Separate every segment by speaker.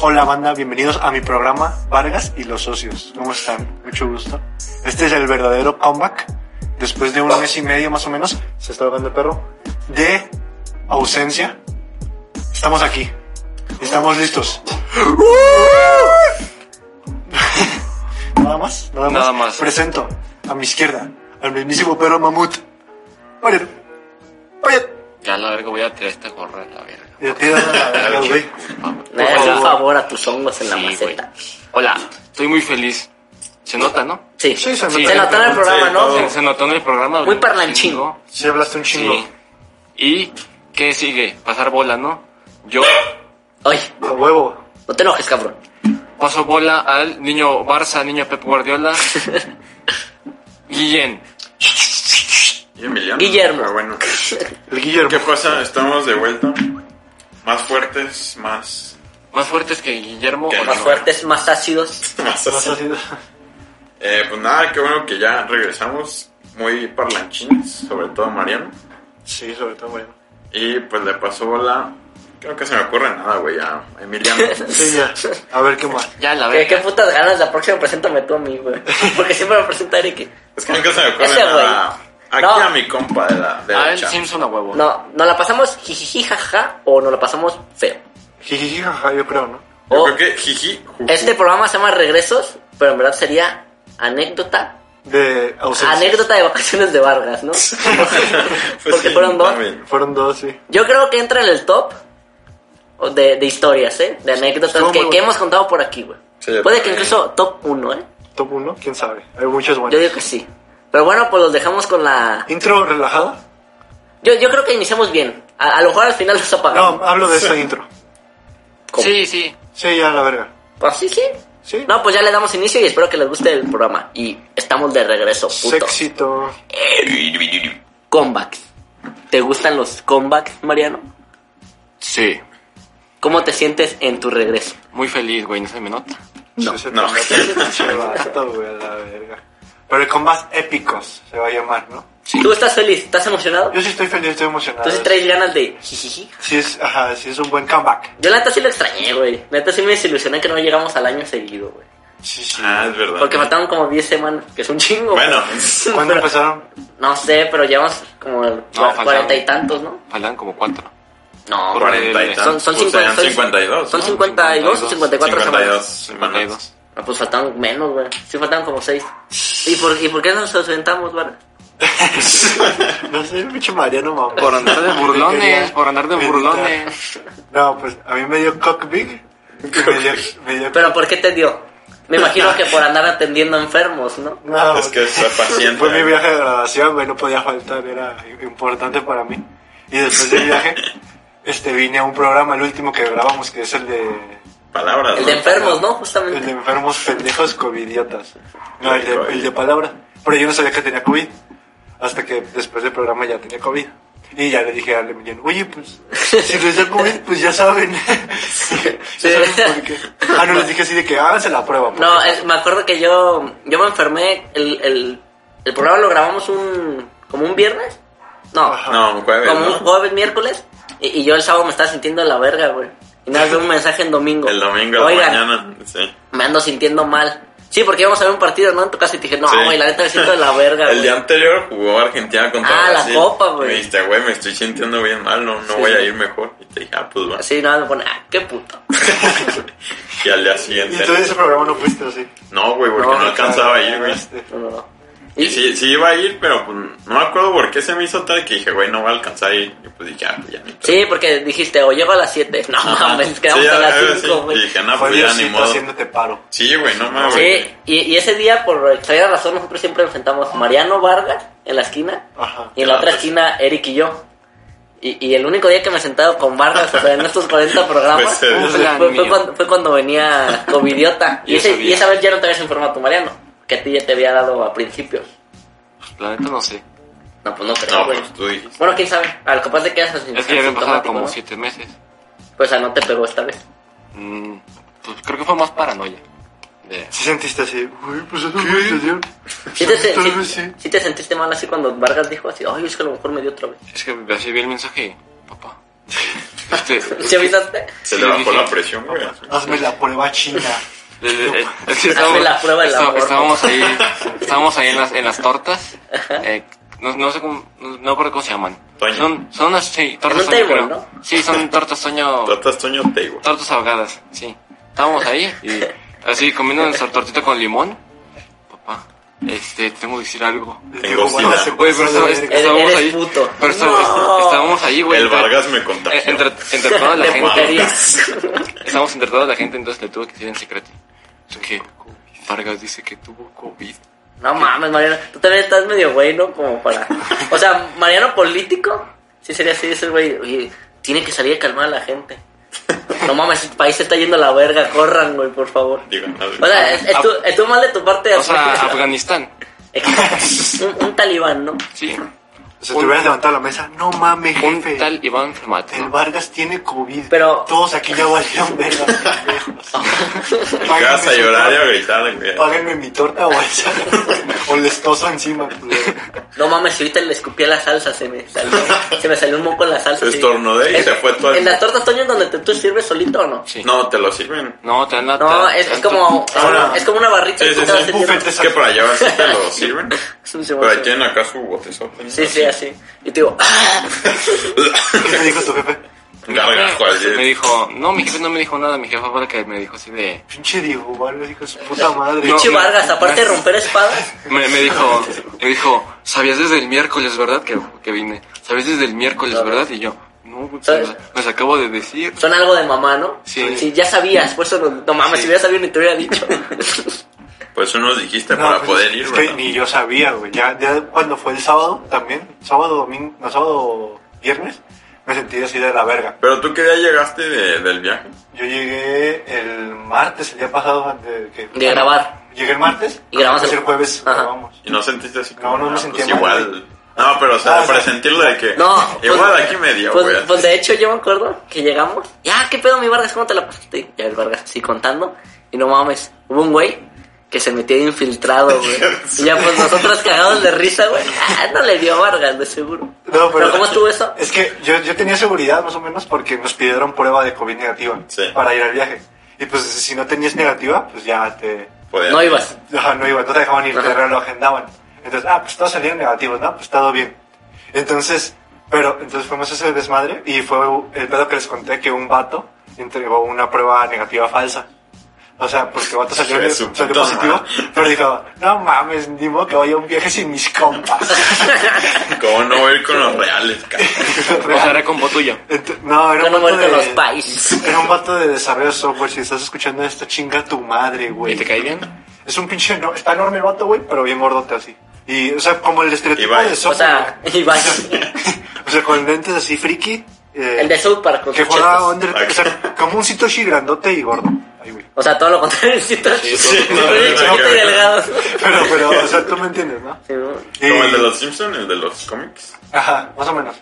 Speaker 1: Hola banda, bienvenidos a mi programa Vargas y los socios. ¿Cómo están? Mucho gusto. Este es el verdadero comeback. Después de un mes y medio más o menos, se está ahogando el perro, de ausencia. Estamos aquí. Estamos listos. ¿Nada más? ¿Nada más?
Speaker 2: Nada más.
Speaker 1: Presento a mi izquierda al mismísimo perro mamut. Mariano. Mariano.
Speaker 2: Ya la verga voy a tirar esta gorra a la verga.
Speaker 1: Ya te dan la verga, güey.
Speaker 3: Me hagas un favor a tus hongos en la
Speaker 2: Sí,
Speaker 3: maceta.
Speaker 2: güey. Hola, estoy muy feliz. Se nota, ¿no?
Speaker 3: Sí.
Speaker 1: Sí, se nota.
Speaker 3: se, notó en el programa,
Speaker 1: Sí,
Speaker 3: ¿no?
Speaker 1: todo.
Speaker 2: Se, se notó en el programa.
Speaker 3: Muy
Speaker 2: güey.
Speaker 3: parlanchingo.
Speaker 1: Sí, hablaste un
Speaker 2: Sí.
Speaker 1: chingo.
Speaker 2: ¿Y qué sigue? Pasar bola, ¿no? Yo
Speaker 3: Oye,
Speaker 1: A huevo.
Speaker 3: no te enojes, cabrón.
Speaker 2: paso bola al niño Barça, niño Pep Guardiola. Guillén.
Speaker 4: Y Emiliano.
Speaker 3: Guillermo.
Speaker 4: Pero bueno.
Speaker 1: El Guillermo.
Speaker 4: ¿Qué pasa? Estamos de vuelta. Más fuertes, más.
Speaker 2: Más fuertes que Guillermo.
Speaker 4: Que
Speaker 2: ¿o
Speaker 4: más
Speaker 3: Más
Speaker 2: no?
Speaker 3: fuertes, más ácidos.
Speaker 4: más
Speaker 1: Estás
Speaker 4: así.
Speaker 1: haciendo-
Speaker 4: Eh, pues nada, qué bueno que ya regresamos. Muy parlanchines, sobre todo Mariano.
Speaker 1: Sí, sobre todo, bueno.
Speaker 4: Y pues le pasó bola. Creo que se me ocurre nada, güey, a Emiliano.
Speaker 1: Sí, ya. A ver qué más.
Speaker 2: Ya, la
Speaker 3: ¿Qué,
Speaker 2: verga.
Speaker 3: qué putas ganas la próxima preséntame tú a mí, güey. Porque siempre me presenta Eric.
Speaker 4: Es que nunca se me ocurre
Speaker 3: Ese
Speaker 4: nada.
Speaker 3: güey.
Speaker 4: Aquí
Speaker 3: No.
Speaker 4: a mi compa de la
Speaker 2: A ver,
Speaker 4: derecha.
Speaker 2: Simpson a huevo.
Speaker 3: No, ¿nos la pasamos jijiji jaja o nos la pasamos feo?
Speaker 1: Jijiji, jaja, yo creo, ¿no?
Speaker 4: Yo
Speaker 3: O
Speaker 4: creo que jiji, juju.
Speaker 3: Oh. este programa se llama Regresos, pero en verdad sería anécdota.
Speaker 1: De ausencia.
Speaker 3: anécdota de vacaciones de Vargas, ¿no?
Speaker 4: Pues
Speaker 3: Porque
Speaker 4: sí,
Speaker 3: fueron dos.
Speaker 4: también.
Speaker 1: Fueron dos, sí.
Speaker 3: Yo creo que entra en el top de, de historias, ¿eh? De anécdotas
Speaker 1: Estuvo muy
Speaker 3: que,
Speaker 1: bueno.
Speaker 3: que hemos contado por aquí, güey.
Speaker 4: Sí, yo
Speaker 3: Puede que
Speaker 4: también.
Speaker 3: incluso top 1, ¿eh?
Speaker 1: Top uno, quién sabe. Hay muchos
Speaker 3: Yo
Speaker 1: buenos.
Speaker 3: digo que sí. Pero bueno, pues los dejamos con la...
Speaker 1: ¿Intro relajada?
Speaker 3: Yo, yo creo que iniciamos bien. A, a lo mejor al final los apagamos.
Speaker 1: No, hablo de esta intro.
Speaker 3: ¿Cómo?
Speaker 2: Sí, sí.
Speaker 1: Sí, ya, la verga.
Speaker 3: Pues sí, sí.
Speaker 1: Sí.
Speaker 3: No, pues ya le damos inicio y espero que les guste el programa. Y estamos de regreso, puto.
Speaker 1: Sexito.
Speaker 3: Comebacks. ¿Te gustan los comebacks, Mariano?
Speaker 2: Sí.
Speaker 3: ¿Cómo te sientes en tu regreso?
Speaker 2: Muy feliz, güey, no se me nota.
Speaker 1: No,
Speaker 4: no.
Speaker 1: güey, a la verga. Pero con más épicos se va a llamar, ¿no?
Speaker 3: ¿Tú estás feliz? ¿Estás emocionado?
Speaker 1: Yo sí estoy feliz, estoy emocionado.
Speaker 3: Entonces traes ganas de jijiji.
Speaker 1: Sí es, ajá, sí es un buen comeback.
Speaker 3: Yo la neta sí lo extrañé, güey. Neta sí me desilusioné que no llegamos al año seguido, güey.
Speaker 1: Sí, sí.
Speaker 4: Ah, es verdad.
Speaker 3: Porque faltaban como 10 semanas, que es un chingo. güey.
Speaker 4: Bueno.
Speaker 1: ¿Cuándo
Speaker 3: Pero-
Speaker 1: empezaron?
Speaker 3: No sé, pero llevamos como el
Speaker 2: faltaron.
Speaker 3: cuarenta y tantos, ¿no?
Speaker 2: Faltan como cuatro.
Speaker 3: No,
Speaker 2: Por
Speaker 3: güey.
Speaker 2: ahí.
Speaker 4: Cuarenta y
Speaker 3: Son- son
Speaker 4: tantos, pues,
Speaker 3: cincuenta-
Speaker 4: eran
Speaker 3: son-
Speaker 4: 52.
Speaker 3: Son
Speaker 4: ¿no?
Speaker 3: 52 o 54
Speaker 4: 52
Speaker 3: semanas.
Speaker 4: semanas.
Speaker 3: Ah, pues faltaban menos, güey. Sí faltaban como 6. ¿Y por, ¿Y por qué nos ausentamos, güey?
Speaker 1: No sé, el pinche Mariano mamón.
Speaker 2: Por andar de burlones, por andar de
Speaker 1: Quería
Speaker 2: burlones.
Speaker 1: No, pues a mí me dio cock big. y Me dio, me dio
Speaker 3: ¿Pero por qué te dio? Me imagino que por andar atendiendo enfermos, ¿no?
Speaker 1: No,
Speaker 4: Es que es paciente. ¿eh?
Speaker 1: fue mi viaje de graduación, güey, no podía faltar, era importante para mí. Y después del viaje, este, vine a un programa, el último que grabamos, que es el de,
Speaker 4: Palabras.
Speaker 3: El de
Speaker 4: ¿no?
Speaker 3: enfermos, ¿no?
Speaker 1: el de
Speaker 3: Justamente.
Speaker 1: enfermos pendejos covidiotas. No, el de, el de palabra. Pero yo no sabía que tenía COVID. Hasta que después del programa ya tenía COVID. Y ya le dije al Emiliano, oye, pues, si les da COVID, pues ya saben. Ya saben por qué. Ah, no, les dije así de que háganse la prueba. pues.
Speaker 3: No, es- me acuerdo que yo, yo me enfermé. El, el, el programa lo grabamos un, como un viernes. No,
Speaker 1: Ajá.
Speaker 4: No, un jueves.
Speaker 3: como un
Speaker 4: ¿no?
Speaker 3: jueves, miércoles. Y, y yo el sábado me estaba sintiendo la verga, güey. Y nada, más veo un mensaje en domingo.
Speaker 4: El domingo de
Speaker 3: Oigan,
Speaker 4: mañana. Sí.
Speaker 3: me ando sintiendo mal. Sí, porque íbamos a ver un partido, ¿no? En tu casa y te dije, no,
Speaker 4: Sí.
Speaker 3: güey, la neta me siento de la verga,
Speaker 4: El
Speaker 3: güey.
Speaker 4: día anterior jugó Argentina contra
Speaker 3: Ah, la
Speaker 4: Brasil.
Speaker 3: copa, güey.
Speaker 4: Me dijiste, güey, me estoy sintiendo bien mal, no, no
Speaker 3: Sí.
Speaker 4: voy a ir mejor. Y te dije, ah, pues bueno.
Speaker 3: Así nada, me pone, ah, qué puto.
Speaker 4: Y al día
Speaker 1: Y
Speaker 4: siguiente.
Speaker 1: entonces ese programa no fuiste así.
Speaker 4: No, güey, porque
Speaker 3: No,
Speaker 4: no, alcanzaba a ir, güey.
Speaker 1: Este,
Speaker 3: No, no, no.
Speaker 4: Y sí, sí iba a ir, pero pues, no me acuerdo por qué se me hizo tarde que dije, güey, no voy a alcanzar y, y pues dije, ah, pues ya ni pedo.
Speaker 3: Sí, porque dijiste, o llego a las 7. No
Speaker 4: Ajá.
Speaker 3: mames, quedamos
Speaker 4: Sí,
Speaker 3: a las
Speaker 4: algo así.
Speaker 3: 5, güey.
Speaker 4: Y dije, no,
Speaker 1: Fue
Speaker 4: pues ya ni
Speaker 1: Diosito
Speaker 4: modo.
Speaker 1: haciéndote paro.
Speaker 4: Sí, güey, no mames.
Speaker 3: Sí, y, y ese día, por extraña razón, nosotros siempre nos sentamos Mariano Vargas en la esquina
Speaker 1: Ajá.
Speaker 3: y en la
Speaker 4: Ah,
Speaker 3: otra
Speaker 4: pues.
Speaker 3: esquina Eric y yo. Y, y el único día que me he sentado con Vargas, o sea, en estos 40 programas,
Speaker 4: Pues, eh,
Speaker 3: fue,
Speaker 2: Dios
Speaker 3: fue-
Speaker 2: mío.
Speaker 3: fue cuando, fue cuando venía Covidiota. y,
Speaker 2: Y
Speaker 3: ese-
Speaker 2: ese día.
Speaker 3: y esa vez ya no te habías informado tu Mariano, que a ti ya te había dado a principios.
Speaker 2: La neta no sé.
Speaker 3: No, pues no creo,
Speaker 4: No,
Speaker 3: güey.
Speaker 4: pues tú dijiste.
Speaker 3: Bueno, quién sabe, al capaz de que hayas
Speaker 2: Es que ya habían pasado
Speaker 3: asintomático,
Speaker 2: como
Speaker 3: ¿no?
Speaker 2: siete meses.
Speaker 3: Pues a no te pegó esta vez.
Speaker 2: Mm, pues creo que fue más paranoia. De-
Speaker 1: Sí sentiste así, güey, pues es una meditación.
Speaker 3: ¿Sí te, se-
Speaker 1: Tal
Speaker 3: sí-
Speaker 1: vez sí.
Speaker 3: sí te sentiste mal así cuando Vargas dijo así, ay, es que a lo mejor me dio otra vez.
Speaker 2: Es que así vi el mensaje y, papá. Este,
Speaker 3: ¿Sí avisaste?
Speaker 4: Se
Speaker 2: Sí,
Speaker 4: le bajó
Speaker 2: dije.
Speaker 4: la presión, güey.
Speaker 1: Hazme la prueba china.
Speaker 2: le- le- es que
Speaker 3: Hazme
Speaker 2: estábamos,
Speaker 3: la prueba del
Speaker 2: está-
Speaker 3: amor.
Speaker 2: estábamos ahí, estábamos ahí en las, en las tortas. Eh, no, no sé cómo, no, no recuerdo cómo se llaman.
Speaker 4: Toño.
Speaker 2: Son, son unas, sí,
Speaker 3: En
Speaker 2: tortas
Speaker 3: un
Speaker 2: Toño,
Speaker 3: table,
Speaker 2: creo.
Speaker 3: ¿no?
Speaker 2: Sí, son tortas Toño.
Speaker 4: Tratas Toño Teigo.
Speaker 2: Tortas ahogadas, sí. Estábamos ahí y así comiendo nuestra tortita con limón. Papá, este, tengo que decir algo.
Speaker 4: Tengo
Speaker 1: Bueno,
Speaker 4: sida.
Speaker 1: se puede eh,
Speaker 2: Güey, pero
Speaker 1: saber.
Speaker 2: estaba- est-
Speaker 3: Eres-
Speaker 2: estábamos
Speaker 3: eres
Speaker 2: ahí.
Speaker 3: puto.
Speaker 2: Pero estábamos,
Speaker 3: No.
Speaker 2: est- estábamos ahí, güey.
Speaker 4: El
Speaker 2: entre-
Speaker 4: Vargas me
Speaker 2: eh,
Speaker 4: contagió.
Speaker 2: Entre, entre toda la
Speaker 3: De
Speaker 2: gente.
Speaker 3: putería.
Speaker 2: Estábamos entre toda la gente, entonces le tuve que decir en secreto. Es que Vargas dice que tuvo COVID.
Speaker 3: No mames, Mariano. Tú también estás medio güey, ¿no? Como para. O sea, Mariano político. Sí, sería así, ese güey. Oye, tiene que salir a calmar a la gente. No mames, el país se está yendo a la verga. Corran, güey, por favor.
Speaker 4: Digo, nada.
Speaker 3: O sea, es- estuvo estuvo mal de tu parte.
Speaker 2: O sea,
Speaker 3: Afganistán.
Speaker 2: Afganistán.
Speaker 3: un, un talibán, ¿no?
Speaker 2: Sí.
Speaker 1: Se te hubieras levantado a la mesa. No mames,
Speaker 2: Un
Speaker 1: jefe.
Speaker 2: tal Iván Fermate.
Speaker 1: El Vargas tiene COVID.
Speaker 3: Pero-
Speaker 1: Todos aquí ya valieron verga. pendejos.
Speaker 4: ¿Te vas a
Speaker 1: su
Speaker 4: llorar y a
Speaker 1: torta.
Speaker 4: gritar, güey?
Speaker 1: Páguenme mi torta o esa. O les toso encima, pues, culero.
Speaker 3: No mames, si ahorita le escupí a la salsa, se me salió, se me salió un moco en la salsa. sí.
Speaker 4: Estornudé y
Speaker 3: En-
Speaker 4: se fue todo el-
Speaker 3: ¿En la torta Toño es donde te, tú sirves solito o no?
Speaker 2: Sí.
Speaker 4: No, te lo sirven.
Speaker 2: No, te dan la- te
Speaker 3: No,
Speaker 2: dan-
Speaker 3: es,
Speaker 2: te
Speaker 3: es
Speaker 2: dan tu-
Speaker 3: como, es,
Speaker 1: Ahora-
Speaker 3: como- es como una barrita.
Speaker 4: Sí,
Speaker 3: y tú
Speaker 4: sí,
Speaker 3: te vas
Speaker 4: sí, un
Speaker 3: metiendo.
Speaker 1: buffet
Speaker 4: Es que para allá sí te lo sirven.
Speaker 3: Sí,
Speaker 4: Pero ahí tienen acá su botezote.
Speaker 3: Sí, sí, así. Y te digo, ¡ah!
Speaker 1: ¿Qué te dijo tu jefe?
Speaker 4: Gargajo así.
Speaker 2: Me dijo, no, mi jefe no me dijo nada, mi jefe fue la que me dijo así de...
Speaker 1: Pinche Diego Vargas, hijo de su puta madre.
Speaker 2: No.
Speaker 3: Pinche Vargas, aparte de romper espadas.
Speaker 2: Me, me dijo, me dijo, ¿sabías desde el miércoles, verdad? Que, que vine. ¿Sabías desde el miércoles, verdad? Y yo, no, güey,
Speaker 3: ¿Sabes?
Speaker 2: pues, me acabo de decir.
Speaker 3: Son algo de mamá, ¿no?
Speaker 2: Sí.
Speaker 3: ya sabías, por eso no, no mames,
Speaker 2: Sí.
Speaker 3: si hubiera sabido ni te hubiera dicho.
Speaker 4: Pues unos dijiste
Speaker 1: No,
Speaker 4: para
Speaker 1: pues,
Speaker 4: poder
Speaker 1: es
Speaker 4: ir,
Speaker 1: que
Speaker 4: ¿verdad?
Speaker 1: ni yo sabía, güey. Ya, ya cuando fue el sábado también, sábado, domingo, no, sábado, viernes, me sentí así de la verga.
Speaker 4: Pero tú que ya llegaste de- del viaje.
Speaker 1: Yo llegué el martes, el día pasado, antes de que.
Speaker 3: De grabar.
Speaker 1: Llegué el martes
Speaker 3: Y grabamos
Speaker 1: pues
Speaker 3: el-
Speaker 1: el jueves.
Speaker 3: Ajá.
Speaker 1: grabamos.
Speaker 4: Y no sentiste así
Speaker 1: No,
Speaker 4: como.
Speaker 1: no me
Speaker 4: ah,
Speaker 1: sentí
Speaker 4: pues
Speaker 1: mal,
Speaker 4: igual.
Speaker 1: güey.
Speaker 4: No, pero o
Speaker 1: Ah,
Speaker 4: sea,
Speaker 1: o
Speaker 4: para
Speaker 1: sea,
Speaker 4: sentirlo de que.
Speaker 3: No.
Speaker 4: Igual
Speaker 3: pues-
Speaker 4: aquí me dio,
Speaker 3: pues,
Speaker 4: güey.
Speaker 3: pues de hecho, yo me acuerdo que llegamos. Ya, ¿qué pedo, mi Vargas? ¿Cómo te la pasaste? Ya, el Vargas, sí, contando. Y no mames, hubo un güey que se metió de infiltrado, güey. Y ya, pues nosotros cagados de risa, güey. Ah, no le dio a Vargas, de seguro. ¿cómo estuvo eso?
Speaker 1: Es que yo, yo tenía seguridad más o menos porque nos pidieron prueba de COVID negativa
Speaker 4: Sí.
Speaker 1: para ir al viaje. Y pues si no tenías negativa, pues ya te.
Speaker 4: Podía-
Speaker 3: No ibas.
Speaker 1: Ajá, no iba, no te dejaban ir, te lo agendaban. Entonces, ah, pues todos salieron negativos, ¿no? Pues todo bien. Entonces, pero, entonces fuimos a ese desmadre y fue el pedo que les conté que un vato entregó una prueba negativa falsa. O sea, porque el vato salió,
Speaker 4: Hijo de su
Speaker 1: salió
Speaker 4: puta
Speaker 1: positivo,
Speaker 4: madre.
Speaker 1: pero dijo, no mames, ni modo que vaya a un viaje sin mis compas.
Speaker 4: ¿Cómo no voy a ir con los reales, cabrón?
Speaker 2: O sea, era combo tuyo.
Speaker 1: Ent- no, era
Speaker 3: Yo
Speaker 1: un vato
Speaker 3: no muerto
Speaker 1: de...
Speaker 3: en los países.
Speaker 1: Era un vato de desarrollo software, si estás escuchando esto, chinga tu madre,
Speaker 2: ¿Y
Speaker 1: güey.
Speaker 2: te caí bien?
Speaker 1: Es un pinche, no, está enorme el vato, güey, pero bien gordote así. Y, o sea, como el estereotipo
Speaker 4: Ibai.
Speaker 1: de
Speaker 3: O
Speaker 1: software.
Speaker 3: sea, Iván,
Speaker 1: O sea, con lentes así friki. eh,
Speaker 3: el de South Park con
Speaker 1: Que
Speaker 3: sus
Speaker 1: juega
Speaker 3: chetos.
Speaker 1: under, o sea, como un Sitoshi grandote y gordo. Ay, güey.
Speaker 3: O sea, todo lo contrario, el Sito.
Speaker 4: sí,
Speaker 3: Todo
Speaker 4: no,
Speaker 3: el
Speaker 4: no,
Speaker 3: chiquito
Speaker 4: no,
Speaker 3: y
Speaker 4: no.
Speaker 3: delgado.
Speaker 1: Pero, pero, o sea, tú me entiendes, ¿no?
Speaker 3: Sí, ¿no?
Speaker 1: Y-
Speaker 4: Como el de los Simpsons, el de los cómics.
Speaker 1: Ajá, más o menos.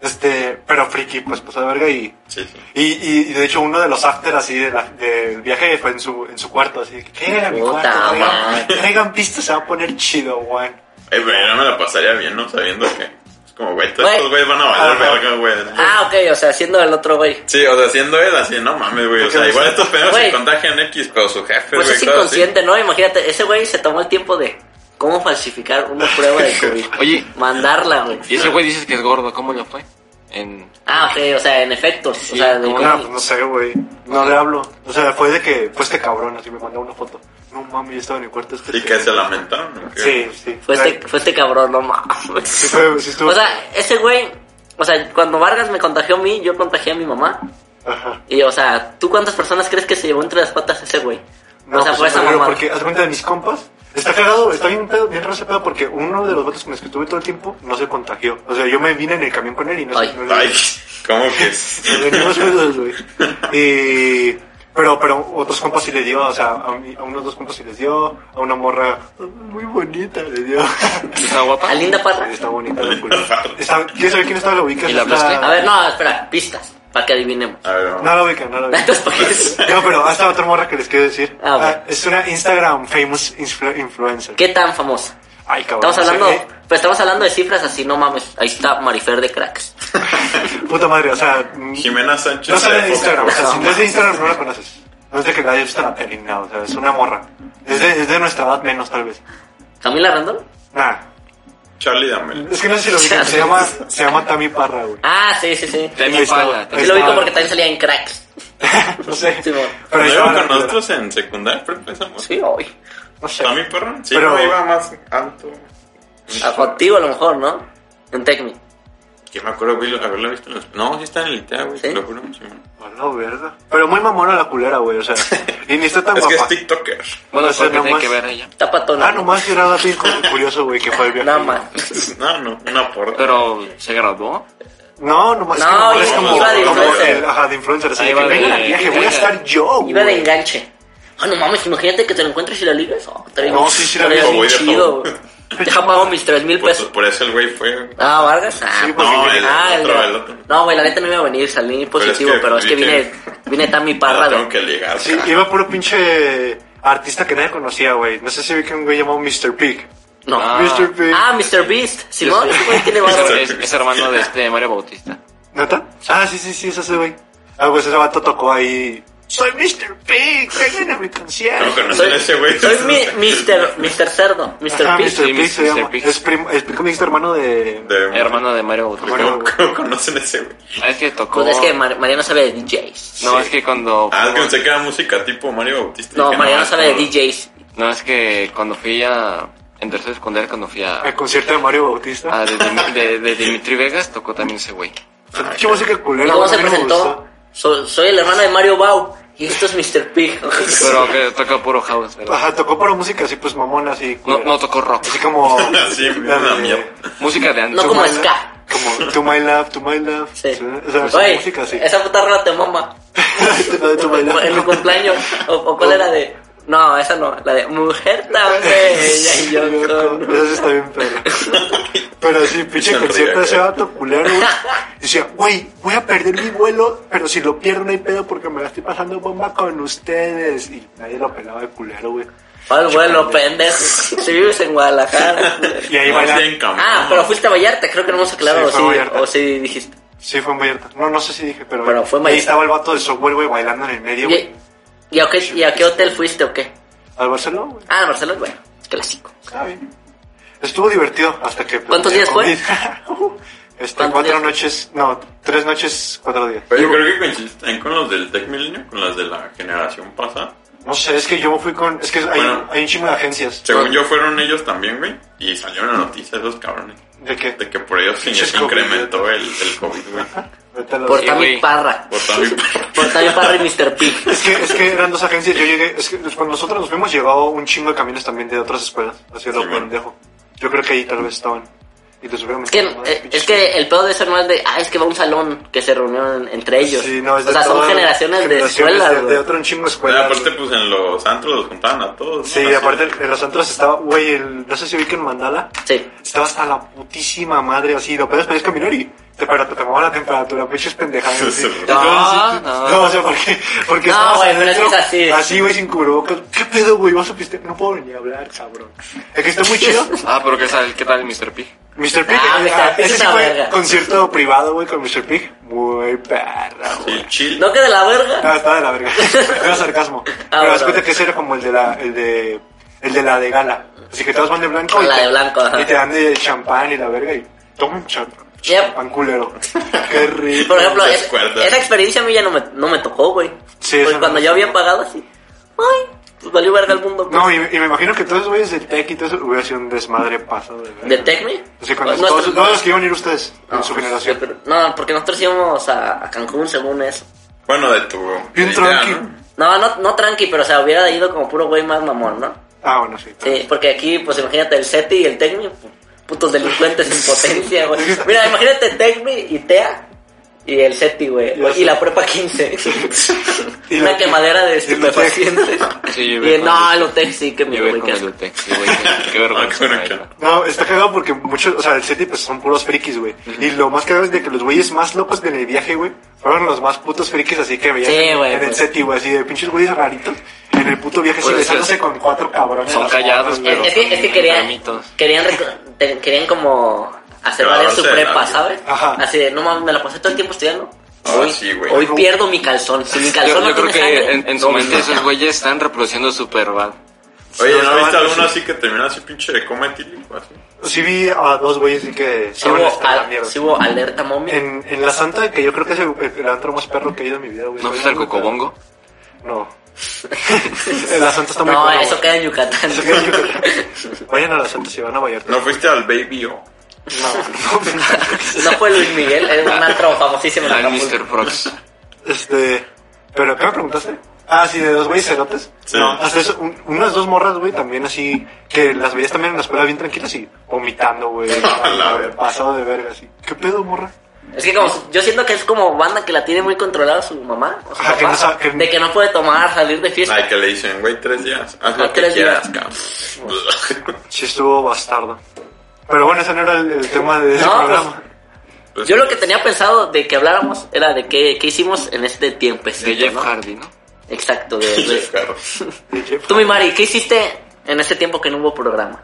Speaker 1: Este, pero friki, pues pasó de verga y.
Speaker 4: Sí, sí.
Speaker 1: Y, y, y de hecho uno de los after así de la- del viaje fue en su, en su cuarto, así que traigan a mi
Speaker 3: Puta
Speaker 1: cuarto,
Speaker 3: madre.
Speaker 1: traigan, traigan pistas, se va a poner chido, güey.
Speaker 4: Ey, pero yo no me la pasaría bien, ¿no? Sabiendo que. Es como, güey, todos
Speaker 3: Güey.
Speaker 4: estos güeyes van a valer
Speaker 1: Ajá.
Speaker 4: verga, güey.
Speaker 3: Ah, ok, o sea, siendo el otro güey.
Speaker 4: Sí, o sea, haciendo él así, no mames, güey. O sea, igual estos pendejos se
Speaker 3: Güey.
Speaker 4: contagian X, pero su jefe,
Speaker 3: Pues
Speaker 4: güey,
Speaker 3: es
Speaker 4: cosas así.
Speaker 3: inconsciente, ¿no? Imagínate, ese güey se tomó el tiempo de cómo falsificar una prueba de COVID.
Speaker 2: Oye.
Speaker 3: Mandarla, güey.
Speaker 2: Y ese güey dices que es gordo, ¿cómo lo fue? en...
Speaker 3: Ah, ok, o sea, en efectos. o sea, de
Speaker 2: como
Speaker 3: cómo-
Speaker 1: No, pues no sé, güey. No le hablo. O sea, fue de que, fue este cabrón, así me mandó una foto. No mami, yo estaba en el cuarto. Es
Speaker 4: Y que se lamentaron. ¿o qué?
Speaker 1: Sí, sí.
Speaker 3: Fue
Speaker 1: Ay,
Speaker 3: este, fue este cabrón, no mames.
Speaker 1: Sí, fue, sí estuvo.
Speaker 3: O sea, ese güey, o sea, cuando Vargas me contagió a mí, yo contagié a mi mamá.
Speaker 1: Ajá.
Speaker 3: Y, o sea, ¿tú cuántas personas crees que se llevó entre las patas ese güey?
Speaker 1: No,
Speaker 3: o sea,
Speaker 1: pues,
Speaker 3: fue esa
Speaker 1: pero
Speaker 3: mamá.
Speaker 1: porque, haz cuenta de mis compas. Está cagado, está bien pedo, bien raro ese pedo, porque uno de los vatos con los que estuve todo el tiempo no se contagió. O sea, yo me vine en el camión con él y no
Speaker 3: Ay.
Speaker 1: se... no le-
Speaker 4: Ay, ¿cómo que?
Speaker 1: Nos venimos juntos, güey. Y... Pero, pero otros compas sí le dio, o sea, a, mí- a unos dos compas sí les dio, a una morra muy bonita le dio.
Speaker 2: ¿Está guapa?
Speaker 3: ¿A Linda Parra?
Speaker 1: Está bonita, la culo. Está- ¿Quieres saber quién está la ubica?
Speaker 2: ¿Y la
Speaker 1: Está-
Speaker 2: hablaste?
Speaker 3: A ver, no, espera, pistas, para que adivinemos.
Speaker 4: A ver, vamos.
Speaker 1: No la ubica, no la ubica.
Speaker 3: Entonces, ¿por qué es?
Speaker 1: No, pues, pero hasta otra morra que les quiero decir.
Speaker 3: Ah, ok.
Speaker 1: Ah, es una Instagram famous influ- influencer.
Speaker 3: ¿Qué tan famosa?
Speaker 1: Ay, cabrón.
Speaker 3: Estamos
Speaker 1: no eh, sé
Speaker 3: hablando,
Speaker 1: qué.
Speaker 3: pues estamos hablando de cifras así, no mames. Ahí está Marifer de cracks.
Speaker 1: Puta madre, o sea. mm,
Speaker 4: Jimena Sánchez.
Speaker 1: No sale de Instagram, o sea,
Speaker 3: No.
Speaker 1: si no es de Instagram no la conoces. No es de que la hayas visto en la tele, ni nada, o sea, es una morra. Es de, es de nuestra edad menos, tal vez.
Speaker 3: ¿Camila Randall?
Speaker 1: Nah,
Speaker 4: Charlie Damel.
Speaker 1: es que no sé si lo ubican, se llama, se llama Tami Parra, güey.
Speaker 3: Ah, sí, sí, sí.
Speaker 2: Temi
Speaker 1: Ahí está.
Speaker 2: Parra,
Speaker 1: Ahí
Speaker 2: Temi
Speaker 3: Sí lo ubico
Speaker 1: está.
Speaker 3: porque también salía en cracks.
Speaker 1: No sé.
Speaker 3: Sí, bueno.
Speaker 1: Pero
Speaker 4: ¿No
Speaker 1: ahí
Speaker 4: iba
Speaker 1: estaba
Speaker 4: con
Speaker 1: la-
Speaker 4: nosotros en secundaria? Pero empezamos.
Speaker 3: Sí, hoy.
Speaker 1: No sé.
Speaker 4: ¿Está mi perro? Sí,
Speaker 1: Pero-
Speaker 4: pero iba más alto.
Speaker 3: A Ah, contigo a lo mejor, ¿no? En Tecmi.
Speaker 4: Que me acuerdo güey, haberla visto en los... No, sí está en el ITEA, güey.
Speaker 3: ¿Sí?
Speaker 4: Lo juro. sí, güey.
Speaker 1: A la verga. Pero muy mamona la culera, güey, o sea. Y ni está tan
Speaker 4: Es que es
Speaker 1: guapa.
Speaker 4: TikToker.
Speaker 2: Bueno,
Speaker 1: O sea,
Speaker 2: porque tiene
Speaker 1: nomás-
Speaker 2: que ver ella.
Speaker 3: Está patona.
Speaker 1: Ah, nomás yo nada bien curioso, güey, que fue el viaje.
Speaker 3: Nada más.
Speaker 4: No, no, una porra.
Speaker 2: Pero se graduó.
Speaker 1: No, nomás
Speaker 3: No,
Speaker 1: que nomás
Speaker 3: iba-
Speaker 1: es como,
Speaker 4: iba de
Speaker 1: como
Speaker 3: influencer.
Speaker 1: el- ajá, de influencer. Así
Speaker 2: Ahí
Speaker 1: de
Speaker 2: va
Speaker 1: que
Speaker 2: de-
Speaker 1: vengan al viaje, voy a
Speaker 2: venga.
Speaker 1: estar yo,
Speaker 3: Iba de
Speaker 1: güey.
Speaker 3: enganche. Ah, no mames, imagínate que te lo encuentres y la ligas. Oh, trae-
Speaker 1: No, sí, sí la
Speaker 3: trae
Speaker 1: ligo,
Speaker 3: bien
Speaker 4: voy de
Speaker 3: chido.
Speaker 4: todo.
Speaker 3: güey. Deja pago mis tres mil
Speaker 4: Por,
Speaker 3: pesos.
Speaker 4: por eso el güey fue... güey.
Speaker 3: Ah, Vargas. Ah,
Speaker 1: Sí,
Speaker 3: pues,
Speaker 1: porque-
Speaker 4: No, el
Speaker 3: ah, el-
Speaker 4: otro, el otro.
Speaker 3: No, güey, la neta no iba a venir, salí positivo,
Speaker 4: que
Speaker 3: pero es que,
Speaker 4: vi que-
Speaker 3: vine, vine Tami Parra.
Speaker 4: Ahora
Speaker 3: güey.
Speaker 4: tengo que ligar.
Speaker 1: Sí,
Speaker 4: carajo.
Speaker 1: iba puro pinche artista que nadie conocía, güey. No sé si vi que un güey llamado Mr. Pig.
Speaker 3: No.
Speaker 2: Ah.
Speaker 1: Mr. Pig.
Speaker 3: Ah, Mr. Beast. Simón, ese güey tiene barba.
Speaker 2: Es, es hermano de este Mario Bautista.
Speaker 1: ¿Neta? Ah, sí, sí, sí, es ese güey. Ah, pues ese vato tocó ahí. Soy Mr. Pig, vengan a mi
Speaker 4: No
Speaker 1: concierto.
Speaker 4: conocen a ese güey.
Speaker 3: soy mi, Mr. Mr. Cerdo. Mr.
Speaker 1: Ah,
Speaker 3: Beast.
Speaker 1: Mr. Pig
Speaker 2: Mr.
Speaker 1: se llama.
Speaker 2: Pig.
Speaker 1: Es primo, es como dice, hermano de...
Speaker 4: De-
Speaker 2: Hermano de Mario Bautista.
Speaker 1: Bueno.
Speaker 4: ¿Cómo, cómo conocen a ese güey?
Speaker 2: Ah, Es que tocó...
Speaker 3: Pues es que Mar- Mariano sabe de DJs.
Speaker 2: No,
Speaker 4: Sí.
Speaker 2: es que cuando...
Speaker 4: Ah, es que pensé que era música tipo Mario Bautista.
Speaker 3: No,
Speaker 4: Dije,
Speaker 3: Mariano
Speaker 4: es
Speaker 3: sabe de
Speaker 4: como-
Speaker 3: DJs.
Speaker 2: No, es que cuando fui a... En tercero de secundaria, cuando fui a...
Speaker 1: El concierto de Mario Bautista.
Speaker 3: Ah,
Speaker 2: a de, Dim- de- de Dimitri Vegas, tocó también ese güey.
Speaker 1: Pinche música
Speaker 3: ah, ¿Y
Speaker 1: culera.
Speaker 3: cómo
Speaker 1: güey,
Speaker 3: se
Speaker 1: a mí no me gustó.
Speaker 3: presentó? So- soy el hermano de Mario Bau. Y esto es Mr. Pig.
Speaker 2: Pero que toca puro house, ¿verdad?
Speaker 1: Ajá, tocó para música así, pues mamona, así.
Speaker 2: No,
Speaker 1: culera.
Speaker 2: no tocó rock.
Speaker 1: Así como.
Speaker 4: Sí,
Speaker 1: la
Speaker 4: una
Speaker 1: de-
Speaker 4: mierda.
Speaker 2: Música de antes.
Speaker 3: No como Ska.
Speaker 1: Como To My Love, To My Love.
Speaker 3: Sí.
Speaker 1: O sea,
Speaker 3: Oye,
Speaker 1: su música así.
Speaker 3: esa puta rola te mama.
Speaker 1: La de To My Love.
Speaker 3: En mi cumpleaños. ¿O, o cuál era de.? No, esa no. La de mujer tan bella y yo con.
Speaker 1: Eso sí está bien perro. Pero sí, pinche
Speaker 4: Sonríe,
Speaker 1: concierto de ese
Speaker 4: cara.
Speaker 1: vato culero, güey. Decía, güey, voy a perder mi vuelo, pero si lo pierdo no hay pedo porque me la estoy pasando bomba con ustedes. Y nadie lo pelaba de culero, güey.
Speaker 3: ¿Cuál vuelo, pendejo? Si vives en Guadalajara.
Speaker 1: Y ahí
Speaker 4: No,
Speaker 1: baila-
Speaker 4: sí, en Cancún.
Speaker 3: Ah, pero fuiste a Vallarta, creo que no hemos aclarado.
Speaker 1: Sí, fue
Speaker 3: o
Speaker 1: a
Speaker 3: sí,
Speaker 1: Vallarta.
Speaker 3: o sí dijiste.
Speaker 1: Sí, fue en Vallarta. No, no sé si dije, pero.
Speaker 3: Pero fue en
Speaker 1: Ahí
Speaker 3: Vallarta.
Speaker 1: estaba el vato de software, güey, bailando en el medio, güey.
Speaker 3: ¿Y, y a, qué, y a qué hotel fuiste o qué?
Speaker 1: Al Barcelona, güey.
Speaker 3: Ah, Barcelona, bueno, clásico.
Speaker 1: Está bien. Estuvo divertido hasta que. pues,
Speaker 3: ¿Cuántos
Speaker 1: ya
Speaker 3: días fue?
Speaker 1: COVID. Este,
Speaker 3: ¿Cuántos
Speaker 1: cuatro
Speaker 3: días?
Speaker 1: noches, no, tres noches, cuatro días.
Speaker 4: Pero yo creo que coincidiste también con los del Tech Milenio, con las de la generación pasada.
Speaker 1: No sé, es que yo me fui con. Es que hay,
Speaker 4: Bueno.
Speaker 1: hay un chingo de agencias.
Speaker 4: Según yo fueron ellos también, güey. Y salió una noticia de esos cabrones.
Speaker 1: ¿De qué?
Speaker 4: De que por ellos se
Speaker 1: Pinches
Speaker 4: incrementó el, el COVID, güey.
Speaker 1: Vete a la-
Speaker 3: Por
Speaker 2: Sí,
Speaker 3: Tami
Speaker 2: güey.
Speaker 3: Parra.
Speaker 4: Por también.
Speaker 3: Pues, Por Tami Parra y Mr. Pig.
Speaker 1: Es que, es que eran dos agencias, yo llegué, es que cuando nosotros nos fuimos llegaba un chingo de camiones también de otras escuelas, hacia lo
Speaker 4: Sí, bueno.
Speaker 1: pendejo. Yo creo que ahí tal vez estaban. Y te subieron
Speaker 3: Es que, eh, es que el pedo de eso no es de, ah, es que va a un salón que se reunieron entre ellos.
Speaker 1: Sí, no, es
Speaker 3: o
Speaker 1: de
Speaker 3: sea, son
Speaker 1: todas las
Speaker 3: generaciones de
Speaker 1: generaciones
Speaker 3: escuelas,
Speaker 1: de, de
Speaker 3: güey.
Speaker 1: otro un chingo de escuelas.
Speaker 4: Bueno, aparte,
Speaker 1: güey.
Speaker 4: pues en los antros los juntaban a todos. ¿no?
Speaker 1: Sí,
Speaker 4: Así.
Speaker 1: aparte en los antros estaba, güey, el- no sé si vi que en Mandala
Speaker 3: Sí.
Speaker 1: estaba hasta la putísima madre así, lo peor es podías caminar y te, pero te tomaba la temperatura, pinches pendejadas. así.
Speaker 4: No,
Speaker 1: Entonces,
Speaker 2: no.
Speaker 1: o sea, porque, porque
Speaker 3: No,
Speaker 1: estabas
Speaker 3: güey, pero
Speaker 1: adentro,
Speaker 3: es que es así.
Speaker 1: Así, güey, sin cubrebocas. ¿Qué pedo, güey? Vas a pistear. No puedo ni hablar, cabrón. Es que está muy chido.
Speaker 2: Ah, pero ¿qué tal, qué tal el Mr. P?
Speaker 1: Mr. Pig,
Speaker 3: Ah, Mr.
Speaker 1: ah,
Speaker 3: Pig
Speaker 1: ese
Speaker 3: es
Speaker 1: sí
Speaker 3: una
Speaker 1: fue
Speaker 3: verga.
Speaker 1: concierto privado, güey, con Mr. Pig. Muy perra, güey.
Speaker 4: Sí, chill.
Speaker 3: No que de la verga.
Speaker 1: Ah, estaba de la verga. Era sarcasmo. Pero
Speaker 3: Ah, bueno.
Speaker 1: das cuenta que ese era como el de la, el de, el de la de gala. Así que todos van de blanco.
Speaker 3: La
Speaker 1: te-
Speaker 3: de blanco, ajá.
Speaker 1: Y te dan de champán y la verga y tomen champán.
Speaker 3: Ya,
Speaker 1: Pan culero. Qué rico.
Speaker 3: por ejemplo,
Speaker 4: Muchas
Speaker 3: es-
Speaker 4: cuerdas.
Speaker 3: esa experiencia a mí ya no me, no me tocó, güey.
Speaker 1: Sí,
Speaker 3: Porque
Speaker 1: esa
Speaker 3: cuando
Speaker 1: no.
Speaker 3: yo había pagado así, ay, pues valió verga el mundo. güey.
Speaker 1: No, y, y me imagino que todos los güeyes del tech y todo eso hubiera sido un desmadre pasado de
Speaker 3: ¿De
Speaker 1: verdad.
Speaker 3: Tecme?
Speaker 1: Sí, con los-
Speaker 3: Pues
Speaker 1: todos,
Speaker 3: nosotros-
Speaker 1: todos los que iban a ir ustedes en su
Speaker 3: pues, Sí,
Speaker 1: generación.
Speaker 3: pero- no, porque nosotros íbamos a, a Cancún según eso.
Speaker 4: Bueno, de tu.
Speaker 1: Bien
Speaker 4: idea,
Speaker 1: tranqui.
Speaker 4: ¿no?
Speaker 3: No, no, no tranqui, pero o sea, hubiera ido como puro güey más mamón, ¿no?
Speaker 1: Ah, bueno, sí.
Speaker 3: Sí, porque aquí, pues imagínate el SETI y el TECMI, pu- putos delincuentes en potencia, güey. Mira, imagínate TECMI y TEA y el SETI, güey.
Speaker 1: Ya sé.
Speaker 3: Y la prepa 15.
Speaker 1: Y
Speaker 3: Una
Speaker 1: la-
Speaker 3: quemadera de
Speaker 1: y el Utec.
Speaker 3: estupefacientes.
Speaker 2: Sí,
Speaker 3: y
Speaker 2: yo iba
Speaker 3: el-
Speaker 2: con
Speaker 3: no,
Speaker 2: el-
Speaker 3: el OTEC sí que me
Speaker 2: Yo voy
Speaker 3: güey.
Speaker 2: con
Speaker 3: que-
Speaker 2: el Utec, sí, güey. qué- Qué vergüenza.
Speaker 4: Ah, qué
Speaker 2: güey.
Speaker 4: bueno
Speaker 1: No, está cagado porque muchos, o sea, el SETI pues son puros frikis, güey. Y lo más cagado es de que los güeyes más locos de en el viaje, güey, fueron los más putos frikis, así que veías
Speaker 3: Sí,
Speaker 1: en,
Speaker 3: güey,
Speaker 1: en el
Speaker 3: pues.
Speaker 1: SETI, güey, así de pinches güeyes raritos. En el puto viaje,
Speaker 2: Pues
Speaker 1: sí,
Speaker 2: es que-
Speaker 1: besándose con cuatro cabrones.
Speaker 2: Son callados, pero
Speaker 3: Eh, Es que, es que
Speaker 2: son
Speaker 3: querían,
Speaker 2: enfermitos.
Speaker 3: querían, reco- te- querían como hacer
Speaker 4: Claro,
Speaker 3: valer su
Speaker 4: sí,
Speaker 3: prepa,
Speaker 4: claro.
Speaker 3: ¿sabes?
Speaker 1: Ajá.
Speaker 3: Así de, no mames, me la pasé todo el tiempo estudiando.
Speaker 4: Ah,
Speaker 3: hoy
Speaker 4: sí, güey.
Speaker 3: hoy pierdo mi calzón. Si mi calzón
Speaker 2: Yo,
Speaker 3: no
Speaker 2: yo creo
Speaker 3: tiene
Speaker 2: que
Speaker 3: sangre,
Speaker 2: en, en
Speaker 3: no
Speaker 2: su
Speaker 3: me
Speaker 2: mente
Speaker 3: importa.
Speaker 2: esos güeyes están reproduciendo Superbad.
Speaker 4: Oye, ¿no
Speaker 1: Sí,
Speaker 4: viste
Speaker 1: sí.
Speaker 4: alguno así que termina así pinche de coma etílico? Así.
Speaker 1: Sí vi a dos güeyes y que
Speaker 3: Sí
Speaker 1: estaban
Speaker 3: hubo,
Speaker 1: hasta la
Speaker 3: al-
Speaker 1: mierda.
Speaker 3: sí hubo alerta momia.
Speaker 1: En, en La Santa, que yo creo que es el, el antro más perro que he ido en mi vida, güey.
Speaker 2: ¿No viste el Cocobongo?
Speaker 1: No. En la Santa está muy
Speaker 3: No,
Speaker 1: perro,
Speaker 3: eso
Speaker 1: güey.
Speaker 3: queda en Yucatán.
Speaker 1: Eso queda en Yucatán. Vayan a la Santa si van a Vallarta.
Speaker 4: ¿No fuiste al Baby O?
Speaker 1: No, no.
Speaker 3: No fue Luis Miguel, es un antro famosísimo en
Speaker 2: Al
Speaker 3: Acapulco.
Speaker 2: Mr. Frogs.
Speaker 1: Este. ¿Pero qué me preguntaste? Ah, sí, de dos güeyes cerotes.
Speaker 4: Sí.
Speaker 1: No, hasta eso, un- unas dos morras, güey, también así, que las veías también en la escuela bien tranquilas y vomitando, güey.
Speaker 4: A la verga.
Speaker 1: pasado de verga, así. ¿Qué pedo, morra?
Speaker 3: Es que como, yo siento que es como banda que la tiene muy controlada su mamá o su
Speaker 1: Ajá, que
Speaker 3: papá,
Speaker 1: no sabe- que-
Speaker 3: de que no puede tomar, salir de fiesta.
Speaker 4: Ay, que le dicen, güey, tres días.
Speaker 3: Ah,
Speaker 4: Haz lo que
Speaker 3: tres
Speaker 4: quieras,
Speaker 3: días.
Speaker 4: cabrón.
Speaker 1: Sí, estuvo bastardo. Pero bueno, ese no era el, el tema de ese
Speaker 3: No,
Speaker 1: programa.
Speaker 4: Pues,
Speaker 3: Yo lo que tenía pensado de que habláramos era de qué, qué hicimos en este tiempo.
Speaker 2: De Jeff Hardy, ¿no?
Speaker 3: Exacto. De,
Speaker 4: Pinche
Speaker 3: de-
Speaker 4: carro.
Speaker 3: Tú, mi Mari, ¿qué hiciste en este tiempo que no hubo programa?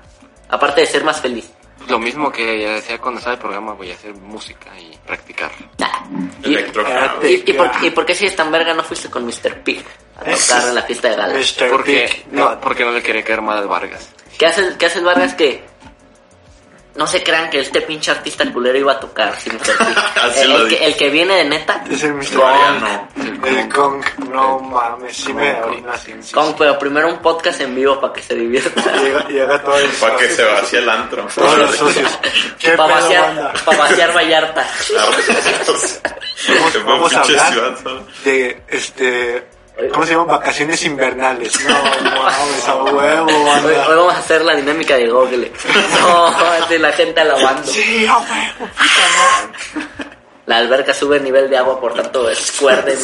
Speaker 3: Aparte de ser más feliz.
Speaker 2: Lo mismo que ya decía cuando estaba el programa, voy a hacer música y practicar.
Speaker 3: Nah. Y,
Speaker 4: Electrocaro.
Speaker 3: y- y por, ¿Y por qué si es tan verga no fuiste con Mr. Pig a tocar en la fiesta de gala?
Speaker 1: Mr.
Speaker 2: Porque
Speaker 1: Pig.
Speaker 2: no, porque no le quería caer mal al Vargas.
Speaker 3: ¿Qué hace, qué hace el Vargas que no se crean que este pinche artista culero iba a tocar? sin Mr. Pig?
Speaker 4: Así
Speaker 3: el,
Speaker 4: lo
Speaker 3: el que,
Speaker 4: dijo.
Speaker 3: el que viene de neta.
Speaker 1: Es el Mr.
Speaker 4: Mariano.
Speaker 1: Kong. El Kong. No mames, sí me orina sin sí.
Speaker 3: Con, pero primero un podcast en vivo para que se divierta.
Speaker 1: Llega, llega todo el
Speaker 4: Para que se vacíe el antro.
Speaker 1: Todos los socios. ¿Qué pedo,
Speaker 3: Para vaciar,
Speaker 1: banda?
Speaker 3: pa' vaciar Vallarta.
Speaker 1: Vamos,
Speaker 4: Vamos,
Speaker 1: vamos a hablar
Speaker 4: ciudad.
Speaker 1: de este. ¿Cómo se llama? Vacaciones invernales. No, mames, a huevo,
Speaker 3: Hoy, hoy
Speaker 1: banda.
Speaker 3: vamos a hacer la dinámica de Google. No, de la gente alabando.
Speaker 1: Sí, a huevo.
Speaker 3: La alberca sube el nivel de agua, por tanto, escuerden.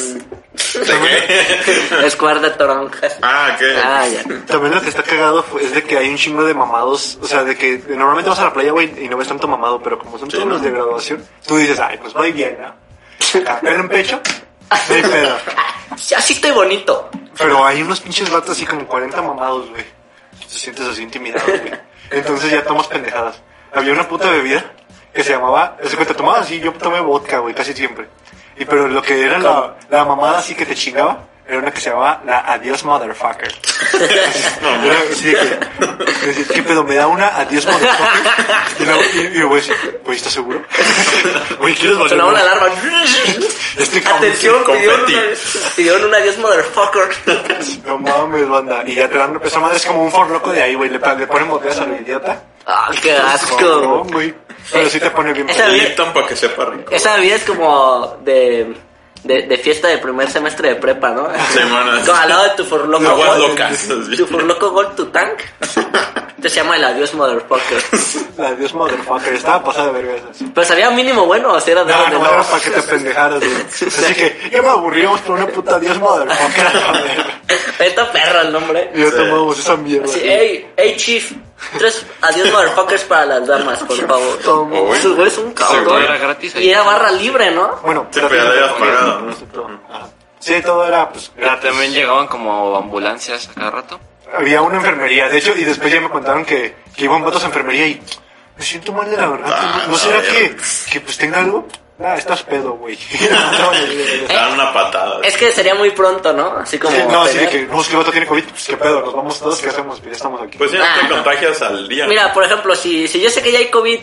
Speaker 4: ¿De qué?
Speaker 3: Escuerde toronjas.
Speaker 4: Ah, ¿qué?
Speaker 3: Ah, ya.
Speaker 1: También lo que está cagado fue- es de que hay un chingo de mamados. O sea, de que normalmente vas a la playa, güey, y no ves tanto mamado, pero como son
Speaker 4: Sí,
Speaker 1: todos
Speaker 4: ¿no?
Speaker 1: los de graduación, tú dices, ay, pues voy bien, ¿no? Perro en pecho. No hay pedo.
Speaker 3: Sí, Así estoy bonito.
Speaker 1: Pero hay unos pinches vatos así como 40 mamados, güey. Te sientes así intimidado, güey. Entonces ya tomas pendejadas. Había una puta bebida que se llamaba... Es que te tomabas así, yo tomé vodka, güey, casi siempre. Y pero lo que era la, la mamada así que te chingaba era una que se llamaba la Adiós Motherfucker. Era así de que... decía, ¿Qué pedo? ¿Me da una Adiós Motherfucker? Y luego, y, y el güey, así, güey, ¿estás seguro? Güey, ¿quieres valer?
Speaker 3: Sonaba una
Speaker 1: madre?
Speaker 3: alarma.
Speaker 1: Este cabrón-
Speaker 3: Atención, pidieron
Speaker 4: confeti.
Speaker 3: una, pidieron un adiós, motherfucker.
Speaker 1: No mames, banda. Y ya te dan esa madre es como un forloco de ahí, güey. Le, pa- le ponen botellas a lo idiota.
Speaker 3: Ah, qué asco.
Speaker 1: No, güey. Pero sí te pone bien.
Speaker 3: Esa-
Speaker 1: pedo.
Speaker 4: Lipton para que sepa rico.
Speaker 3: Esa vida es como de, de, de fiesta del primer semestre de prepa, ¿no?
Speaker 4: Semanas.
Speaker 3: Como al lado de tu furloco.
Speaker 4: Aguas
Speaker 3: Gold,
Speaker 4: locas.
Speaker 3: Tu furloco Gold, tu tank. Te se llama el adiós, motherfucker.
Speaker 1: La Dios motherfucker. Estaba pasada de verga esa.
Speaker 3: Pero sabía mínimo bueno o si era de
Speaker 1: No,
Speaker 3: los de
Speaker 1: no, era
Speaker 3: lobos?
Speaker 1: para que te pendejaras, güey. Así que ya me aburrimos por una puta Dios motherfucker. a la verga.
Speaker 3: Está perro el nombre.
Speaker 1: Y ya tomamos esa mierda.
Speaker 3: Así, hey, hey, chief. Tres adiós, motherfuckers para las damas, por favor.
Speaker 1: Tomamos.
Speaker 4: Uy.
Speaker 3: Ese güey es un
Speaker 2: Todo
Speaker 3: cabrón.
Speaker 2: era gratis ahí.
Speaker 3: Y era barra libre, ¿no?
Speaker 1: Bueno,
Speaker 4: Sí, pero ya lo habías pagado, ¿no?
Speaker 1: Ajá. Sí, todo era pues
Speaker 2: Pero
Speaker 1: gratis.
Speaker 2: también llegaban como ambulancias a cada rato.
Speaker 1: Había una enfermería, de hecho, y después ya me contaron que, que iban vatos a enfermería y me siento mal de la verdad.
Speaker 4: Ah,
Speaker 1: ¿No será
Speaker 4: no, ya.
Speaker 1: que, que pues tenga algo? Ah, estás pedo, güey.
Speaker 4: Te dan una patada.
Speaker 3: Es que sería muy pronto, ¿no? Así como.
Speaker 1: no, así de
Speaker 3: tener-
Speaker 1: que, no, es que el vato tiene COVID, pues qué pedo, nos vamos todos, ¿qué hacemos? Ya estamos aquí.
Speaker 4: Pues si no
Speaker 3: Ah,
Speaker 4: te
Speaker 3: no.
Speaker 4: contagias al día.
Speaker 3: Mira, por ejemplo, si, si yo sé que ya hay COVID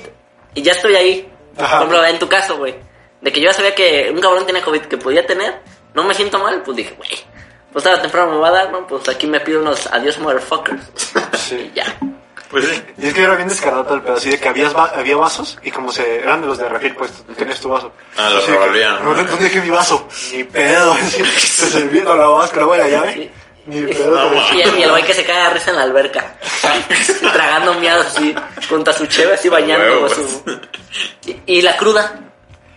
Speaker 3: y ya estoy ahí, Por ejemplo, en tu caso, güey. De que yo ya sabía que un cabrón tenía COVID que podía tener, no me siento mal, pues dije, güey, pues tarde o temprano me va a dar, ¿no? Pues aquí me pido unos adiós, motherfuckers.
Speaker 1: Sí.
Speaker 3: Y ya.
Speaker 4: Pues sí.
Speaker 1: Y es que era bien descarado todo el pedo, así de que habías va- había vasos y como se eran de los de refil, pues tenías tu vaso.
Speaker 4: Ah, los
Speaker 1: Así de que,
Speaker 4: revolvían, ¿no?
Speaker 1: ¿Dónde, dónde dejé mi vaso? Ni pedo, así, se servía, lo lavabas con agua de la llave. Ni pedo.
Speaker 4: No,
Speaker 1: pero-
Speaker 4: ma.
Speaker 3: Y el, y el güey que se cae a risa en la alberca. tragando miados así, junto a su cheve así bañando.
Speaker 4: Huevos.
Speaker 3: su- y, y la cruda.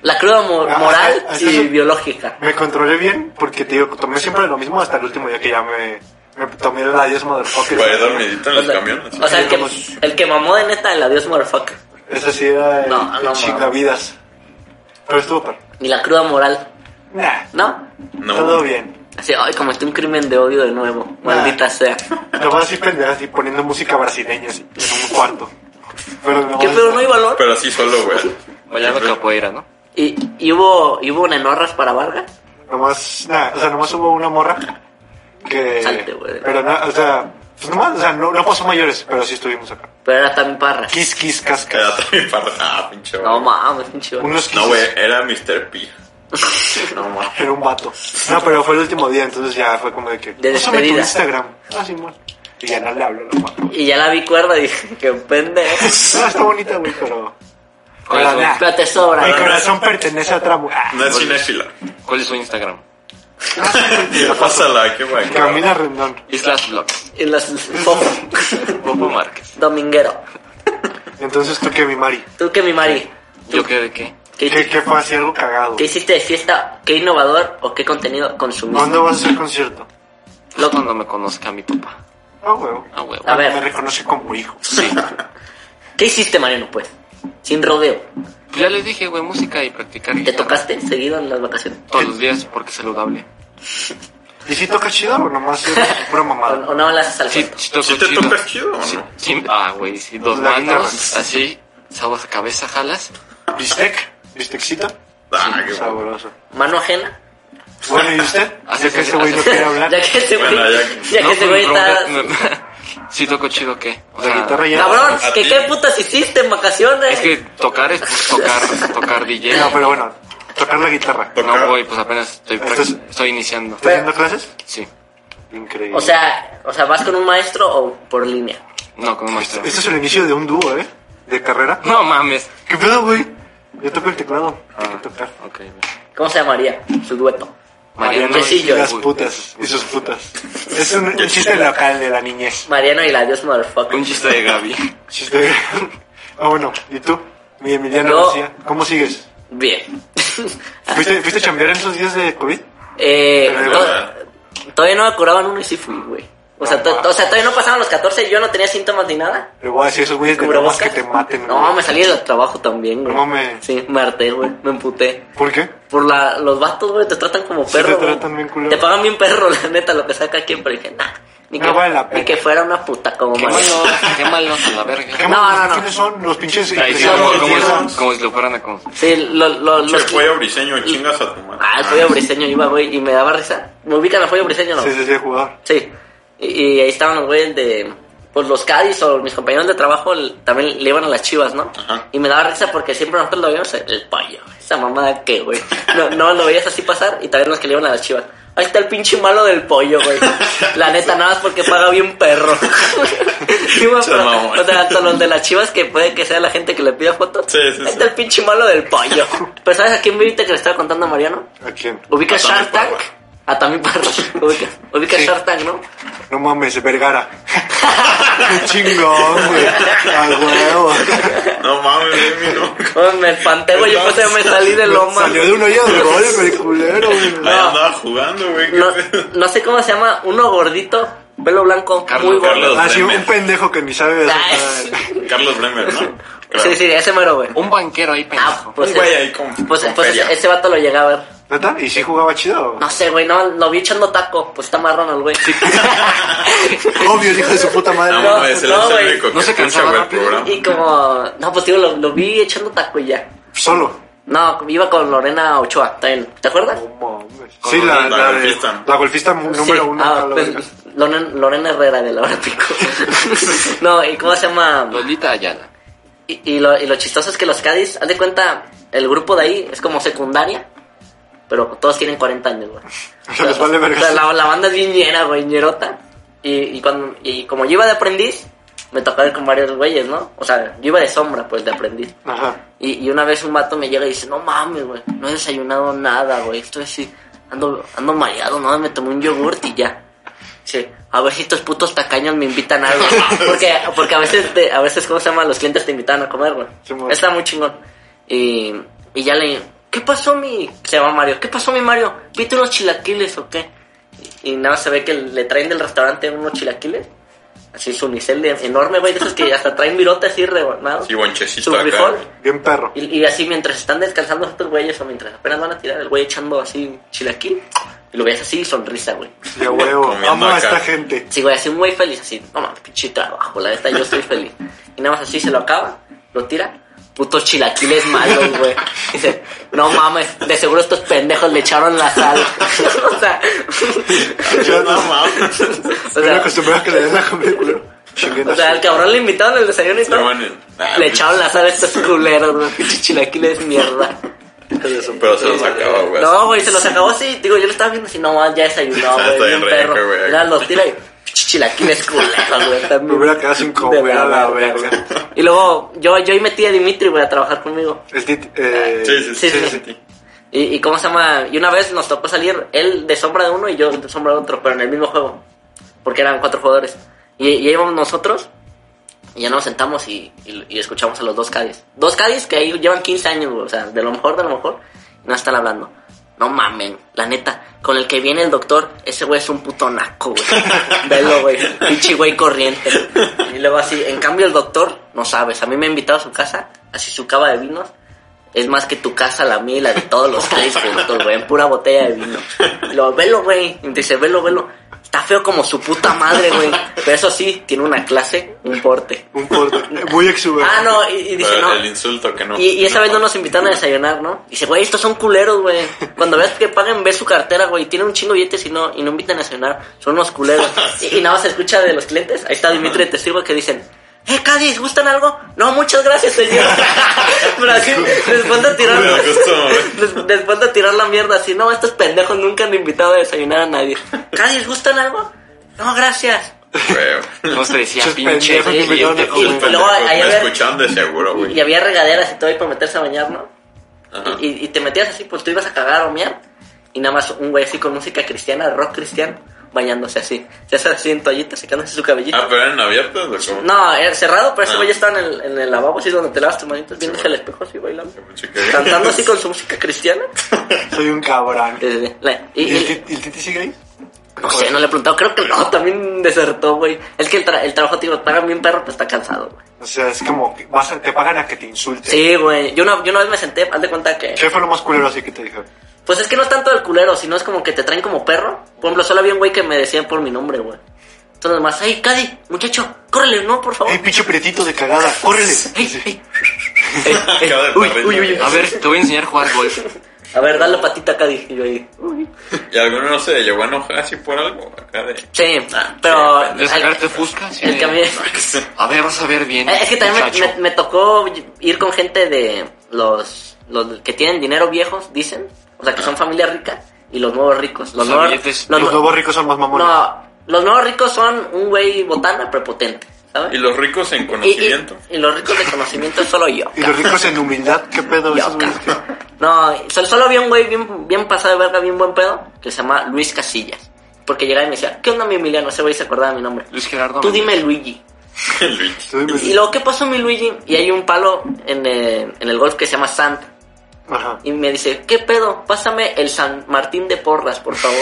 Speaker 3: La cruda mo-
Speaker 1: Ah,
Speaker 3: moral
Speaker 1: ah, ah,
Speaker 3: y
Speaker 1: eso-
Speaker 3: biológica.
Speaker 1: Me controlé bien porque te digo, tomé siempre lo mismo hasta el último día que ya me, me tomé el adiós motherfucker.
Speaker 4: Fue dormidito en
Speaker 3: O
Speaker 4: el
Speaker 3: sea,
Speaker 4: camión. así.
Speaker 3: o sea, el que,
Speaker 1: Digamos-
Speaker 3: el que mamó de neta el adiós motherfucker.
Speaker 1: Ese sí era el,
Speaker 3: No,
Speaker 1: el
Speaker 3: no,
Speaker 1: chingavidas. Pero estuvo par.
Speaker 3: Y la cruda moral.
Speaker 1: Nah,
Speaker 3: ¿No?
Speaker 4: No.
Speaker 1: todo bien.
Speaker 3: Así, ay, cometí un crimen de odio de nuevo. Maldita sea.
Speaker 1: Nomás así pendejas así poniendo música brasileña así, en un cuarto. Pero nomás
Speaker 3: ¿Qué pero
Speaker 1: está-
Speaker 3: no hay valor?
Speaker 4: Pero así solo, güey.
Speaker 2: Bailando capoeira, ¿no?
Speaker 3: ¿Y, y hubo, y hubo nenorras para Vargas?
Speaker 1: Nomás, nada, o sea, nomás hubo una morra que...
Speaker 3: Salte, güey.
Speaker 1: Pero nada, o sea, pues nomás, o sea, no, no pasó mayores, pero sí estuvimos acá.
Speaker 3: Pero era también parra.
Speaker 1: Kiss, kiss, cascas.
Speaker 4: Era también para. Ah, pinche. güey.
Speaker 3: No mames, pinche vato.
Speaker 1: Unos
Speaker 4: No,
Speaker 1: kisses.
Speaker 4: güey, era Mr. P.
Speaker 3: No mames.
Speaker 1: Era un vato. No, pero fue el último día, entonces ya fue como de que...
Speaker 3: De
Speaker 1: Pásame tu
Speaker 3: despedida.
Speaker 1: Instagram. Ah, Simón. Y ya no le hablo, no mames.
Speaker 3: Y ya la vi cuerda y dije, qué pendejo.
Speaker 1: No, está bonita, güey, pero...
Speaker 2: ¿Cuál
Speaker 1: Hola,
Speaker 2: es,
Speaker 1: nah.
Speaker 3: Pero te sobra.
Speaker 1: Mi
Speaker 4: Pero-
Speaker 1: corazón pertenece a otra ah, mujer.
Speaker 4: No es cinéfila.
Speaker 2: su, cuál es su Instagram?
Speaker 4: Pásala, qué guay.
Speaker 1: Camila Rendón.
Speaker 2: Islas Vlog.
Speaker 3: Y las fofo.
Speaker 2: Popo Márquez.
Speaker 3: Dominguero.
Speaker 1: Entonces tú que mi Mari.
Speaker 3: Tú que mi Mari.
Speaker 2: ¿Yo qué de qué?
Speaker 3: ¿Qué,
Speaker 1: ¿Qué, qué fue así algo cagado?
Speaker 3: qué hiciste de fiesta? ¿Qué innovador o qué contenido consumiste?
Speaker 1: ¿Cuándo vas a hacer concierto?
Speaker 2: Lo cuando me conozca mi papá.
Speaker 1: Ah, huevo.
Speaker 2: Ah, huevo.
Speaker 3: A ver.
Speaker 1: Me reconoce como hijo.
Speaker 2: Sí.
Speaker 3: ¿Qué hiciste, Mariano, pues? Sin rodeo.
Speaker 2: Pues ya les dije, güey, música y practicar.
Speaker 3: ¿Te
Speaker 2: guitarra.
Speaker 3: tocaste seguido en las vacaciones?
Speaker 2: Todos los días porque es saludable.
Speaker 1: ¿Y si toca chido o nomás es pura
Speaker 3: ¿O,
Speaker 1: mamada?
Speaker 3: o no las haces al
Speaker 2: Sí,
Speaker 3: cuento?
Speaker 2: sí toco
Speaker 4: ¿Sí te
Speaker 2: chido.
Speaker 4: tocas chido o no?
Speaker 2: Sí, sí, ah, güey, sí, dos
Speaker 1: La guitarra.
Speaker 2: manos, así, sabes, cabeza, jalas.
Speaker 1: ¿Bistec? ¿Bistecito?
Speaker 4: Ah,
Speaker 3: pues,
Speaker 4: qué guay.
Speaker 1: Sabroso.
Speaker 3: Mano ajena.
Speaker 1: Bueno, ¿y usted?
Speaker 3: Ah,
Speaker 2: Así
Speaker 1: Ya que
Speaker 2: es,
Speaker 1: ese güey no
Speaker 2: así
Speaker 1: quiere
Speaker 3: Ya
Speaker 1: hablar.
Speaker 3: que ese güey.
Speaker 4: Bueno, ya que-
Speaker 2: pues,
Speaker 3: ya que ese güey está.
Speaker 2: Si toco chido, ¿qué? O
Speaker 1: La
Speaker 2: sea,
Speaker 1: guitarra ya...
Speaker 3: Cabrón,
Speaker 4: A
Speaker 3: ¿qué,
Speaker 4: ti.
Speaker 3: ¿qué putas hiciste en vacaciones?
Speaker 2: Es que tocar es pues, tocar, tocar DJ.
Speaker 1: No, pero bueno, tocar la guitarra.
Speaker 4: Tocar.
Speaker 2: No, güey, pues apenas estoy, prac-
Speaker 1: Entonces-
Speaker 2: estoy iniciando.
Speaker 1: ¿Estás haciendo clases?
Speaker 2: Sí,
Speaker 1: Increíble.
Speaker 3: O sea, o sea, ¿vas con un maestro o por línea?
Speaker 2: no, como maestro.
Speaker 1: Este es el inicio de un dúo, ¿eh? De carrera.
Speaker 2: No mames.
Speaker 1: ¿Qué pedo, güey? Yo toco el teclado.
Speaker 3: Ah.
Speaker 1: Hay que tocar.
Speaker 2: Ok, güey.
Speaker 3: ¿Cómo se llamaría su dueto?
Speaker 2: Mariano
Speaker 1: y
Speaker 3: Besillo.
Speaker 1: las putas. Y sus putas. Es un, un chiste local de la niñez.
Speaker 3: Mariano y la Dios Motherfucker.
Speaker 2: Un chiste de Gaby.
Speaker 1: Chiste de- Ah, bueno, ¿y tú? Mi Emiliano
Speaker 3: Yo-
Speaker 1: García. ¿Cómo sigues?
Speaker 3: Bien.
Speaker 1: ¿Fuiste, ¿Fuiste a chambear en esos días de COVID?
Speaker 3: eh,
Speaker 1: Pues- Pero de
Speaker 3: to-
Speaker 4: verdad.
Speaker 3: todavía no me curaban uno y sí fui, güey. O sea,
Speaker 1: Ah,
Speaker 3: to- o sea, todavía no pasaban los 14 y yo no tenía síntomas ni nada.
Speaker 1: Le voy a decir a esos güeyes de
Speaker 3: ¿Cubrebocas?
Speaker 1: bromas que te maten.
Speaker 3: No,
Speaker 1: güey.
Speaker 3: me salí del trabajo también, güey.
Speaker 1: No mames.
Speaker 3: Sí, me harté, güey. Me emputé.
Speaker 1: ¿Por qué?
Speaker 3: Por la, los vatos, güey, te tratan como
Speaker 1: Sí, te
Speaker 3: perro. güey.
Speaker 1: tratan bien culero.
Speaker 3: Te pagan bien perro, la neta, lo que saca aquí, pero dije, nah. Ni,
Speaker 1: No
Speaker 3: que,
Speaker 1: vale la
Speaker 3: ni
Speaker 1: pena.
Speaker 3: que fuera una puta como
Speaker 2: Qué
Speaker 3: Mariano.
Speaker 2: malo, qué malo, a la
Speaker 1: ¿Qué
Speaker 2: verga.
Speaker 3: No,
Speaker 1: mames?
Speaker 3: no, no.
Speaker 1: ¿Quiénes son los pinches
Speaker 2: Ahí sí,
Speaker 1: empresarios
Speaker 2: como,
Speaker 1: de
Speaker 2: como,
Speaker 1: tierra?
Speaker 2: es- como si lo fueran a como.
Speaker 3: Sí, lo, lo,
Speaker 4: Che,
Speaker 3: los-
Speaker 4: pollo briseño, chingas a tu madre.
Speaker 3: Ah, el pollo briseño iba, güey, y me daba risa. ¿Me ubican al pollo briseño o no?
Speaker 1: Sí, sí, sí, jugador.
Speaker 3: Sí. Y, y ahí estaban los güeyes de. Pues los Cádiz o mis compañeros de trabajo el- también le iban a las chivas, ¿no?
Speaker 4: Ajá.
Speaker 3: Y me daba risa porque siempre nosotros lo veíamos el pollo. Esa mamada que, güey. No, no lo veías así pasar y también los que le iban a las chivas. Ahí está el pinche malo del pollo, güey. La neta, nada más porque paga bien perro. Sí, güey,
Speaker 4: Se
Speaker 3: pero,
Speaker 4: mamó.
Speaker 3: o sea, hasta los de las chivas que puede que sea la gente que le pida fotos.
Speaker 4: Sí, sí,
Speaker 3: ahí está
Speaker 4: sí.
Speaker 3: el pinche malo del pollo. Pero ¿sabes a quién viviste que le estaba contando a Mariano?
Speaker 1: ¿A quién?
Speaker 3: Ubica
Speaker 4: A Tommy
Speaker 3: Shark Tank.
Speaker 4: Power.
Speaker 3: A también Parra. Ubica, ubica
Speaker 1: Sí.
Speaker 3: Shark Tank, ¿no?
Speaker 1: No mames, Vergara. Qué chingón, güey. A huevo.
Speaker 4: No mames, Emi, no.
Speaker 3: Oh, me espanté, güey. Yo pensé que me salí de loma.
Speaker 1: Salió de un hoyo de gol, el culero, güey.
Speaker 4: Ahí andaba jugando, güey. qué
Speaker 3: No,
Speaker 4: pedo.
Speaker 3: no sé cómo se llama. Uno gordito, pelo blanco,
Speaker 2: Carlos,
Speaker 3: muy gordo.
Speaker 4: Carlos.
Speaker 1: Ha sido un pendejo que ni sabe de
Speaker 3: Ah,
Speaker 1: eso.
Speaker 3: es-
Speaker 4: Carlos Bremer, ¿no? Creo.
Speaker 3: Sí, sí, ese mero, güey.
Speaker 2: Un banquero ahí
Speaker 3: Ah,
Speaker 2: pendejo.
Speaker 3: pues,
Speaker 4: Un güey
Speaker 3: eh,
Speaker 4: ahí con-
Speaker 3: pues,
Speaker 4: con
Speaker 3: pues
Speaker 4: feria.
Speaker 3: ese, ese vato lo llega a ver.
Speaker 1: ¿Neta? ¿Y si jugaba chido?
Speaker 3: No sé, güey, no, lo vi echando taco. Pues está marrón el güey.
Speaker 1: Obvio, hijo de su puta madre.
Speaker 4: No
Speaker 3: No,
Speaker 4: mames, se
Speaker 3: no,
Speaker 4: lanzó
Speaker 3: güey.
Speaker 4: el único
Speaker 2: No
Speaker 4: que
Speaker 2: se
Speaker 4: escucha,
Speaker 2: cansaba
Speaker 4: güey, el
Speaker 2: rápido.
Speaker 4: programa.
Speaker 3: Y como, no, pues digo, lo, lo vi echando taco y ya.
Speaker 1: Solo.
Speaker 3: No, iba con Lorena Ochoa también. ¿Te acuerdas?
Speaker 1: Sí, la,
Speaker 4: la
Speaker 1: la de-
Speaker 4: golfista.
Speaker 1: La golfista mu- número
Speaker 3: Sí,
Speaker 1: uno.
Speaker 3: ah,
Speaker 1: a la
Speaker 3: pues,
Speaker 1: verga.
Speaker 3: Loren- Lorena Herrera de la hora pico. no, ¿y cómo se llama?
Speaker 2: Lolita Ayala.
Speaker 3: Y, y lo, y lo chistoso es que los Cádiz, haz de cuenta, el grupo de ahí es como secundaria, pero todos tienen 40 años, güey.
Speaker 1: O sea, les vale verga.
Speaker 3: O sea, la, la banda es bien ñera, güey, ñerota. Y, y, cuando, y como yo iba de aprendiz, me tocaba ir con varios güeyes, ¿no? O sea, yo iba de sombra, pues, de aprendiz.
Speaker 1: Ajá.
Speaker 3: Y, y una vez un vato me llega y dice, no mames, güey, no he desayunado nada, güey, estoy así, ando, ando mareado, no, me tomé un yogurt y ya. Sí, a ver si estos putos tacaños me invitan a algo. Porque, porque a veces, te- a veces, ¿cómo se llama? Los clientes te invitan a comer, güey.
Speaker 1: Sí, mo-
Speaker 3: Está muy chingón. Y, y ya le ¿qué pasó mi...? Se llama Mario. ¿Qué pasó mi Mario? ¿Viste unos chilaquiles o qué? Y, y nada, más se ve que le traen del restaurante unos chilaquiles. Así su unicel de- enorme, güey, de esos que hasta traen virote así rebanado.
Speaker 4: Sí, bonchecito
Speaker 3: Su
Speaker 4: acá.
Speaker 3: frijol.
Speaker 1: Bien perro.
Speaker 3: Y, y así mientras están descansando estos güeyes o mientras apenas van a tirar, el güey echando así chilaquil. Y lo veías así, sonrisa, güey.
Speaker 1: Y a huevo.
Speaker 4: Comiendo
Speaker 1: Amo a
Speaker 4: acá.
Speaker 1: esta gente.
Speaker 3: Sí, güey, así un güey feliz, así, no mames, pinche trabajo, la neta, yo estoy feliz. Y nada más así se lo acaba, lo tira, putos chilaquiles malos, güey. Dice, no mames, de seguro estos pendejos le echaron la sal. o sea,
Speaker 4: Yo no mames.
Speaker 3: o
Speaker 1: Estoy
Speaker 3: sea,
Speaker 1: acostumbrado a que le den la comida, culero. Chinguen
Speaker 3: o sea,
Speaker 1: así.
Speaker 3: al cabrón le invitaron el desayuno y
Speaker 4: Pero
Speaker 3: todo.
Speaker 4: bueno, nah,
Speaker 3: Le
Speaker 4: pues,
Speaker 3: echaron la sal a estos culeros, güey, pinche chilaquiles mierda.
Speaker 4: Pero se los acabó, güey. Ah,
Speaker 3: No, güey, se los acabó así. Digo, yo lo estaba viendo así, no, man, ya desayunó,
Speaker 4: Está
Speaker 3: güey.
Speaker 4: bien
Speaker 3: bien
Speaker 4: rico,
Speaker 3: perro.
Speaker 4: güey.
Speaker 3: Mira, los tira y chilaquiles culeros, güey. también.
Speaker 1: Me hubiera quedado sin comer,
Speaker 3: De
Speaker 1: a la verga.
Speaker 3: Y luego, yo, yo ahí metí a Dimitri, güey, a trabajar conmigo.
Speaker 1: Es dit- eh,
Speaker 4: Sí, sí, sí.
Speaker 3: Sí,
Speaker 4: sí,
Speaker 3: sí.
Speaker 4: sí.
Speaker 3: Y, y cómo se llama, y una vez nos tocó salir él de sombra de uno y yo de sombra de otro, pero en el mismo juego, porque eran cuatro jugadores. Y, y ahí íbamos nosotros, y ya nos sentamos y, y- y escuchamos a los dos Cádiz. Dos Cádiz que ahí llevan 15 años, güey, o sea, de lo mejor, de lo mejor, y no están hablando. No mamen, la neta, con el que viene el doctor, ese güey es un puto naco, güey. Velo, güey, pinche güey corriente. Y luego así, en cambio el doctor, no sabes, a mí me ha invitado a su casa, así su cava de vinos, es más que tu casa, la mía y la de todos los tres juntos, güey. En pura botella de vino. Y Lo, velo, güey. Y dice, velo, velo. Está feo como su puta madre, güey. Pero eso sí, tiene una clase, un porte.
Speaker 1: Un corte. Muy exuberante.
Speaker 3: Ah, no, y, y dice,
Speaker 4: Pero
Speaker 3: no.
Speaker 4: El insulto que no.
Speaker 3: Y, y esa vez no nos invitaron a desayunar, ¿no? Dice, güey, estos son culeros, güey. Cuando veas que paguen, ve su cartera, güey. Tienen un chingo de billetes y no, y no invitan a desayunar. Son unos culeros. Y, y nada más se escucha de los clientes. Ahí está Dimitri de testigo que dicen, eh, Cádiz, ¿gustan algo? No, muchas gracias, señor. Pero así, después de tirar...
Speaker 4: Culero, justo, güey.
Speaker 3: Des- Después de tirar la mierda así, no, estos pendejos nunca han invitado a desayunar a nadie. ¿Cádiz, gustan algo? No, gracias.
Speaker 4: Güey.
Speaker 2: No se decía
Speaker 1: Esos
Speaker 2: pinche.
Speaker 1: pendejos que invitaron a
Speaker 2: cliente,
Speaker 1: comer.
Speaker 2: güey.
Speaker 3: Y luego
Speaker 4: Pendejos,
Speaker 3: ahí
Speaker 4: me
Speaker 3: había-
Speaker 4: escucharon de seguro, güey.
Speaker 3: Y había regaderas y todo ahí para meterse a bañar, ¿no?
Speaker 4: Ajá.
Speaker 3: Y, y- y te metías así, pues tú ibas a cagar o mear. Y nada más un güey así con música cristiana, rock cristiano, bañándose así. Se hace así en toallita, secándose su cabellito.
Speaker 4: Ah, pero eran abiertos o cómo?
Speaker 3: No, era cerrado, pero ese
Speaker 4: Ah.
Speaker 3: güey estaba en el, en el lavabo, así donde te lavas tus manitas, viéndose al
Speaker 4: bueno.
Speaker 3: espejo así bailando.
Speaker 4: Yo pensé que-
Speaker 3: Cantando así con su música cristiana.
Speaker 1: Soy un cabrón.
Speaker 3: Desde la- y-
Speaker 1: ¿Y el
Speaker 3: y-
Speaker 1: Titi- y el Titi sigue ahí?
Speaker 3: No sé, no le he preguntado. Creo que no, también desertó, güey. Es que el, tra- el trabajo, tío, pagan bien perro, pues está cansado, güey.
Speaker 1: O sea, es como que vas a- te pagan a que te insulten.
Speaker 3: Sí, güey. Yo una, yo una vez me senté, haz de cuenta que...
Speaker 1: ¿Qué fue lo más culero así que te dijeron?
Speaker 3: Pues es que no es tanto el culero, sino es como que te traen como perro. Por ejemplo, solo había un güey que me decían por mi nombre, güey. Entonces nomás, ¡Ey, Cadi, muchacho! ¡Córrele, no, por favor!
Speaker 1: ¡Ey, pinche prietito de cagada! ¡Córrele!
Speaker 3: ¡Ey, ey! Ey, ey.
Speaker 4: Acaba de
Speaker 3: Uy,
Speaker 4: perrito.
Speaker 3: uy, uy.
Speaker 2: A ver, te voy a enseñar a jugar golf.
Speaker 3: A ver, dale la patita, Cadi. Y yo ahí... uy.
Speaker 4: ¿Y alguno no se llegó a enojar así por algo? Acá de...
Speaker 3: Sí, pero...
Speaker 2: De sacarte fusca. sí.
Speaker 3: el, el que a mí-
Speaker 2: A ver, vas a ver bien.
Speaker 3: Eh, Es que también me-
Speaker 2: muchacho.
Speaker 3: me, me tocó ir con gente de los, los que tienen dinero viejos, dicen. O sea, que son familia rica y los nuevos ricos. Los,
Speaker 2: O sea,
Speaker 3: nuevos,
Speaker 2: billetes.
Speaker 3: los,
Speaker 1: Los
Speaker 3: nue-
Speaker 1: nuevos ricos son más mamones.
Speaker 3: no, los nuevos ricos son un güey botana prepotente, ¿sabes?
Speaker 4: ¿Y los ricos en
Speaker 3: Y- y-
Speaker 4: conocimiento?
Speaker 3: y los ricos de conocimiento es solo yo.
Speaker 1: Y los ricos en humildad, ¿qué pedo?
Speaker 3: Yo,
Speaker 1: Esos güeyes que-
Speaker 3: cabrón. No, sol- solo había un güey bien, bien pasado de verga, bien buen pedo, que se llama Luis Casillas. Porque llegaba y me decía, ¿qué onda mi Emiliano? Ese güey se acordaba de mi nombre.
Speaker 2: Luis Gerardo.
Speaker 3: Tú dime Luigi.
Speaker 4: Luis.
Speaker 1: Tú dime-
Speaker 3: Y luego, ¿qué pasó mi Luigi? Y hay un palo en, eh, en el golf que se llama Sant.
Speaker 1: Ajá.
Speaker 3: Y me dice, ¿qué pedo? Pásame el San Martín de Porras, por favor.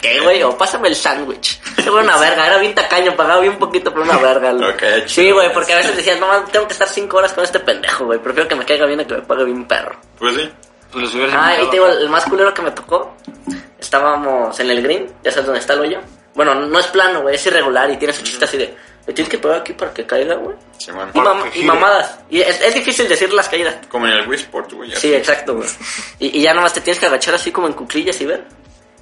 Speaker 3: ¿Qué, güey? O pásame el sándwich. Ese güey era una verga, era bien tacaño, pagaba bien poquito por una verga. güey.
Speaker 4: Ok,
Speaker 3: sí,
Speaker 4: chido.
Speaker 3: güey, porque a veces decías, no, man, tengo que estar cinco horas con este pendejo, güey. Prefiero que me caiga bien a que me pague bien perro.
Speaker 4: Pues sí.
Speaker 2: Tú los hubieras
Speaker 3: Ah, y
Speaker 2: invitado.
Speaker 3: te digo, el más culero que me tocó, estábamos en el green, ya sabes dónde está el hoyo. Bueno, no es plano, güey, es irregular y tiene su chiste así de, le tienes que pegar aquí para que caiga, güey.
Speaker 4: Simón.
Speaker 3: Y, mam-
Speaker 1: que
Speaker 3: y
Speaker 1: gire.
Speaker 3: mamadas. Y es, es difícil decir las caídas.
Speaker 4: Como en el Wii Sport, güey.
Speaker 3: pues. Sí, exacto, güey. Y, y ya nomás te tienes que agachar así como en cuclillas y ver.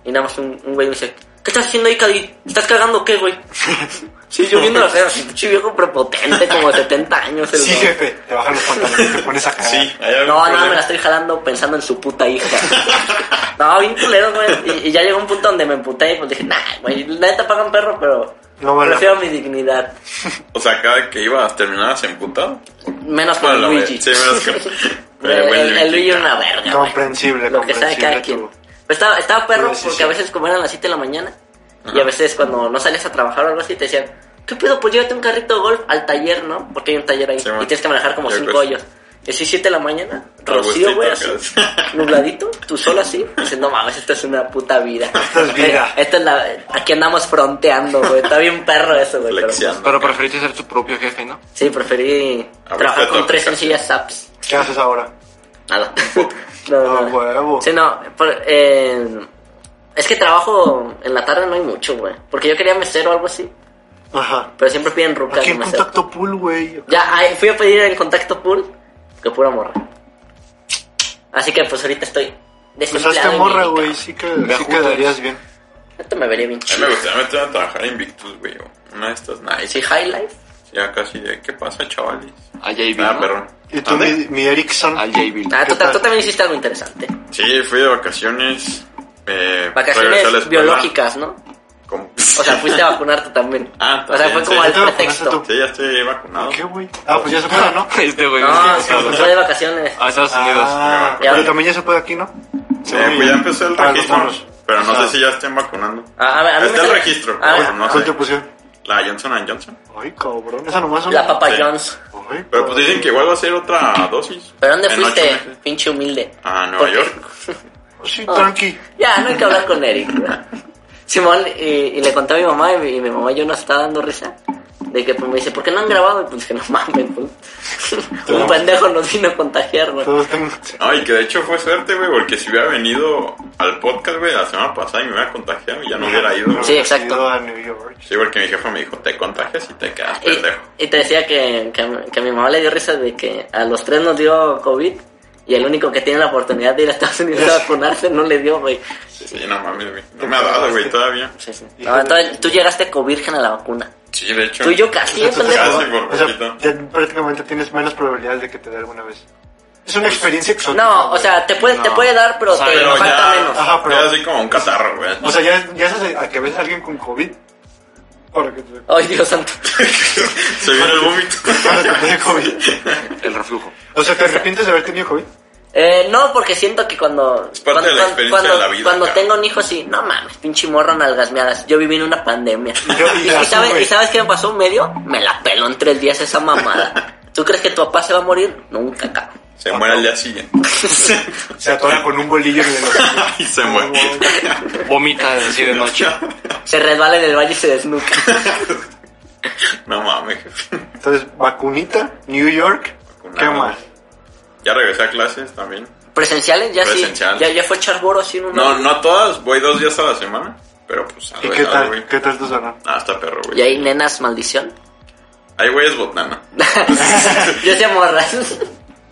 Speaker 3: Y nada más un, un güey me dice, ¿qué estás haciendo ahí, Cadi? ¿Estás cagando o qué, güey? sí, yo viendo la escena, así, pinche viejo prepotente, como de 70 años. el
Speaker 1: Sí,
Speaker 3: güey.
Speaker 1: jefe, te bajan los pantalones y te pones a cagar.
Speaker 4: Sí, hay algún
Speaker 3: No, no,
Speaker 4: problema.
Speaker 3: me la estoy jalando pensando en su puta hija. No, bien culero, güey. Y, y ya llegó un punto donde me emputé y pues dije, nah, güey, neta pagan perro, pero
Speaker 1: No vale la
Speaker 3: prefiero mi dignidad.
Speaker 4: O sea, cada que ibas terminabas emputado.
Speaker 3: Menos con
Speaker 4: Bueno, la
Speaker 3: Luigi.
Speaker 4: verdad, sí, menos con-
Speaker 3: el,
Speaker 4: pero buen
Speaker 3: el- el Luigi
Speaker 4: Luigi.
Speaker 3: era una verga, güey.
Speaker 1: Comprensible,
Speaker 3: Lo que sabe
Speaker 1: comprensible
Speaker 3: cada
Speaker 1: tu-
Speaker 3: quien. Pero estaba, estaba perro
Speaker 1: tu
Speaker 3: porque a
Speaker 1: decisión.
Speaker 3: veces como eran las 7 de la mañana y a veces cuando no salías a trabajar o algo así te decían, ¿qué pedo? Pues llévate un carrito de golf al taller, ¿no? Porque hay un taller ahí
Speaker 4: Sí,
Speaker 3: y
Speaker 4: man.
Speaker 3: tienes que manejar como
Speaker 4: Yo
Speaker 3: 5
Speaker 4: creo que-
Speaker 3: hoyos. Y así 7 de la mañana,
Speaker 4: Robustito,
Speaker 3: rocío, güey, así,
Speaker 4: casi.
Speaker 3: nubladito, tú solo así. Dices, no mames, esto es una puta vida.
Speaker 1: Esto es vida.
Speaker 3: Eh, esto es la... Aquí andamos fronteando, güey. Está bien perro eso, güey. pero-
Speaker 4: Flexiando.
Speaker 2: Pero preferiste ser tu propio jefe, ¿no?
Speaker 3: sí, preferí
Speaker 4: A ver,
Speaker 3: trabajar
Speaker 4: esta es
Speaker 3: con
Speaker 4: la
Speaker 3: tres
Speaker 4: aplicación.
Speaker 3: sencillas apps.
Speaker 1: ¿Qué haces ahora?
Speaker 3: Nada. no, no,
Speaker 1: Ah,
Speaker 3: no.
Speaker 1: huevo.
Speaker 3: Sí, no. por- eh, es que trabajo en la tarde no hay mucho, güey. Porque yo quería mesero o algo así.
Speaker 1: Ajá.
Speaker 3: Pero siempre piden rucas
Speaker 1: Aquí
Speaker 3: de
Speaker 1: en
Speaker 3: mesero.
Speaker 1: contacto pool, güey.
Speaker 3: Ya, ahí fui a pedir el contacto pool. Que pura morra. Así que pues ahorita estoy
Speaker 1: Pues
Speaker 3: desempleado.
Speaker 1: hazte
Speaker 3: y
Speaker 1: morra,
Speaker 3: ni-
Speaker 1: güey. Sí, que,
Speaker 2: Ve
Speaker 1: sí
Speaker 2: juntos.
Speaker 1: quedarías bien.
Speaker 3: Esto me vería bien
Speaker 4: A mí
Speaker 3: chido.
Speaker 4: me
Speaker 3: Ah,
Speaker 4: gustaría meterme a trabajar en Victus, güey. Una de estas nice.
Speaker 3: Sí, High Life.
Speaker 4: Ya casi de, ¿qué pasa, chavales?
Speaker 2: A JB.
Speaker 4: Ah,
Speaker 2: ¿no?
Speaker 4: perro.
Speaker 1: Y tú,
Speaker 4: ¿Dónde?
Speaker 1: mi, mi Erickson.
Speaker 2: A JB.
Speaker 3: Ah, tú,
Speaker 1: ¿Qué tal?
Speaker 3: tú también hiciste algo interesante.
Speaker 4: Sí, fui de vacaciones. Eh, regresé a la
Speaker 3: Vacaciones
Speaker 4: escuela.
Speaker 3: biológicas, ¿no?
Speaker 4: Como-
Speaker 3: O sea, fuiste a vacunarte también.
Speaker 4: Ah,
Speaker 3: o sea, fue como
Speaker 4: también, sí.
Speaker 3: al
Speaker 1: ¿Te vacunaste
Speaker 3: pretexto.
Speaker 1: tú?
Speaker 4: Sí, ya estoy vacunado.
Speaker 1: ¿Qué, güey? Ah, pues ya se puede, ¿no?
Speaker 2: Este güey.
Speaker 3: No,
Speaker 2: es que-
Speaker 3: sí, fue de vacaciones.
Speaker 2: A Estados Unidos.
Speaker 1: Ah,
Speaker 3: Ya.
Speaker 1: pero también ya se puede aquí, ¿no?
Speaker 4: Eh, pues ya empezó el
Speaker 1: Para los
Speaker 4: registro.
Speaker 1: morros.
Speaker 4: Pero no
Speaker 1: Ah.
Speaker 4: sé si ya estén vacunando.
Speaker 3: Ah, a ver, a mí
Speaker 4: Está
Speaker 3: me
Speaker 4: el
Speaker 3: sale-
Speaker 4: registro.
Speaker 3: Ah,
Speaker 4: pero no
Speaker 1: ¿Cuál
Speaker 4: sé.
Speaker 1: te pusieron?
Speaker 4: La Johnson Johnson.
Speaker 1: Ay, cabrón. Esa nomás es una-
Speaker 3: La Papa
Speaker 4: Sí.
Speaker 3: John's.
Speaker 1: Ay,
Speaker 4: Pero pues dicen que igual va a ser otra dosis.
Speaker 3: ¿Pero dónde
Speaker 4: En ocho
Speaker 3: fuiste,
Speaker 4: meses.
Speaker 3: pinche humilde?
Speaker 4: A Nueva
Speaker 3: Porque-
Speaker 4: York.
Speaker 1: Sí,
Speaker 3: Ah.
Speaker 1: tranqui.
Speaker 3: Ya, no hay que hablar con Eric. güey. Simón, y, y le conté a mi mamá, y, mi- y mi mamá yo nos estaba dando risa. De que pues, me dice, ¿por qué no han grabado? Y pues que no mames, pues. Un pendejo nos vino a contagiar, güey.
Speaker 1: Todos tengo...
Speaker 4: No, y que de hecho fue suerte, güey, porque si hubiera venido al podcast, güey, la semana pasada y me hubiera contagiado y ya no hubiera ido.
Speaker 3: Sí.
Speaker 4: Sí.
Speaker 3: exacto.
Speaker 1: Ido a New York.
Speaker 4: porque mi jefa me dijo, te contagias y te quedas pendejo.
Speaker 3: Y, y te decía que, que, a mi- que a mi mamá le dio risa de que a los tres nos dio COVID. Y el único que tiene la oportunidad de ir a Estados Unidos a vacunarse no le dio, güey.
Speaker 4: Sí, no mames, güey. No me ha dado, güey, todavía.
Speaker 3: Sí, sí. No, entonces, tú llegaste covirgen a la vacuna.
Speaker 4: Sí, de hecho.
Speaker 3: Tú y yo casi,
Speaker 1: Entonces,
Speaker 3: pendejo.
Speaker 4: Ah, sí, por
Speaker 1: o sea,
Speaker 4: poquito.
Speaker 1: ya prácticamente tienes menos probabilidades de que te dé alguna vez. Es una experiencia exótica.
Speaker 3: No, o
Speaker 1: güey.
Speaker 3: sea, te puede, te
Speaker 1: No.
Speaker 3: puede dar, pero te
Speaker 4: Pero
Speaker 3: falta
Speaker 4: ya,
Speaker 3: menos.
Speaker 1: Ajá, pero-
Speaker 4: ya así como un catarro, güey.
Speaker 1: O sea, ya, ya sabes a que ves a alguien con COVID. Para que te,
Speaker 3: Ay, Dios santo.
Speaker 4: Se viene el vómito.
Speaker 1: para que te dé COVID.
Speaker 2: El reflujo.
Speaker 1: O sea, ¿te arrepientes de haber tenido COVID?
Speaker 3: Eh, no, porque siento que cuando.
Speaker 4: parte
Speaker 3: cuando,
Speaker 4: de la
Speaker 3: cuando-
Speaker 4: experiencia
Speaker 3: cuando-
Speaker 4: de la vida,
Speaker 3: cuando
Speaker 4: cara.
Speaker 3: tengo un hijo así, no mames, pinche morro nalgasmeadas. Yo viví en una pandemia.
Speaker 1: Yo- y
Speaker 3: y,
Speaker 1: así,
Speaker 3: sabes,
Speaker 1: güey.
Speaker 3: ¿Y sabes qué me pasó medio? Me la peló en tres días esa mamada. ¿Tú crees que tu papá se va a morir? Nunca, cabrón.
Speaker 4: Se muere al día siguiente.
Speaker 1: Se atora con un bolillo en el
Speaker 4: y se muere.
Speaker 2: Vomita así de noche.
Speaker 3: Se resbala en el valle y se desnuca.
Speaker 4: No mames, jefe.
Speaker 1: Entonces, vacunita, New York. ¿Qué
Speaker 4: Vacunado.
Speaker 1: más?
Speaker 4: Ya regresé a clases también.
Speaker 3: Presenciales ya
Speaker 4: Presencial.
Speaker 3: sí. Ya, ya fue Charboro así en un.
Speaker 4: No, no todas, voy dos días a la semana. Pero pues
Speaker 1: ¿Y
Speaker 4: algo
Speaker 1: qué
Speaker 4: es algo, güey.
Speaker 1: tal? ¿Qué tal tu zona?
Speaker 4: Ah, está perro, güey.
Speaker 3: Y ahí, nenas, maldición.
Speaker 4: Hay güeyes botana.
Speaker 3: Yo hacía morras.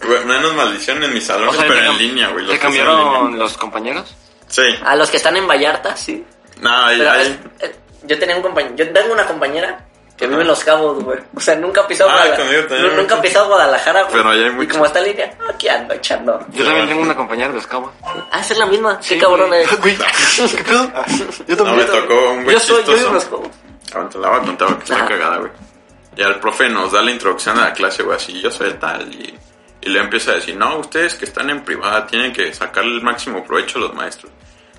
Speaker 4: Güey, Menos maldición en mis
Speaker 2: O
Speaker 4: salones,
Speaker 2: sea,
Speaker 4: pero
Speaker 2: te
Speaker 4: en
Speaker 2: cam-
Speaker 4: línea, güey.
Speaker 2: ¿Te
Speaker 4: los que son en línea.
Speaker 2: cambiaron los compañeros?
Speaker 4: Sí.
Speaker 3: A los que están en Vallarta, sí.
Speaker 4: No, hay,
Speaker 3: Ah, Pero,
Speaker 4: hay-
Speaker 3: es- eh, yo tenía un compañero, yo tengo una compañera que vive en Los Cabos, güey. O sea, nunca ha pisado
Speaker 4: Ah,
Speaker 3: Guadalajara.
Speaker 4: conmigo también
Speaker 3: nu-
Speaker 4: hay
Speaker 3: Nunca ha
Speaker 4: muchos.
Speaker 3: pisado Guadalajara, güey.
Speaker 4: Pero ahí hay
Speaker 3: Y
Speaker 4: muchos.
Speaker 3: como está en línea, "Ah, aquí ando echando.
Speaker 2: Yo también tengo una compañera de los cabos.
Speaker 3: Ah, esa es la misma. Qué
Speaker 2: Sí,
Speaker 3: cabrón
Speaker 2: güey.
Speaker 3: eres.
Speaker 1: Güey, ¿qué pedo? Ah, Yo
Speaker 4: no me
Speaker 1: también.
Speaker 4: tocó un güey
Speaker 3: Yo soy, yo vivo en Los
Speaker 4: chistoso.
Speaker 3: Cabos.
Speaker 4: Aguanta, la voy a contar porque está
Speaker 3: Ajá.
Speaker 4: cagada, güey. Y el profe nos da la introducción a la clase, güey, así, yo soy tal. Y, y le empieza a decir, no, ustedes que están en privada tienen que sacarle el máximo provecho a los maestros.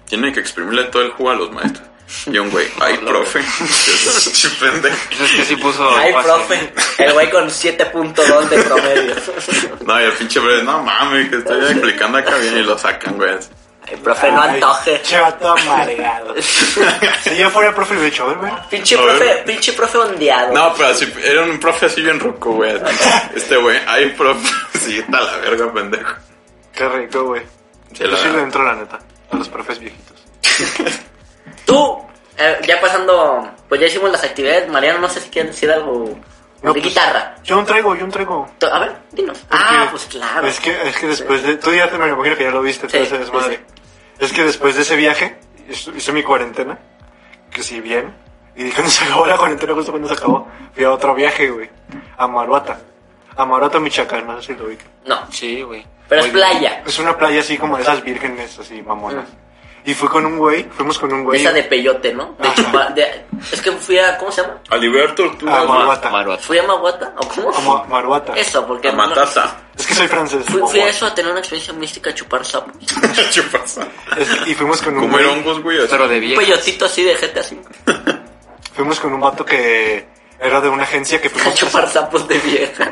Speaker 4: Tienen que exprimirle todo el jugo a los maestros. Y un güey, ay, profe. Sí, pendejo.
Speaker 2: Eso es que sí puso.
Speaker 3: Ay,
Speaker 2: fácil.
Speaker 3: profe. El güey con 7.2 de promedio.
Speaker 4: No, y el pinche breve, no mames, que estoy explicando acá bien y lo sacan, güey. así.
Speaker 3: Ay, profe, no
Speaker 1: Ay,
Speaker 3: antoje.
Speaker 1: Che, vato amargado. si yo fuera profe, hubiera dicho, a ver, güey.
Speaker 3: Pinche
Speaker 4: A ver.
Speaker 3: profe, pinche profe ondeado.
Speaker 4: No, pero así, era un profe así bien ruco, güey. Este güey, ay, profe, sí, está la verga, pendejo.
Speaker 1: Qué rico, güey.
Speaker 4: Sí,
Speaker 1: Yo
Speaker 4: la
Speaker 1: sí le
Speaker 4: verdad.
Speaker 1: entro, la neta. A los profes viejitos.
Speaker 3: Tú, eh, ya pasando, pues ya hicimos las actividades. Mariano, no sé si quieres decir algo
Speaker 1: No,
Speaker 3: de
Speaker 1: pues,
Speaker 3: guitarra.
Speaker 1: Yo un traigo, yo un traigo.
Speaker 3: To- A ver, dinos.
Speaker 1: Porque
Speaker 3: Ah, pues claro.
Speaker 1: Es que, es que después de. Tú ya te me imagino que ya lo viste, todo
Speaker 3: Sí,
Speaker 1: ese desmadre.
Speaker 3: sí,
Speaker 1: Es que después de ese viaje, hice hice mi cuarentena, que si bien, y cuando se acabó la cuarentena, justo cuando se acabó, fui a otro viaje, güey, a Maruata, a Maruata, Michoacán, no sé si lo vi.
Speaker 3: No,
Speaker 2: Sí, güey.
Speaker 3: pero es
Speaker 2: Muy bien.
Speaker 3: playa.
Speaker 1: Es una playa así como de esas vírgenes, así mamonas. Y fui con un güey, fuimos con un güey.
Speaker 3: Esa de peyote, ¿no? De chupa, de- es que fui a, ¿cómo se llama?
Speaker 4: Aliberto Ortúa.
Speaker 1: A Maruata.
Speaker 2: Maruata.
Speaker 3: Fui a Maguata, ¿o cómo?
Speaker 1: A Ma- Maruata.
Speaker 3: Eso, porque...
Speaker 4: A Matata.
Speaker 1: Es que soy francés.
Speaker 3: Fui, fui a eso a tener una experiencia mística, a chupar sapos.
Speaker 4: Chupasa.
Speaker 1: Es- y fuimos con un
Speaker 4: Comer
Speaker 1: güey,
Speaker 4: hongos, güey. así.
Speaker 2: Pero de
Speaker 3: Un
Speaker 2: viejas.
Speaker 3: peyotito así de gente así,
Speaker 1: fuimos con un vato que era de una agencia que
Speaker 3: a
Speaker 1: fuimos
Speaker 3: chupar sapos de vieja.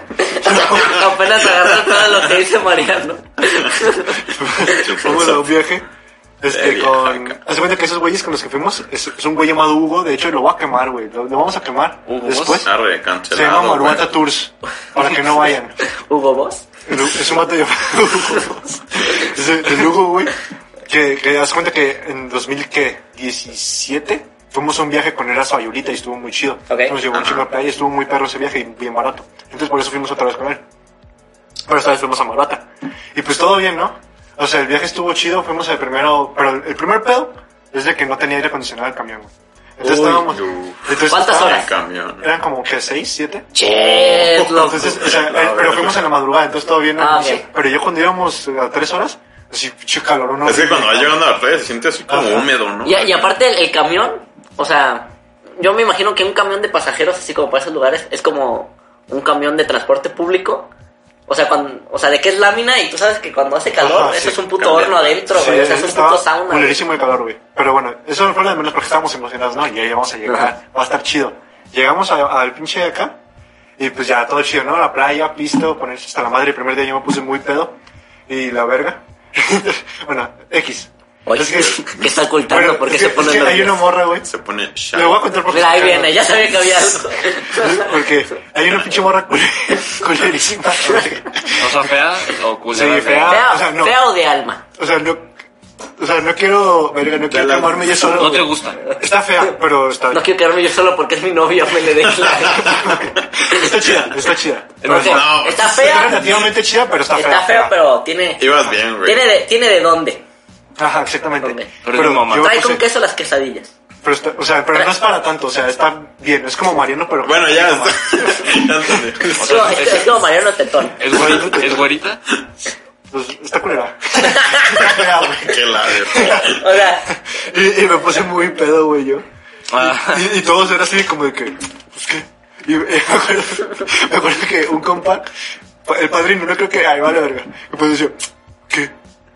Speaker 3: Apenas agarrar todo lo que dice Mariano.
Speaker 1: fuimos a un viaje.
Speaker 4: De
Speaker 1: Este,
Speaker 4: vieja,
Speaker 1: con.
Speaker 4: acá.
Speaker 1: Haz de cuenta que esos güeyes con los que fuimos es, es un güey llamado Hugo. De hecho, lo voy a quemar, güey. Lo, lo vamos a quemar.
Speaker 2: ¿Hugo
Speaker 1: Después
Speaker 4: Arre,
Speaker 1: se llama
Speaker 4: cancelado.
Speaker 1: Maruata
Speaker 4: güey.
Speaker 1: Tours. Para que no vayan.
Speaker 3: Hugo Boss.
Speaker 1: El- Es un vato llamado Hugo. Es el, el Hugo, güey. Que, que das cuenta que en 2017 fuimos a un viaje con Eraso Ayulita y estuvo muy chido.
Speaker 3: Ok.
Speaker 1: Nos llevó a un chingo de playa y estuvo muy perro ese viaje y bien barato. Entonces por eso fuimos otra vez con él. Pero esta vez fuimos a Marata. Y pues todo bien, ¿no? O sea, el viaje estuvo chido, fuimos al primero, pero el el primer pedo es de que no tenía aire acondicionado el camión, güey. Entonces
Speaker 4: Uy,
Speaker 1: estábamos...
Speaker 4: uf.
Speaker 1: entonces
Speaker 3: ¿Cuántas
Speaker 1: estábamos-
Speaker 3: horas?
Speaker 4: Camión.
Speaker 1: Eran como que seis, siete.
Speaker 3: Che, loco.
Speaker 1: Entonces, o sea,
Speaker 4: La
Speaker 1: eh,
Speaker 4: verdad.
Speaker 1: pero fuimos en la madrugada, entonces todo bien. ¿no?
Speaker 3: Ah, ok.
Speaker 1: Pero yo cuando íbamos eh, a tres horas, así, pinche calor, ¿no?
Speaker 4: Es que cuando va llegando a la playa se siente así como
Speaker 1: Ajá.
Speaker 4: húmedo, ¿no?
Speaker 3: Y, y aparte el, el camión, o sea, yo me imagino que un camión de pasajeros, así como para esos lugares, es como un camión de transporte público. O sea, cuando, o sea, de qué es lámina y tú sabes que cuando hace calor,
Speaker 1: Ajá,
Speaker 3: eso
Speaker 1: sí,
Speaker 3: es un puto
Speaker 4: cambia.
Speaker 3: horno adentro,
Speaker 1: Sí, Ah,
Speaker 3: güey. O sea, es un
Speaker 1: estaba
Speaker 3: puto sauna. güey.
Speaker 1: culerísimo el calor, güey. Pero bueno, eso fue lo de menos porque estábamos emocionados, ¿no? Y ahí vamos a
Speaker 3: Ajá.
Speaker 1: llegar, va a estar chido. Llegamos a- al pinche de acá, y pues ya todo chido, ¿no? La playa, pisto, ponerse hasta la madre. El primer día yo me puse muy pedo, y la verga. bueno, X.
Speaker 3: Oye,
Speaker 1: Es
Speaker 3: que está ocultando?
Speaker 1: Bueno,
Speaker 3: ¿Por qué
Speaker 1: es
Speaker 3: se
Speaker 1: que-
Speaker 3: pone
Speaker 1: es que Hay una
Speaker 3: nervioso?
Speaker 1: morra, güey.
Speaker 4: Se pone
Speaker 1: Le voy a
Speaker 4: shy.
Speaker 1: contar por qué
Speaker 3: Mira, ahí
Speaker 1: se caga.
Speaker 3: viene, ya sabía que había algo.
Speaker 1: Porque hay una pinche morra cul- culerísima. güey.
Speaker 2: O sea, fea o culera.
Speaker 1: Sí, fea.
Speaker 3: Fea,
Speaker 1: Ah, o sea, no.
Speaker 3: feo de alma.
Speaker 1: O sea, no, o sea, no quiero, verga, no quiero
Speaker 4: la-
Speaker 1: quemarme yo solo.
Speaker 2: No te
Speaker 1: güey.
Speaker 2: gusta.
Speaker 1: Está fea, pero está,
Speaker 3: No quiero quedarme yo solo porque es mi novio, me le declaro.
Speaker 1: está chida, está chida. Pero
Speaker 3: Porque
Speaker 1: está,
Speaker 4: No.
Speaker 3: está
Speaker 1: está
Speaker 3: fea,
Speaker 1: relativamente chida, pero está fea.
Speaker 3: está feo, pero tiene,
Speaker 4: Ibas bien, güey.
Speaker 3: tiene, de, tiene de dónde.
Speaker 1: Ajá, exactamente.
Speaker 3: Ok.
Speaker 2: Pero es mi mamá.
Speaker 1: yo
Speaker 3: Trae
Speaker 1: puse-
Speaker 3: con queso las quesadillas.
Speaker 1: pero está- o sea, pero no es para tanto, o sea, está bien, es como Mariano, pero...
Speaker 4: Bueno, ya
Speaker 1: un poquito
Speaker 4: está.
Speaker 1: más.
Speaker 4: Ya entendí.
Speaker 2: O
Speaker 3: Es
Speaker 2: sea,
Speaker 3: como, es- es como este, Mariano Tetón.
Speaker 2: ¿Es güerita? ¿Es güerita?
Speaker 1: Pues, está culera. está fea, güey.
Speaker 4: Qué labio.
Speaker 3: O sea,
Speaker 1: Y, y me puse muy pedo, güey, yo.
Speaker 2: Ah,
Speaker 1: Y, y todos eran así como de que, pues qué. Y, eh, me, acuerdo, me acuerdo que un compa, pa- el padrino, no creo que, ahí vale verga. Y pues decía, ¿qué?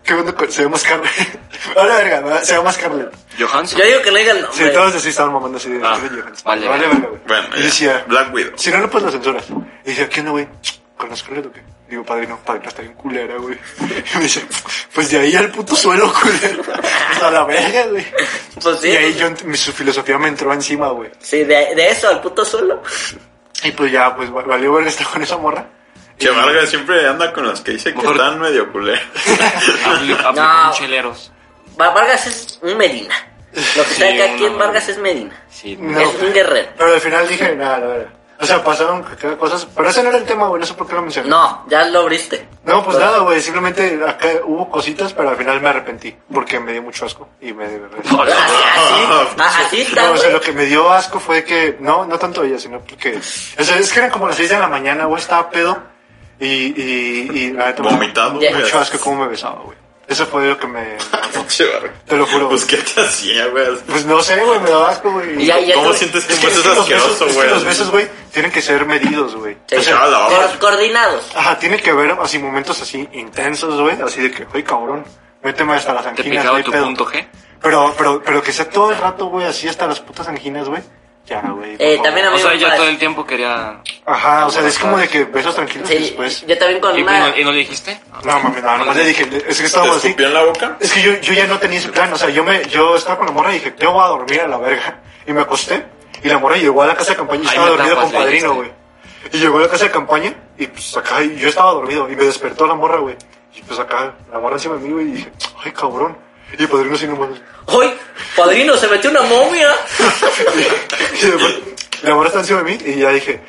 Speaker 1: ¿Qué onda con- Se ve más Carmen. vale verga, ¿verdad? se ve más Carmen.
Speaker 2: Johansson.
Speaker 3: yo digo que no digan
Speaker 1: Sí,
Speaker 3: nombre.
Speaker 1: todos así estaban mamando así de
Speaker 2: Ah,
Speaker 1: "Kevin Johansson".
Speaker 2: vale,
Speaker 1: vale
Speaker 2: verga.
Speaker 1: verga, güey.
Speaker 4: Bueno,
Speaker 1: y
Speaker 4: ya.
Speaker 1: decía,
Speaker 4: Black Widow.
Speaker 1: si no, no pues lo censuras. Y decía, ¿qué onda, güey? ¿Con las culeras o qué? Digo, padrino, padrino, está bien culera, güey. Y me dice, pues de ahí al puto suelo, culero. Hasta la verga, güey.
Speaker 3: Pues sí.
Speaker 1: Y ahí yo, ent- mi, su filosofía me entró encima, güey.
Speaker 3: Sí, de, de eso al puto solo.
Speaker 1: Y pues ya, pues va- valió verga estar con esa morra.
Speaker 4: Che, Vargas siempre anda con las que dice que están medio culé.
Speaker 2: Hablo- hablo
Speaker 3: No.
Speaker 2: con cheleros.
Speaker 3: Va- Vargas es un Medina. Lo que está
Speaker 2: Sí,
Speaker 3: acá aquí
Speaker 2: una
Speaker 3: en Vargas es Medina.
Speaker 2: Sí.
Speaker 1: No.
Speaker 3: Es un guerrero.
Speaker 1: Pero al final dije, nada, la verdad. O sea, pasaron c- cosas, pero ese no era el tema, güey, no sé por qué lo mencioné.
Speaker 3: No, ya lo abriste.
Speaker 1: No, pues
Speaker 3: Pero-
Speaker 1: nada, güey, simplemente acá hubo cositas, pero al final me arrepentí, porque me dio mucho asco y me dio
Speaker 3: Ah, Así, ah, así está,
Speaker 1: No, o sea,
Speaker 3: güey.
Speaker 1: lo que me dio asco fue que, no, no tanto ella, sino porque, o sea, es que eran como las 6 de la mañana, güey, estaba pedo y, y, y la neta me dio
Speaker 4: Vomitado,
Speaker 3: Ya.
Speaker 4: güey.
Speaker 1: mucho asco cómo me besaba, güey. Eso fue lo que me...
Speaker 4: Che, Vargas.
Speaker 1: Te lo juro.
Speaker 4: Pues, ¿qué te hacía, güey?
Speaker 1: Pues no sé, güey, me daba asco, güey.
Speaker 3: Y ya- ya
Speaker 4: ¿Cómo
Speaker 3: te-
Speaker 4: sientes que
Speaker 1: Es que,
Speaker 4: pues
Speaker 1: es
Speaker 4: es
Speaker 1: que los besos,
Speaker 4: asqueroso,
Speaker 1: es que
Speaker 4: güey?
Speaker 1: los besos, güey, tienen que ser medidos, güey.
Speaker 3: Sí.
Speaker 1: O sea,
Speaker 4: Ah, la
Speaker 3: Cor-
Speaker 4: vamos.
Speaker 3: coordinados.
Speaker 1: ajá, tiene que haber así momentos así intensos, güey, así de que, güey, cabrón, méteme hasta las
Speaker 2: ¿Te
Speaker 1: anginas,
Speaker 2: picaba
Speaker 1: güey,
Speaker 2: tu
Speaker 1: pedo.
Speaker 2: punto G?
Speaker 1: Pero, pero, pero que sea todo el rato, güey, así hasta las putas anginas, güey. Ya, güey. por
Speaker 3: Eh,
Speaker 1: favor.
Speaker 3: también a mí
Speaker 2: O sea,
Speaker 3: me
Speaker 2: ella
Speaker 3: pasa-
Speaker 2: todo el tiempo quería...
Speaker 3: Pues
Speaker 1: Ajá, o sea, es como de que besos tranquilos y
Speaker 3: Sí,
Speaker 1: después.
Speaker 3: yo también con
Speaker 2: ¿Y, y
Speaker 3: una...
Speaker 2: no, y no le dijiste?
Speaker 1: No, mami, no, nomás le dije, es que
Speaker 4: ¿Te
Speaker 1: estábamos así.
Speaker 4: escupió en la boca?
Speaker 1: Es que yo, yo ya no tenía ese plan, o sea, yo me, yo estaba con la morra y dije, yo voy a dormir a la verga. Y me acosté, y la morra llegó a la casa de campaña y
Speaker 2: Ahí
Speaker 1: estaba
Speaker 2: me
Speaker 1: dormido
Speaker 2: tapas,
Speaker 1: con
Speaker 2: le
Speaker 1: padrino,
Speaker 2: dijiste.
Speaker 1: güey. Y llegó a la casa de campaña, y pues acá, y yo estaba dormido, y me despertó la morra, güey. Y pues acá, la morra encima de mí, güey, y dije, ay, cabrón. Y padrino sin nomás.
Speaker 3: ¡Ay! Padrino, se metió una momia.
Speaker 1: Y después, la morra está encima de mí, y ya dije,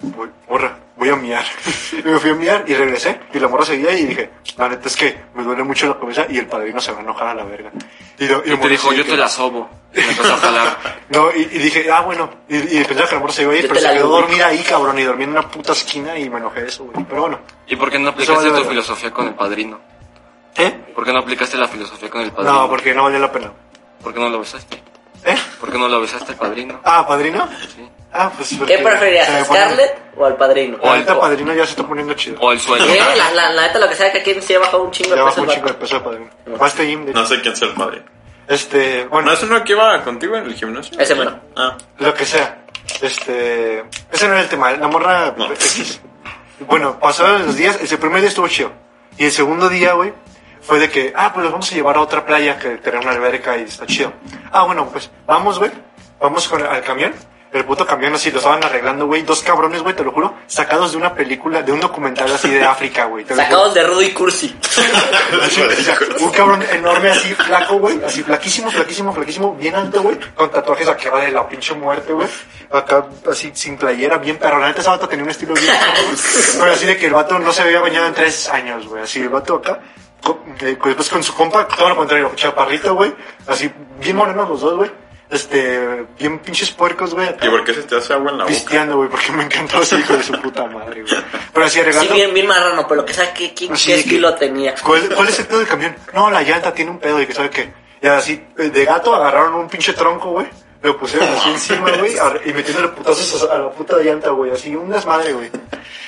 Speaker 1: voy, morra, voy a miar. Y me fui a miar y regresé. Y la morra seguía y dije, la neta es que me duele mucho la cabeza y el padrino se va a enojar a la verga. Y, lo- y el
Speaker 2: Y te
Speaker 1: morro
Speaker 2: dijo,
Speaker 1: así de
Speaker 2: yo
Speaker 1: que-
Speaker 2: te la sobo. Y me empezó a jalar.
Speaker 1: No, y, y dije, ah, bueno. Y, y pensaba que el morro se iba a ir,
Speaker 3: Yo
Speaker 1: pero
Speaker 3: te
Speaker 1: se
Speaker 3: la
Speaker 1: quedó
Speaker 3: doy.
Speaker 1: dormida ahí, cabrón. Y dormí en una puta esquina y me enojé de eso, güey. Pero bueno.
Speaker 2: ¿Y por qué no
Speaker 1: Eso vale
Speaker 2: aplicaste tu
Speaker 1: verga.
Speaker 2: filosofía con el padrino?
Speaker 1: ¿Eh?
Speaker 2: ¿Por qué no aplicaste la filosofía con el padrino?
Speaker 1: No, porque no valía la pena.
Speaker 2: ¿Por qué no lo besaste?
Speaker 1: ¿Eh?
Speaker 2: ¿Por qué no lo besaste al padrino?
Speaker 1: Ah, padrino.
Speaker 2: Sí.
Speaker 1: Ah, pues. porque
Speaker 3: ¿Qué preferirías,
Speaker 1: se me
Speaker 3: a
Speaker 1: pone-
Speaker 3: Scarlett o al padrino?
Speaker 1: La neta,
Speaker 2: O-
Speaker 1: padrino ya se está poniendo chido.
Speaker 2: O el suelo.
Speaker 3: Eh, la, la, la neta, lo que sea que aquí se ha bajado un chingo de
Speaker 1: Ya
Speaker 3: peso
Speaker 1: bajó
Speaker 3: el
Speaker 1: un chico de
Speaker 3: vato.
Speaker 1: peso el padrino. Va este gym, de
Speaker 4: No sé quién es el padre.
Speaker 1: Este, bueno,
Speaker 4: ¿No es uno que iba contigo en el gimnasio?
Speaker 3: Ese mero.
Speaker 4: Ah,
Speaker 1: lo que sea. Este, ese no era el tema. La morra.
Speaker 4: No.
Speaker 1: X. Bueno, pasaron los días. El primer día estuvo chido. Y el segundo día, güey, fue de que, ah, pues los vamos a llevar a otra playa que tenía una alberca y está chido. Ah, bueno, pues vamos, güey. Vamos con, al camión. El puto camión así lo estaban arreglando, güey. Dos cabrones, güey, te lo juro. Sacados de una película, de un documental así de África, güey. te lo juro.
Speaker 3: Sacados de Rudy Cursi.
Speaker 1: Así, o sea, un cabrón enorme así, flaco, güey. Así, flaquísimo, flaquísimo, flaquísimo. Bien alto, güey. Con tatuajes acá de la pinche muerte, güey. Acá, así, sin playera, bien perro. La neta, ese vato tenía un estilo bien. perro, güey. Pero así de que el vato no se había bañado en tres años, güey. Así, el vato acá. co- eh, Después con su compa, todo lo contrario, chaparrito, güey. Así, bien morenos los dos, güey. Este, bien pinches puercos, güey. acá,
Speaker 4: ¿Y por qué se te hace agua en la boca?
Speaker 1: Pisteando, güey, porque me encantó ese hijo de su puta madre, güey. Pero así
Speaker 3: Sí,
Speaker 1: arreglando.
Speaker 3: bien, bien marrano, pero lo que sea que,
Speaker 1: Así
Speaker 3: que- qué
Speaker 1: de Ah, que-
Speaker 3: estilo tenía.
Speaker 1: ¿Cuál, cuál es el pedo del camión? No, la llanta tiene un pedo y que sabe qué. Y así, eh, de gato agarraron un pinche tronco, güey. Lo pusieron así encima, güey, ar- y metiéndole putazos a a la puta llanta, güey. Así, un desmadre, güey.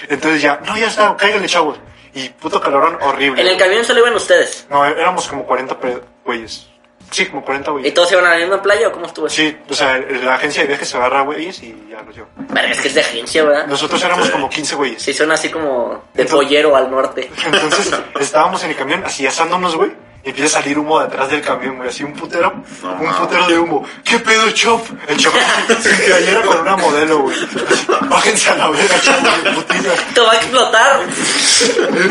Speaker 1: Entonces ya, no, ya está, cáiganle, chavos. Y puto calorón horrible.
Speaker 3: En el camión solo iban ustedes.
Speaker 1: No, é- éramos como 40 pe- güeyes. Sí, como 40
Speaker 3: ¿Y
Speaker 1: güeyes.
Speaker 3: todos iban a la misma playa o cómo estuvo? eso?
Speaker 1: Sí, o sea, el- la agencia de viajes agarra güeyes y ya los lleva.
Speaker 3: Verga, es que es de agencia, ¿verdad?
Speaker 1: Nosotros éramos como 15 güeyes.
Speaker 3: Sí, suena así como de
Speaker 1: Entonces-
Speaker 3: pollero al norte.
Speaker 1: Entonces estábamos en el camión así asándonos, güey. Y empieza a salir humo de atrás del camión, güey. Así un putero.
Speaker 4: No,
Speaker 1: un
Speaker 4: no.
Speaker 1: putero de humo. ¿Qué pedo, Chop? El Chop se cayera con una modelo, güey. Así, Bájense a la verga, Chop, de putiza.
Speaker 3: ¡Esto va a explotar!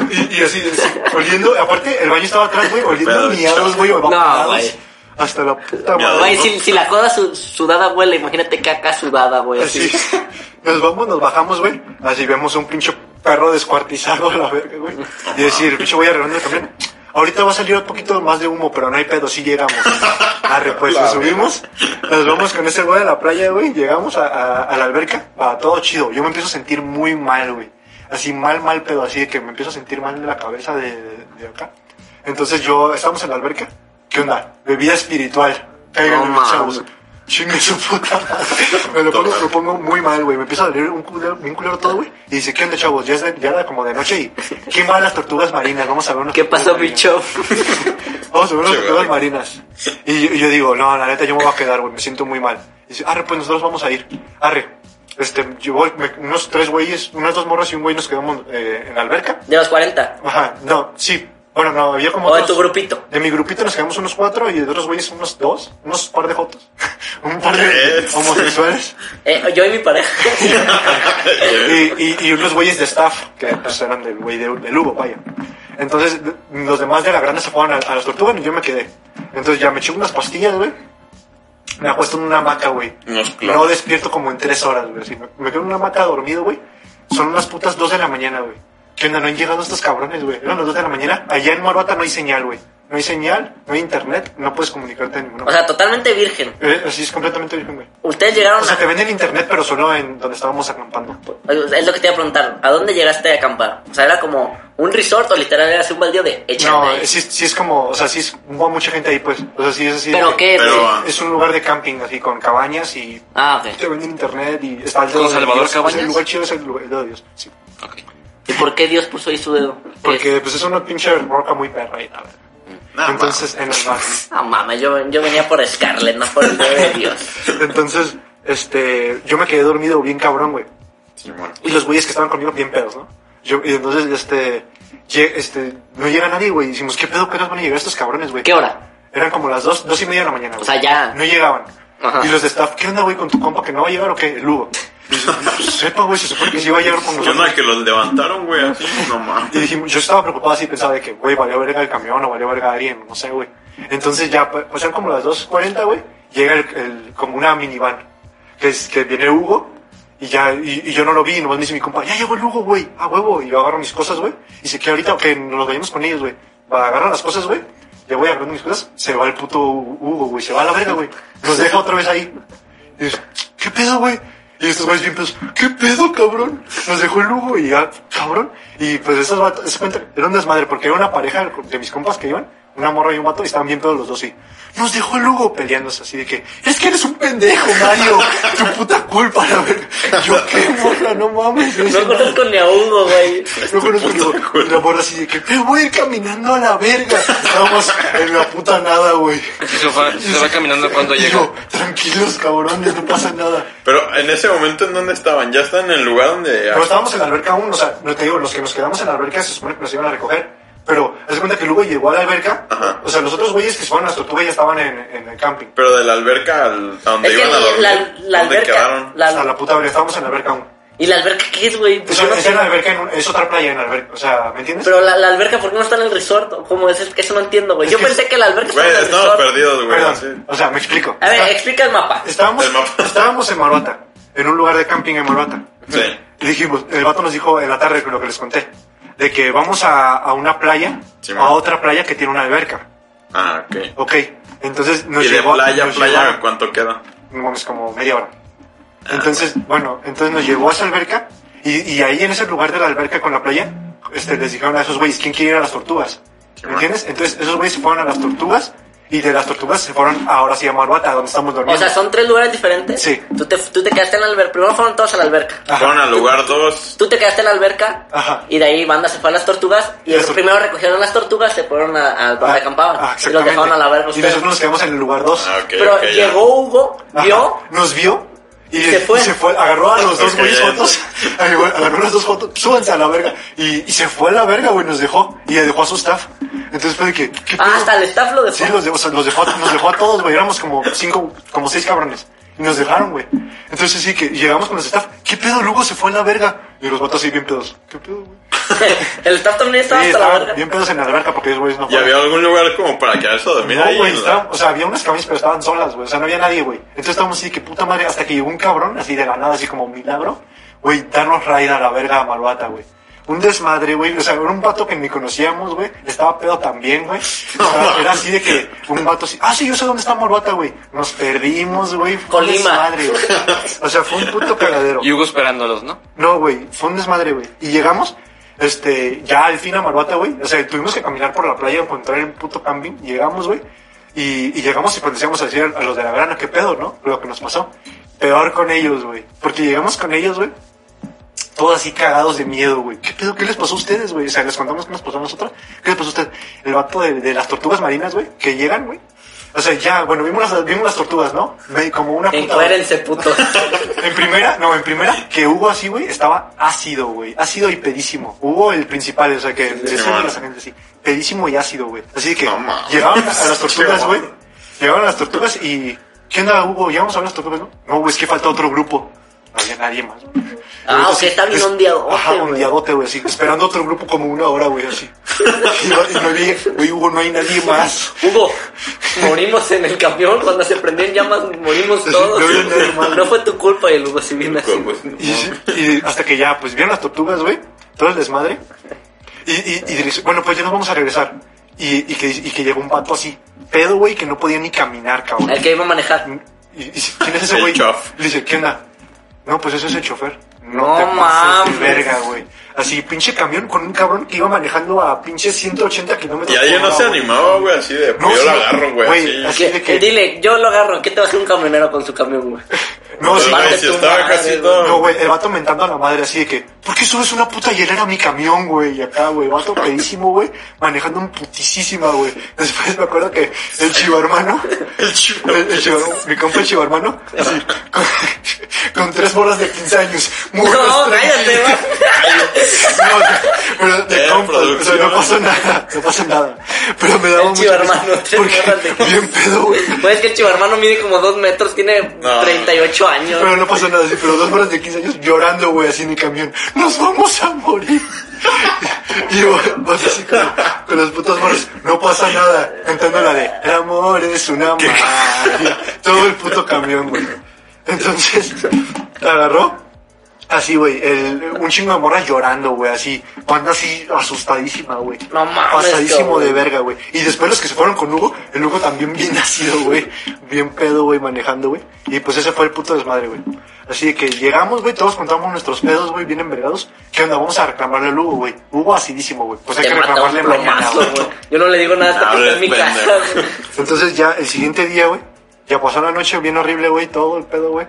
Speaker 1: Y, y así, así, oliendo. Aparte, el baño estaba atrás, güey. Oliendo
Speaker 4: Pedo,
Speaker 1: miados,
Speaker 4: Chop.
Speaker 1: güey. o evaporados.
Speaker 3: No, güey.
Speaker 1: Hasta la puta
Speaker 4: Miados.
Speaker 1: madre.
Speaker 3: Güey, si, si la coda su- sudada huele, imagínate caca sudada, güey.
Speaker 1: Así.
Speaker 3: Así.
Speaker 1: Nos vamos, nos bajamos, güey. Así vemos un pinche perro descuartizado a la verga, güey. Y decir, pinche voy arreglando el camión. Ahorita va a salir un poquito más de humo, pero no hay pedo, sí llegamos. Arre, pues nos subimos, nos vamos con ese güey a la playa, güey. Llegamos a, a- a la alberca, va todo chido. Yo me empiezo a sentir muy mal, güey. Así mal, mal pedo, así de que me empiezo a sentir mal de la cabeza de, de acá. Entonces yo, estamos en la alberca. ¿Qué onda? Bebida espiritual. Caigan
Speaker 3: No
Speaker 1: chavos.
Speaker 3: mames.
Speaker 1: Chingue su puta. madre. Me lo pongo, me lo pongo muy mal, güey. Me empieza a doler un culero, un culero todo, güey. Y dice, ¿qué onda, chavos? Ya es de- ya era como de noche y... ¿Quién va a las tortugas marinas? Vamos a ver unas
Speaker 3: ¿Qué
Speaker 1: tortugas
Speaker 3: pasó,
Speaker 1: marinas.
Speaker 3: bicho?
Speaker 1: Vamos a ver unas
Speaker 4: Che,
Speaker 1: tortugas
Speaker 4: güey.
Speaker 1: marinas. Y yo, y yo digo, no, la neta, yo me voy a quedar, güey. Me siento muy mal. Y dice, arre, pues nosotros vamos a ir. Arre. Este, llevó unos tres güeyes, unas dos morras y un güey nos quedamos eh, en la alberca.
Speaker 3: De los 40.
Speaker 1: Ajá, no, sí. Bueno, no, había como
Speaker 3: O de
Speaker 1: otros-
Speaker 3: tu grupito.
Speaker 1: de mi grupito nos quedamos unos cuatro y de otros güeyes unos dos, unos par de jotos, un par de
Speaker 4: Yes.
Speaker 1: homosexuales
Speaker 3: Eh, yo y mi pareja.
Speaker 1: y, y, y unos güeyes de staff que pues, eran del güey de- del Hugo, vaya. Entonces de- los demás de la granja se fueron a, a las tortugas y yo me quedé. Entonces ya me eché unas pastillas, güey. Me acuesto en una hamaca, güey.
Speaker 4: Unos clavos.
Speaker 1: No despierto como en tres horas, güey. así, me- Me quedo en una hamaca dormido, güey. Son unas putas dos de la mañana, güey. ¿Qué onda? No han llegado estos cabrones, güey. Eran las dos de la mañana. Allá en Maruata no hay señal, güey. No hay señal, no hay internet, no puedes comunicarte de ninguna
Speaker 3: O sea, totalmente virgen.
Speaker 1: manera. Eh, así es completamente virgen, güey.
Speaker 3: Ustedes llegaron
Speaker 1: O sea, te
Speaker 3: a...
Speaker 1: venden internet, pero solo en donde estábamos acampando.
Speaker 3: Es lo que te iba a preguntar. ¿A dónde llegaste a acampar? O sea, ¿era como un resort o literal era así un baldío de H&M? échame
Speaker 1: No,
Speaker 3: ahí?
Speaker 1: sí, sí es como, o sea, sí es, va mucha gente ahí, pues. O sea, sí es así.
Speaker 3: ¿Pero qué?
Speaker 4: Pero-
Speaker 1: Es un lugar de camping, así, con cabañas y
Speaker 3: Ah, ok.
Speaker 1: te venden internet y está el
Speaker 2: ¿Con
Speaker 1: dedo de
Speaker 2: Salvador
Speaker 1: Dios. O sea,
Speaker 2: Cabañas?
Speaker 1: El lugar chido es el lugar el dedo de Dios, sí.
Speaker 2: Ok.
Speaker 3: ¿Y por qué Dios puso ahí su dedo?
Speaker 1: Porque, pues, es una pinche roca muy perra y nada.
Speaker 4: Nah,
Speaker 1: Entonces, en el mar.
Speaker 3: Ah, mama, yo, yo venía por Scarlett, no por el dedo de Dios.
Speaker 1: Entonces, este, yo me quedé dormido bien cabrón, güey.
Speaker 4: Simón.
Speaker 1: Y los güeyes que estaban conmigo bien pedos, ¿no? Yo, y entonces, este, lle- este, no llega nadie, güey. Y Dijimos, ¿qué pedo que nos van a llegar estos cabrones, güey?
Speaker 3: ¿Qué hora?
Speaker 1: Eran como las dos, dos y media de la mañana. güey.
Speaker 3: sea, ya.
Speaker 1: No llegaban.
Speaker 3: Ajá.
Speaker 1: Y los de staff, ¿qué onda, güey, con tu compa que no va a llegar o qué? El Hugo. Y yo, "Pues, Sepa, güey, se supone que sí va a llegar con
Speaker 4: ¿Qué
Speaker 1: nosotros.
Speaker 4: onda que los levantaron, güey? Así, no mames.
Speaker 1: Y dijimos, yo estaba preocupado así, pensaba de que, güey, valió verga el camión o valió verga alguien, no sé, güey. Entonces ya, pues, pa- pasan como las 2.40, güey, llega el, el- como una minivan, que, es, que viene Hugo Y ya, y, y yo no lo vi, nomás me dice mi compa, ya llegó el Hugo, güey, a huevo. Y yo agarro mis cosas, güey. Y se queda ahorita, o que nos vayamos con ellos, güey. Va, agarrar las cosas, güey. Le voy agarrando mis cosas. Se va el puto Hugo, güey. Se va a la verga, güey. Nos deja otra vez ahí. Y yo, ¿qué pedo, güey? Y estos güeyes bien pedos, ¿qué pedo, cabrón? Nos dejó el Hugo y ya, cabrón. Y pues esas vatos, se cuenta, era un desmadre, porque era una pareja de mis compas que iban, una morra y un vato, y estaban bien pedos los dos, y nos dejó el Hugo peleándose así de que, es que eres un pendejo, Mario, tu puta culpa, la ver. Yo, qué morra, no mames.
Speaker 3: No conozco ni a Hugo, güey.
Speaker 1: No conozco el Hugo. Y la morra así de que, me voy a ir caminando a la verga. Estábamos en la puta nada, güey.
Speaker 2: Y se va, se va caminando cuando
Speaker 1: Y
Speaker 2: llega.
Speaker 1: yo, tranquilos, cabrones, no pasa nada.
Speaker 4: Pero en ese momento, ¿en dónde estaban? ¿Ya están en el lugar donde.?
Speaker 1: Pero estábamos en la alberca aún, o sea, no te digo, los que nos quedamos en la alberca se supone que nos iban a recoger. Pero haz de cuenta que el Hugo llegó a la alberca.
Speaker 4: Ajá.
Speaker 1: O sea, los otros güeyes que se fueron a las tortugas ya estaban en, en el camping.
Speaker 4: Pero de la alberca al, a donde
Speaker 3: Es que
Speaker 4: iban a dormir.
Speaker 3: la, la
Speaker 4: ¿Dónde
Speaker 3: alberca.
Speaker 4: quedaron?
Speaker 3: la-
Speaker 1: Hasta la puta verga, estábamos en la alberca aún.
Speaker 3: ¿Y la alberca qué es, güey? Pues
Speaker 1: Es,
Speaker 3: yo no
Speaker 1: es
Speaker 3: sé.
Speaker 1: en la alberca, en un- es otra playa en la alberca, o sea, ¿me entiendes?
Speaker 3: Pero la, la alberca, ¿por qué no está en el resort? ¿O ¿Cómo es? Eso no entiendo, güey.
Speaker 1: Es
Speaker 3: Yo
Speaker 1: que-
Speaker 3: pensé que la alberca
Speaker 4: Güey,
Speaker 3: estaba en el
Speaker 4: estamos
Speaker 3: resort.
Speaker 4: perdidos, güey.
Speaker 1: Perdón,
Speaker 4: así.
Speaker 1: o sea, me explico.
Speaker 3: A ver,
Speaker 1: Está-
Speaker 3: explica el mapa.
Speaker 1: estábamos,
Speaker 4: El mapa.
Speaker 1: estábamos en Maruata, en un lugar de camping en Maruata.
Speaker 4: Sí.
Speaker 1: Y dijimos, el vato nos dijo en la tarde con lo que les conté, de que vamos a, a una playa,
Speaker 4: Sí,
Speaker 1: a
Speaker 4: ma.
Speaker 1: otra playa que tiene una alberca.
Speaker 4: Ah, ok.
Speaker 1: Ok, entonces nos
Speaker 4: ¿Y de
Speaker 1: llevó a-
Speaker 4: playa a
Speaker 1: nos
Speaker 4: playa
Speaker 1: llevaron-
Speaker 4: cuánto queda?
Speaker 1: no mames, como media hora.
Speaker 3: Ah.
Speaker 1: Entonces, bueno, entonces nos llevó a esa alberca y, y ahí en ese lugar de la alberca con la playa, este, les dijeron a esos güeyes, ¿quién quiere ir a las tortugas? ¿Me entiendes? Entonces esos güeyes se fueron a las tortugas y de las tortugas se fueron ahora sí a Maruata, donde estamos
Speaker 3: O
Speaker 1: durmiendo.
Speaker 3: sea, son tres lugares diferentes.
Speaker 1: Sí.
Speaker 3: Tú te, tú te quedaste en la alberca. Primero fueron todos a la alberca.
Speaker 1: Ajá.
Speaker 4: Fueron al lugar dos.
Speaker 3: Tú te quedaste en la alberca.
Speaker 1: Ajá.
Speaker 3: Y de ahí banda se fue a las tortugas. Y
Speaker 1: Las
Speaker 3: los
Speaker 1: tor-
Speaker 3: primero recogieron las tortugas, se fueron a, a donde
Speaker 1: Ah,
Speaker 3: acampaban.
Speaker 1: ah,
Speaker 3: y los
Speaker 1: exactamente.
Speaker 3: dejaron a la verga
Speaker 1: Y
Speaker 3: ustedes.
Speaker 1: nosotros nos quedamos en el lugar 2.
Speaker 4: Ah, ok.
Speaker 3: Pero
Speaker 4: ok, ya.
Speaker 3: llegó Hugo, vio.
Speaker 1: Nos vio. Y,
Speaker 3: Se fue.
Speaker 1: y se fue, agarró a los dos
Speaker 4: Ok,
Speaker 1: güeyes
Speaker 4: ya.
Speaker 1: fotos, agarró las dos fotos, súbanse a la verga. Y, y se fue a la verga, güey, nos dejó, y dejó a su staff. Entonces fue de que, ¿qué
Speaker 3: Ah,
Speaker 1: pedo?
Speaker 3: hasta el staff lo dejó.
Speaker 1: Sí, los, de- o sea, los dejó, nos dejó a todos, güey. Éramos como cinco, como seis cabrones. Y nos dejaron, güey. Entonces sí, que llegamos con los staff. ¿Qué pedo? Lugo se fue a la verga. Y los vatos así bien pedos. ¿Qué pedo, güey?
Speaker 3: el staff también estaba
Speaker 1: Sí,
Speaker 3: hasta la
Speaker 1: estaban
Speaker 3: verga.
Speaker 1: bien pedos en la alberca porque ellos, güey, no
Speaker 4: ¿Y
Speaker 1: fueron.
Speaker 4: había algún lugar como para quedarse a dormir ahí?
Speaker 1: No, güey,
Speaker 4: en la-
Speaker 1: estaban- o sea, había unas camisas, pero estaban solas, güey. O sea, no había nadie, güey. Entonces estábamos así, que puta madre, hasta que llegó un cabrón, así de la nada, así como milagro, güey, darnos raid a la verga a Maruata, güey. Un desmadre, güey. O sea, era un vato que ni conocíamos, güey. Estaba pedo también, güey. O sea, Era así de que un vato así, ah, sí, yo sé dónde está Maruata, güey. Nos perdimos, güey. Fue un
Speaker 3: Colima.
Speaker 1: desmadre, güey. O sea, fue un puto cagadero.
Speaker 2: Y Hugo esperándolos, ¿no?
Speaker 1: No, güey, fue un desmadre, güey. Y llegamos, este, ya al fin a Maruata, güey. O sea, tuvimos que caminar por la playa, encontrar el puto camping. Llegamos, güey. Y, y llegamos y pues decíamos a decir a los de la grana, qué pedo, ¿no? Lo que nos pasó. Peor con ellos, güey. Porque llegamos con ellos, güey. Todos así cagados de miedo, güey. ¿Qué pedo? ¿Qué les pasó a ustedes, güey? O sea, les contamos qué nos pasó a nosotros. ¿Qué les pasó a ustedes? El vato de, de las tortugas marinas, güey, que llegan, güey. O sea, ya, bueno, vimos las, vimos las tortugas, ¿no? Me- Como una puta...
Speaker 3: Encuérense, Ah, puto.
Speaker 1: En primera, no, en primera, que Hugo así, güey, estaba ácido, güey. Ácido y pedísimo. Hugo el principal, o sea, que
Speaker 4: sí,
Speaker 1: es
Speaker 4: mano.
Speaker 1: de las agentes, sí. Pedísimo y ácido, güey. Así que
Speaker 4: No mames.
Speaker 1: llegaban a las tortugas,
Speaker 4: Qué
Speaker 1: güey.
Speaker 4: guapo.
Speaker 1: Llegaban a las tortugas y... ¿Qué onda, Hugo? ¿Ya vamos a ver las tortugas, no? No, güey, es que falta otro grupo. No había nadie más.
Speaker 3: Ah,
Speaker 1: Entonces,
Speaker 3: ok, está bien
Speaker 1: es-
Speaker 3: ondeadote,
Speaker 1: Ajá,
Speaker 3: güey.
Speaker 1: ondeadote, güey, así. Esperando otro grupo como una hora, güey, así. Y no, y no había- güey, Hugo, no hay nadie más.
Speaker 3: Hugo, morimos en el camión. Cuando se prendió en llamas, morimos todos.
Speaker 1: No, no, no, no.
Speaker 3: No fue tu culpa. Y el Hugo sí vino así.
Speaker 4: Pues, no.
Speaker 1: Y, y hasta que ya, pues vieron las tortugas, güey. Todo el desmadre. Y, y, y dice, bueno, pues ya nos vamos a regresar. Y, y que, y que llegó un pato así, pedo, güey, que no podía ni caminar, cabrón.
Speaker 3: El que iba a manejar.
Speaker 1: Y, y dice, ¿quién es ese
Speaker 4: El
Speaker 1: güey?
Speaker 4: chof.
Speaker 1: Le dice, ¿qué onda? No, pues ese es el chofer.
Speaker 3: No
Speaker 1: te pases
Speaker 3: mames.
Speaker 1: de verga, güey. Así, pinche camión con un cabrón que iba manejando a pinche 180 kilómetros.
Speaker 4: Y ahí yo
Speaker 1: por
Speaker 4: no
Speaker 1: hora,
Speaker 4: se
Speaker 1: güey.
Speaker 4: animaba, güey, así de.
Speaker 1: No,
Speaker 4: yo
Speaker 1: sí.
Speaker 4: lo agarro, güey,
Speaker 1: Güey,
Speaker 4: así.
Speaker 1: así de
Speaker 3: Que-
Speaker 1: que-
Speaker 3: Dile, yo lo agarro. ¿Qué te va a hacer un camionero con su camión, güey?
Speaker 1: No, sí,
Speaker 4: Pero, güey,
Speaker 3: mate
Speaker 4: si
Speaker 3: tu
Speaker 4: estaba
Speaker 3: madre,
Speaker 4: casi
Speaker 3: güey.
Speaker 1: No,
Speaker 4: todo.
Speaker 1: güey, el vato mentando a la madre así de que, ¿por qué subes una puta hielera a mi camión, güey? Y acá, güey, vato pedísimo, güey, manejando un putisísima, güey. Después me acuerdo que el chivo hermano,
Speaker 4: El
Speaker 1: el,
Speaker 4: chivo.
Speaker 1: el chivo- mi compa el chivo hermano, así, con, con tres bolas de 15 años. Muy
Speaker 3: No, cállate, güey. Eh,
Speaker 1: No, pero de
Speaker 4: Era
Speaker 1: compas, o sea,
Speaker 4: producción.
Speaker 1: no pasó nada, no pasó nada. Pero me daba
Speaker 3: El
Speaker 1: mucho
Speaker 3: chivo
Speaker 1: risa,
Speaker 3: hermano, tres
Speaker 1: porque
Speaker 3: bolas de 15.
Speaker 1: Bien pedo, güey.
Speaker 3: Pues es que el chivarmano mide como dos metros, tiene
Speaker 4: No.
Speaker 3: 38 años.
Speaker 1: Pero no pasó nada así, pero dos horas de 15 años llorando, güey, así en el camión. ¡Nos vamos a morir! Y yo, vas así con, con los putos morros, no pasa nada. Cantando la de, el amor es una magia. Todo el puto camión, güey. Entonces, agarró, Así, güey, el- un chingo de morras llorando, güey, así, cuando así asustadísima, güey.
Speaker 3: No mames,
Speaker 1: Pasadísimo
Speaker 3: cabrón.
Speaker 1: de verga, güey. Y después los que se fueron con Hugo, el Hugo también bien nacido, güey. Bien pedo, güey, manejando, güey. Y pues ese fue el puto desmadre, güey. Así de que llegamos, güey, todos contamos nuestros pedos, güey, bien envergados. ¿Qué onda? Vamos a reclamarle al Hugo, güey. Hugo asidísimo, güey. Pues hay
Speaker 3: Te
Speaker 1: que
Speaker 3: mata un
Speaker 1: reclamarle mañana,
Speaker 3: plomazo,
Speaker 1: güey.
Speaker 3: güey. Yo no le digo nada hasta que esté
Speaker 4: Hables,
Speaker 3: en mi
Speaker 4: pendejo.
Speaker 3: casa, güey.
Speaker 1: Entonces ya el siguiente día, güey, ya pasó la noche bien horrible, güey, todo el pedo, güey.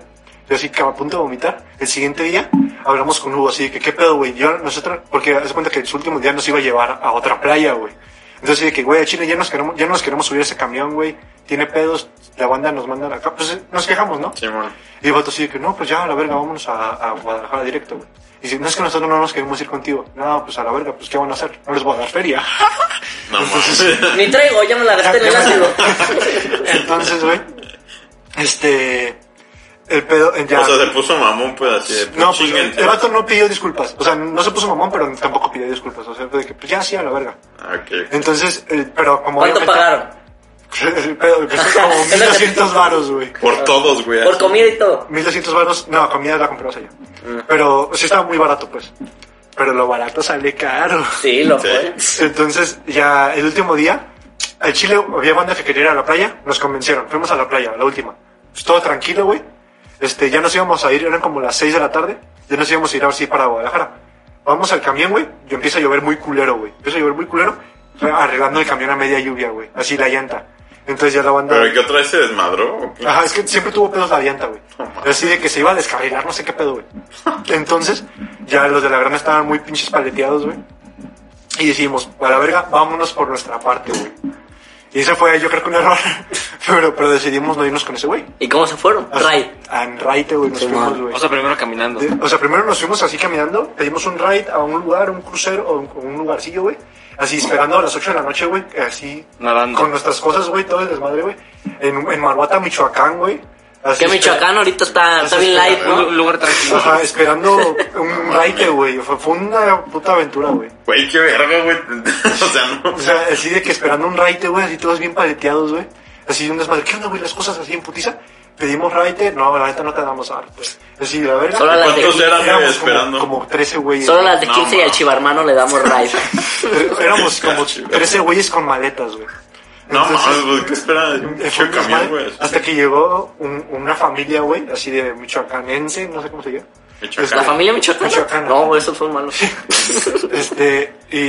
Speaker 1: Yo así que a punto de vomitar. El siguiente día hablamos con Hugo así de que qué pedo, güey. Yo nosotros porque hace cuenta que el último día nos iba a llevar a otra playa, güey. Entonces de que, güey, a Chile ya nos queremos, ya no nos queremos subir a ese camión, güey. Tiene pedos, la banda nos mandan acá, pues eh, nos quejamos, ¿no?
Speaker 4: Simón.
Speaker 1: Y el vato así de que, no, pues ya, a la verga, vámonos a, a Guadalajara directo, güey. Y si no es que nosotros no nos queremos ir contigo. No, pues a la verga, pues ¿qué van a hacer? No les voy a dar feria.
Speaker 4: No mames.
Speaker 3: Ni traigo, ya me la gasté en el ácido.
Speaker 1: Entonces, güey, este, el pedo, eh, ya.
Speaker 4: O sea, se puso mamón, pues así de.
Speaker 1: no, pues,
Speaker 4: chinguen.
Speaker 1: el vato no pidió disculpas. O sea, no se puso mamón, pero tampoco pidió disculpas. O sea, fue de que, pues ya, sí, a la verga.
Speaker 4: Ah, ok.
Speaker 1: Entonces, el- pero como.
Speaker 3: ¿Cuánto
Speaker 1: obviamente-
Speaker 3: pagaron?
Speaker 1: El pedo, que son como
Speaker 3: Es lo que-
Speaker 1: 1200 varos, güey.
Speaker 4: Por todos, güey.
Speaker 3: Por
Speaker 4: así.
Speaker 3: comida y todo.
Speaker 1: 1200 varos, no, comida la compramos allá.
Speaker 3: Mm.
Speaker 1: Pero sí estaba muy barato, pues. Pero lo barato sale caro.
Speaker 3: Sí, lo fue.
Speaker 4: Sí.
Speaker 1: Entonces, ya el último día, al Chile había banda que quería ir a la playa, nos convencieron, fuimos a la playa, la última. Pues todo tranquilo, güey. Este, ya nos íbamos a ir, eran como las 6 de la tarde, ya nos íbamos a ir ahora sí para Guadalajara. Vamos al camión, güey, y empieza a llover muy culero, güey. Empieza a llover muy culero, arreglando el camión a media lluvia, güey. Así la llanta. Entonces ya la banda...
Speaker 4: Pero que otra vez se desmadró. ¿o qué?
Speaker 1: Ajá, es que siempre tuvo pedos la llanta, güey. Así de que se iba a descarrilar, no sé qué pedo, güey. Entonces, ya los de la grana estaban muy pinches paleteados, güey. Y decidimos, para la verga, vámonos por nuestra parte, güey. Y ese fue, yo creo que un error. pero, pero decidimos no irnos con ese güey.
Speaker 3: ¿Y cómo se fueron?
Speaker 1: Así-
Speaker 3: Ray.
Speaker 1: En raite, güey, nos fuimos, güey.
Speaker 2: O sea, primero caminando.
Speaker 1: De- Eh, O sea, primero nos fuimos así caminando, pedimos un ride a un lugar, un crucero o un, o un lugarcillo, güey. Así esperando a las 8 de la noche, güey. eh, Así.
Speaker 2: Nadando.
Speaker 1: Con nuestras cosas, güey, todo el desmadre, güey. En, en Maruata, Michoacán, güey. Así
Speaker 3: Que
Speaker 1: esper-
Speaker 3: Michoacán ahorita está, está bien light,
Speaker 2: Un lu-
Speaker 3: ¿no?
Speaker 2: lugar tranquilo.
Speaker 1: Ajá, esperando un ride, güey. Fue, fue una puta aventura, güey.
Speaker 4: Güey, qué verga, güey. o sea, no.
Speaker 1: O sea, así de que esperando un raite, güey, así todos bien paleteados, güey. Así un desmadre. ¿Qué onda, güey? Las cosas así en putiza. Pedimos raite. No, la neta no te damos arte. pues. Así, la verga.
Speaker 3: Solo a las de
Speaker 4: ¿Cuántos
Speaker 3: 15,
Speaker 4: eran, güey,
Speaker 1: Éramos
Speaker 4: esperando?
Speaker 1: como, como 13 güeyes.
Speaker 3: solo a las de
Speaker 4: No,
Speaker 3: 15 y al
Speaker 4: ma.
Speaker 3: chivarmano le damos Ray.
Speaker 1: Éramos como
Speaker 4: Cacho, güey.
Speaker 1: 13 güeyes con maletas, güey.
Speaker 4: No
Speaker 1: Entonces,
Speaker 4: mames, güey, ¿qué espera? de Un
Speaker 1: eh, fue
Speaker 4: pinche
Speaker 1: un
Speaker 4: camión,
Speaker 1: desmadre,
Speaker 4: güey.
Speaker 1: Hasta que llegó un- una familia, güey, así de michoacanense, no sé cómo se llama.
Speaker 4: Michoacán.
Speaker 3: ¿La familia michoacana?
Speaker 1: Michoacana.
Speaker 3: No, eso fue malo.
Speaker 1: Este, y,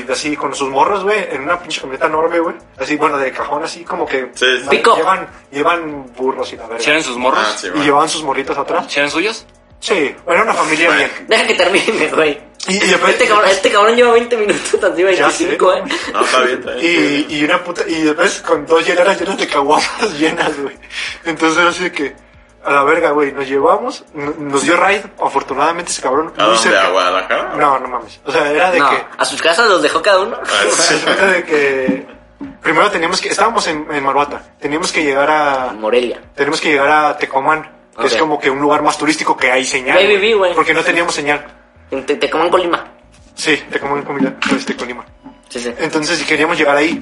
Speaker 1: y así con sus morros, güey, en una pinche camioneta enorme, güey. Así, bueno, de cajón, así como que.
Speaker 4: Sí, sí.
Speaker 3: Pico.
Speaker 1: Llevan, llevan burros y Pues, la verga.
Speaker 2: ¿Si eran sus morros?
Speaker 4: Ah, sí,
Speaker 1: y
Speaker 4: güey.
Speaker 1: llevaban sus morritos atrás.
Speaker 2: ¿Si eran suyos?
Speaker 1: Sí, era una familia bien.
Speaker 3: Deja que termine, güey.
Speaker 1: Y, y de repente-
Speaker 3: Este cabrón, este cabrón lleva 20 minutos, así
Speaker 1: Ya sé,
Speaker 3: 25, ¿eh?
Speaker 4: No, está bien, está bien.
Speaker 1: Y, y una puta, y después con dos hieleras llenas de caguamas llenas, güey. Entonces era así de que, a la verga, güey, nos llevamos, n- nos dio raid, afortunadamente ese cabrón,
Speaker 4: ¿A
Speaker 1: muy
Speaker 4: dónde? ¿A
Speaker 1: cerca.
Speaker 4: Guadalajara?
Speaker 1: No, no mames. O sea, era de
Speaker 3: No,
Speaker 1: que,
Speaker 3: a sus casas los dejó cada uno.
Speaker 4: Ah,
Speaker 1: o sea,
Speaker 4: sí.
Speaker 1: era de que, primero teníamos que, estábamos en, en Maruata, teníamos que llegar
Speaker 3: A
Speaker 1: a,
Speaker 3: Morelia.
Speaker 1: tenemos que llegar a Tecomán, que es
Speaker 3: Ok.
Speaker 1: como que un lugar más turístico que hay señal.
Speaker 3: Baby B, güey.
Speaker 1: Porque no teníamos señal.
Speaker 3: En Te, te coman Colima.
Speaker 1: Sí, Tecomán, Comilán, este, Colima.
Speaker 3: Sí, sí.
Speaker 1: Entonces, si queríamos llegar ahí,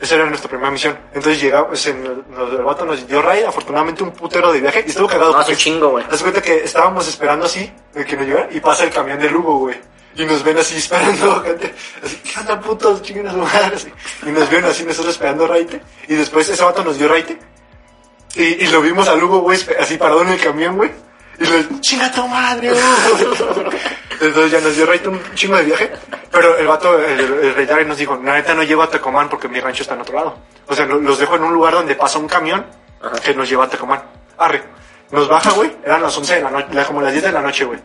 Speaker 1: esa era nuestra primera misión. Entonces llegamos, en el, el vato nos dio raid, afortunadamente un putero de viaje y estuvo cagado.
Speaker 3: No, es un
Speaker 1: porque-
Speaker 3: chingo, güey.
Speaker 1: Haz cuenta que estábamos esperando así, de que nos llegara, y pasa el camión de Lugo, güey. Y nos ven así esperando, gente, así, ¿qué onda putos? Chinguen a su madre, así. Y nos ven así, nosotros esperando raite. Y después ese vato nos dio raite. Y, y lo vimos a Lugo, güey, espe- así parado en el camión, güey. Y le, chinga tu madre, Hugo". Entonces ya nos dio raite un chingo de viaje. Pero el vato, el, el Reyari nos dijo, la neta no llevo a Tacomán porque mi rancho está en otro lado. O sea, lo- los dejo en un lugar donde pasa un camión que nos lleva a Tacomán. Arre. Nos baja, güey. Eran las 11 de la noche, la- como las 10 de la noche, güey.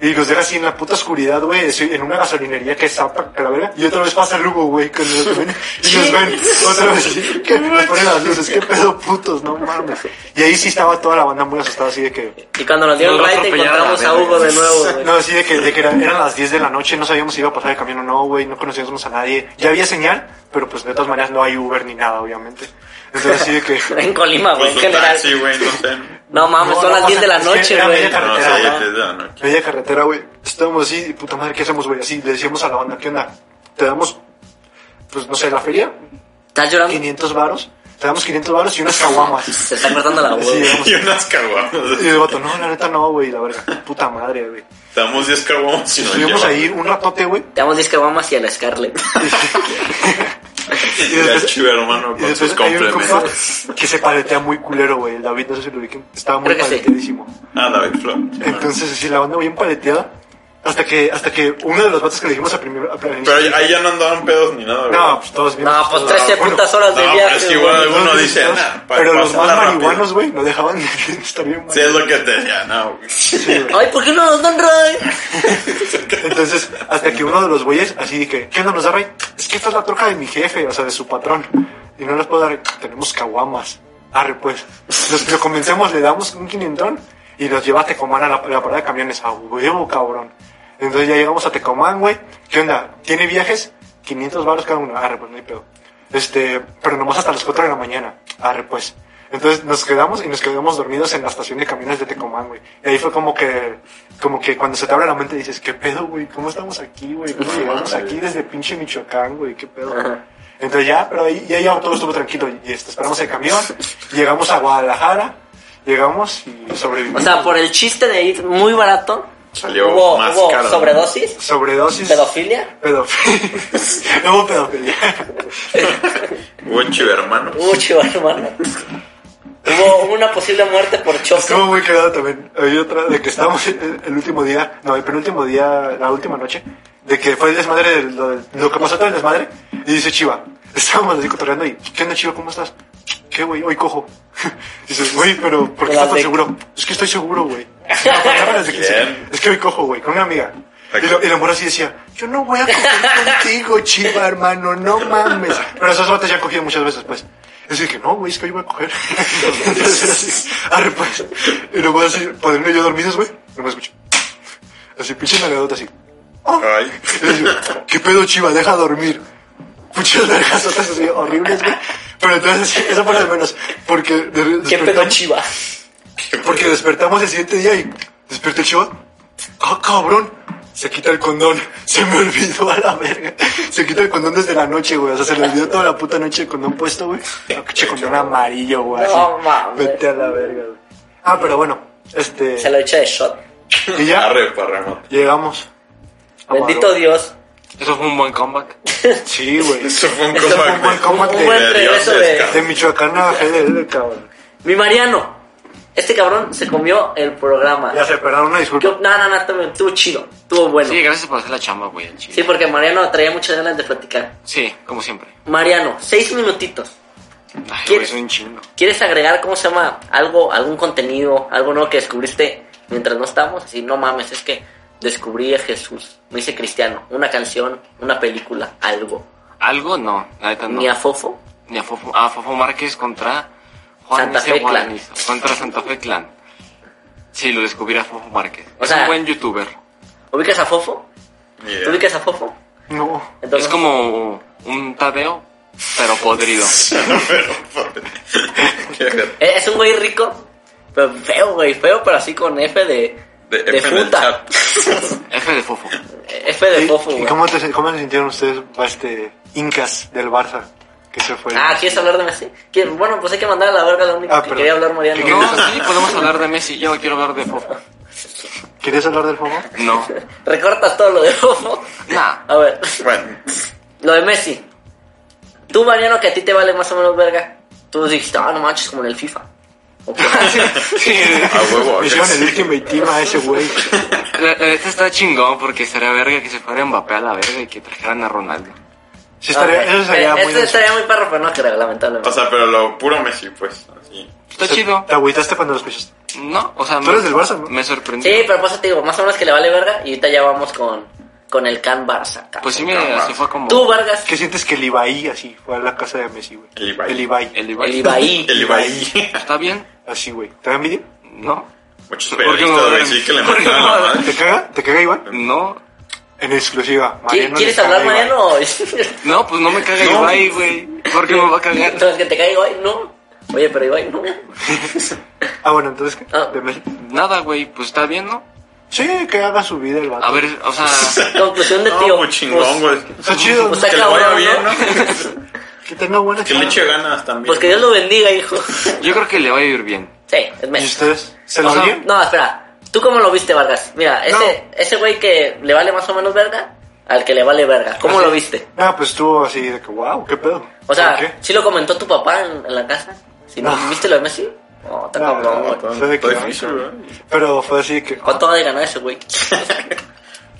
Speaker 1: Y nos deja así en la puta oscuridad, güey, así en una gasolinería que es Zapa, Calavera. Y otra vez pasa Lugo, güey, que nos ven. Y nos ven otra vez. así, Que nos ponen las luces, qué pedo putos, no mames. Y ahí sí estaba toda la banda muy asustada, así de que...
Speaker 3: Y cuando nos dieron
Speaker 2: Nos va a
Speaker 3: Ray, te
Speaker 2: atropellar a la
Speaker 3: encontramos a
Speaker 2: verga.
Speaker 3: Hugo de nuevo, güey.
Speaker 1: No, así de que, de que era- eran las 10 de la noche, no sabíamos si iba a pasar el camión o no, güey, no conocíamos a nadie. Ya había señal, pero pues de todas maneras no hay Uber ni nada, obviamente. Entonces así de que...
Speaker 3: En Colima, güey,
Speaker 4: Pues
Speaker 3: en
Speaker 4: un
Speaker 3: general.
Speaker 4: taxi, güey, no sé.
Speaker 3: No mames,
Speaker 1: No,
Speaker 3: son
Speaker 1: no
Speaker 3: las 10 de la
Speaker 1: pasa, es que
Speaker 3: noche,
Speaker 1: era
Speaker 3: güey.
Speaker 1: media
Speaker 4: No,
Speaker 1: Carretera,
Speaker 4: sí,
Speaker 1: ajá.
Speaker 4: desde la noche.
Speaker 1: Media carretera, güey. Estábamos así, y puta madre, ¿qué hacemos, güey? Así, le decíamos a la banda, ¿qué onda? ¿Te damos, pues no sé, la feria?
Speaker 3: ¿Estás llorando?
Speaker 1: 500 varos. te damos 500 baros y unas caguamas.
Speaker 3: Se está cortando la voz.
Speaker 1: Sí, vamos.
Speaker 4: Y unas caguamas.
Speaker 1: Y el vato, no, la neta no, güey, la verdad, puta madre, güey.
Speaker 4: Damos 10 caguamas y nos
Speaker 1: Estuvimos
Speaker 4: llevan.
Speaker 1: ahí un ratote, güey.
Speaker 3: Te damos 10 caguamas y a la Scarlett.
Speaker 4: Y el chivermano
Speaker 1: Y
Speaker 4: con sus
Speaker 1: después hay un compa
Speaker 4: complementos.
Speaker 1: que se paletea muy culero, güey. El David, no sé si lo ubiquen, estaba muy
Speaker 3: Creo que sí.
Speaker 1: paleteadísimo.
Speaker 4: Ah, David Flop.
Speaker 1: Entonces, así, la banda bien paleteada. Hasta que, hasta que uno de los vatos que le dimos a primero. a primer-
Speaker 4: Pero ahí, ahí ya no andaban pedos ni nada, güey.
Speaker 1: no, pues todos bien.
Speaker 3: No, pues
Speaker 1: todos-
Speaker 3: 13
Speaker 1: bueno,
Speaker 3: putas horas de
Speaker 4: no, pero es
Speaker 3: viaje.
Speaker 4: que
Speaker 3: güey.
Speaker 4: igual- Uno
Speaker 1: todos
Speaker 4: dice,
Speaker 1: bien,
Speaker 4: "Nah,
Speaker 1: todos-
Speaker 4: pa-
Speaker 1: pero los
Speaker 4: pasarla
Speaker 1: más
Speaker 4: rápido".
Speaker 1: marihuanos, güey, no dejaban de estar bien mal.
Speaker 4: Sí, es lo que te decía, no, güey.
Speaker 3: Ay, ¿por qué no nos dan Ray?
Speaker 1: Entonces, hasta que uno de los güeyes así dije, ¿qué onda nos da rey? Es que esta es la troca de mi jefe, o sea, de su patrón. Y no nos puedo dar, tenemos caguamas. Arre, pues. Los que comencemos le damos un quinientón y los lleva a Tecomán a la, a la parada de camiones. A huevo, cabrón. Entonces ya llegamos a Tecomán, güey. ¿Qué onda? ¿Tiene viajes? 500 baros cada uno. Arre, pues, no hay pedo. Este, pero nomás hasta las 4 de la mañana. Arre, pues. Entonces nos quedamos y nos quedamos dormidos en la estación de camiones de Tecomán, güey. Y ahí fue como que, como que cuando se te abre la mente dices, ¿qué pedo, güey? ¿Cómo estamos aquí, güey? ¿Cómo llegamos aquí desde pinche Michoacán, güey? ¿Qué pedo? Entonces ya, pero ahí ya, ya todo estuvo tranquilo y este, esperamos el camión. Llegamos a Guadalajara, llegamos y
Speaker 3: O
Speaker 1: sobrevivimos.
Speaker 3: sea, por el chiste de ir muy barato,
Speaker 4: Salió
Speaker 3: hubo,
Speaker 4: más
Speaker 3: hubo
Speaker 4: caro.
Speaker 3: sobredosis,
Speaker 1: Sobredosis.
Speaker 3: pedofilia,
Speaker 1: Pedofilia. no hubo pedofilia.
Speaker 4: Hubo chivermano.
Speaker 3: hubo chivar, hermano. Hubo una posible muerte por choque.
Speaker 1: Estuvo muy cagado también. Hay otra de que estábamos el el último día, no, el penúltimo día, la última noche, de que fue el desmadre, del- lo, lo que pasó todo el desmadre, y dice Chiva, estábamos así cotorreando y, ¿qué onda Chiva? ¿Cómo estás? ¿Qué, güey? Hoy cojo. Dices, güey, pero ¿por qué
Speaker 3: La
Speaker 1: estás tan
Speaker 3: de-
Speaker 1: seguro? Es que estoy seguro, güey. Cámaras de que dice,
Speaker 4: Bien.
Speaker 1: Es que hoy cojo, güey, con una amiga. Y, lo, y la morra así decía, yo no voy a coger contigo, chiva, hermano, no mames. Pero esas batas ya cogí muchas veces, pues. Y así que, no, güey, es que hoy voy a coger. Entonces era así, arre, pues. Y luego así, ponerme pues, yo dormidos, güey, no me escucho. Así, pinche nalgadota así. ¡Oh!
Speaker 4: Ay.
Speaker 1: Y así, ¿Qué pedo, chiva? Deja dormir. Muchas nalgadotas así, horribles, güey. Pero entonces, eso fue lo de menos. Porque de-
Speaker 3: ¿Qué pedo
Speaker 1: despertamos-
Speaker 3: chiva?
Speaker 1: porque despertamos el siguiente día y desperté el chivo. ¡Ah, cabrón! Se quita el condón. Se me olvidó a la verga. Se quita el condón desde la noche, güey. O sea, se le olvidó toda la puta noche el condón puesto, güey. No, pinche condón amarillo, güey. así.
Speaker 3: No mames.
Speaker 1: Vete a la verga, güey. Ah, pero bueno, este.
Speaker 3: Se lo echa de shot.
Speaker 1: Y ya
Speaker 4: Arre, parrama.
Speaker 1: llegamos.
Speaker 3: Bendito Dios.
Speaker 2: Eso fue un buen comeback.
Speaker 1: Dios. Sí, güey.
Speaker 4: Eso fue un
Speaker 3: Eso
Speaker 1: fue un buen
Speaker 4: comeback.
Speaker 1: combat
Speaker 3: Un
Speaker 1: de-
Speaker 3: buen
Speaker 4: de
Speaker 3: regreso
Speaker 4: dioses,
Speaker 3: de...
Speaker 4: cabrón.
Speaker 1: De Michoacán a GDL, cabrón.
Speaker 3: Mi Mariano. Este cabrón se comió el programa.
Speaker 1: Ya se perdonaron una
Speaker 3: Yo-
Speaker 1: disculpa.
Speaker 3: No, no, no, estuvo- estuvo chido. Estuvo bueno.
Speaker 2: Sí,
Speaker 3: Sí,
Speaker 2: gracias por hacer la chamba, güey. al chile.
Speaker 3: porque Mariano traía muchas ganas de platicar.
Speaker 2: Sí, como siempre.
Speaker 3: Mariano, seis minutitos.
Speaker 2: Ay, güey,
Speaker 3: ¿Quieres?
Speaker 2: es un chingo.
Speaker 3: ¿Quieres agregar, cómo se llama, algo, algún contenido, algo nuevo que descubriste mientras no estábamos? Así, no mames, es que descubrí a Jesús. Me hice cristiano. Una canción, una película, algo.
Speaker 2: ¿Algo? No, la neta no.
Speaker 3: Ni a Fofo.
Speaker 2: Ni a Fofo, ah, Fofo Márquez contra Juan
Speaker 3: Santa
Speaker 2: Ese
Speaker 3: Fe
Speaker 2: Juan
Speaker 3: Clan.
Speaker 2: Ese, Contra Santa Fe Clan. Sí, lo descubrí a Fofo Márquez.
Speaker 3: O
Speaker 2: es
Speaker 3: sea-
Speaker 2: un buen youtuber.
Speaker 3: ¿Ubicas a Fofo?
Speaker 4: Ni idea.
Speaker 3: ¿Tú ubicas a Fofo?
Speaker 1: No.
Speaker 3: Entonces,
Speaker 2: es como un Tadeo, pero podrido.
Speaker 4: Qué-
Speaker 3: eh, Es es un güey rico, pero feo, güey, feo, pero así con F de...
Speaker 4: De,
Speaker 3: de
Speaker 4: F en el
Speaker 3: puta.
Speaker 4: chat.
Speaker 2: F de Fofo.
Speaker 3: F de
Speaker 1: ¿Y-
Speaker 3: Fofo,
Speaker 1: Eh, ¿Y
Speaker 3: güey.
Speaker 1: cómo, te- cómo se sintieron ustedes, este, incas del Barça? Que se fue.
Speaker 3: Ah, ¿quieres hablar de Messi? ¿Quieres? Bueno, pues hay que mandar a la verga la única
Speaker 1: Ah,
Speaker 3: que
Speaker 1: perdón.
Speaker 3: quería hablar Mariano.
Speaker 1: ¿Qué
Speaker 2: No,
Speaker 1: quieres?
Speaker 3: No.
Speaker 2: sí, podemos hablar de Messi. Yo no quiero hablar de Fofo.
Speaker 1: ¿Querías hablar del fuego?
Speaker 2: No.
Speaker 3: Recortas todo lo de Fofo.
Speaker 2: Nah.
Speaker 3: A ver,
Speaker 4: Bueno,
Speaker 3: lo de Messi. Tú, Mariano, que a ti te vale más o menos verga. Tú dijiste, ah, no manches, como en el FIFA. O por-
Speaker 4: a huevo.
Speaker 1: Me hicieron el Ultimate Team a ese güey.
Speaker 2: La, la neta está chingón porque sería verga que se fuera Mbappé a la verga y que trajeran a Ronaldo.
Speaker 1: Sí, estaría,
Speaker 3: Ah,
Speaker 1: eso sería
Speaker 3: eh,
Speaker 1: muy...
Speaker 3: este estaría muy parro, pero no creo, lamentablemente.
Speaker 4: O sea, pero lo puro Messi, pues. Así.
Speaker 2: Está
Speaker 1: Se-
Speaker 2: chido.
Speaker 1: ¿Te agüitaste cuando lo escuchaste?
Speaker 2: No, o sea,
Speaker 1: Tú eres del Barça, ¿no?
Speaker 2: me sorprendió.
Speaker 3: sí, pero por eso te digo, más o menos que le vale verga. Y ahorita ya vamos con, con el Can Barça. cabrón.
Speaker 2: Pues sí, me, se fue como
Speaker 3: Tú, Vargas,
Speaker 1: ¿Qué sientes que el Ibai así fue a la casa de Messi, güey?
Speaker 4: El Ibai.
Speaker 1: El Ibai.
Speaker 2: el Ibai.
Speaker 3: el Ibai.
Speaker 4: El Ibai.
Speaker 2: ¿Está bien?
Speaker 1: Así, güey. ¿Te da envidia?
Speaker 2: No.
Speaker 4: Muchos
Speaker 2: ¿Por qué no
Speaker 4: periodistas, güey,
Speaker 2: hablan?
Speaker 4: sí que le
Speaker 2: ¿Por qué
Speaker 4: mataron a
Speaker 2: no
Speaker 4: la
Speaker 2: hablan?
Speaker 4: madre.
Speaker 1: ¿Te caga? ¿Te caga Ibai?
Speaker 2: No.
Speaker 1: En exclusiva.
Speaker 3: ¿Qui-
Speaker 1: Mariano
Speaker 3: ¿Quieres
Speaker 1: le caga
Speaker 3: hablar,
Speaker 1: Ibai.
Speaker 3: Mariano? o-
Speaker 2: No, pues no me caga
Speaker 4: No.
Speaker 2: Ibai, güey. ¿Por qué me va a cagar?
Speaker 3: Entonces, que te caiga Ibai, no. Oye, pero Ibai, no.
Speaker 1: Ah, bueno, entonces, ¿qué?
Speaker 3: Ah.
Speaker 1: De Messi.
Speaker 2: Nada, güey, pues está bien, ¿no?
Speaker 1: Sí, que haga su vida el vato.
Speaker 2: A ver, o sea,
Speaker 3: Conclusión de tío.
Speaker 4: No, muy chingón,
Speaker 3: pues,
Speaker 4: güey.
Speaker 1: Está chido,
Speaker 3: Pues
Speaker 1: ¿no?
Speaker 3: hay-
Speaker 4: Que le vaya
Speaker 3: cabrón,
Speaker 4: bien,
Speaker 3: ¿no?
Speaker 4: ¿no?
Speaker 1: Que tenga buena
Speaker 4: Que le eche ganas también.
Speaker 3: Pues que Dios lo bendiga, hijo.
Speaker 2: Yo creo que le va a ir bien.
Speaker 3: Sí, es
Speaker 1: ¿Y
Speaker 3: Messi.
Speaker 1: ustedes? ¿Se lo
Speaker 2: Ajá.
Speaker 1: oyen?
Speaker 3: No, espera. ¿Tú cómo lo viste, Vargas? Mira, ese ese güey que le vale más o menos verga, al que le vale verga. ¿Cómo lo viste?
Speaker 1: Ah, pues estuvo así de que, wow, qué pedo.
Speaker 3: O sea,
Speaker 1: ¿Por qué?
Speaker 3: ¿sí lo comentó tu papá en, en la casa? ¿Sí, no.
Speaker 1: No.
Speaker 3: ¿Viste lo de Messi? No, está
Speaker 1: No,
Speaker 3: cabrón,
Speaker 1: no,
Speaker 3: güey.
Speaker 1: Ah, Fue de que
Speaker 4: Está
Speaker 1: no,
Speaker 4: difícil,
Speaker 1: sí.
Speaker 4: ¿verdad?
Speaker 1: Pero fue así que, ah,
Speaker 3: ¿Cuánto va de ganar ese güey?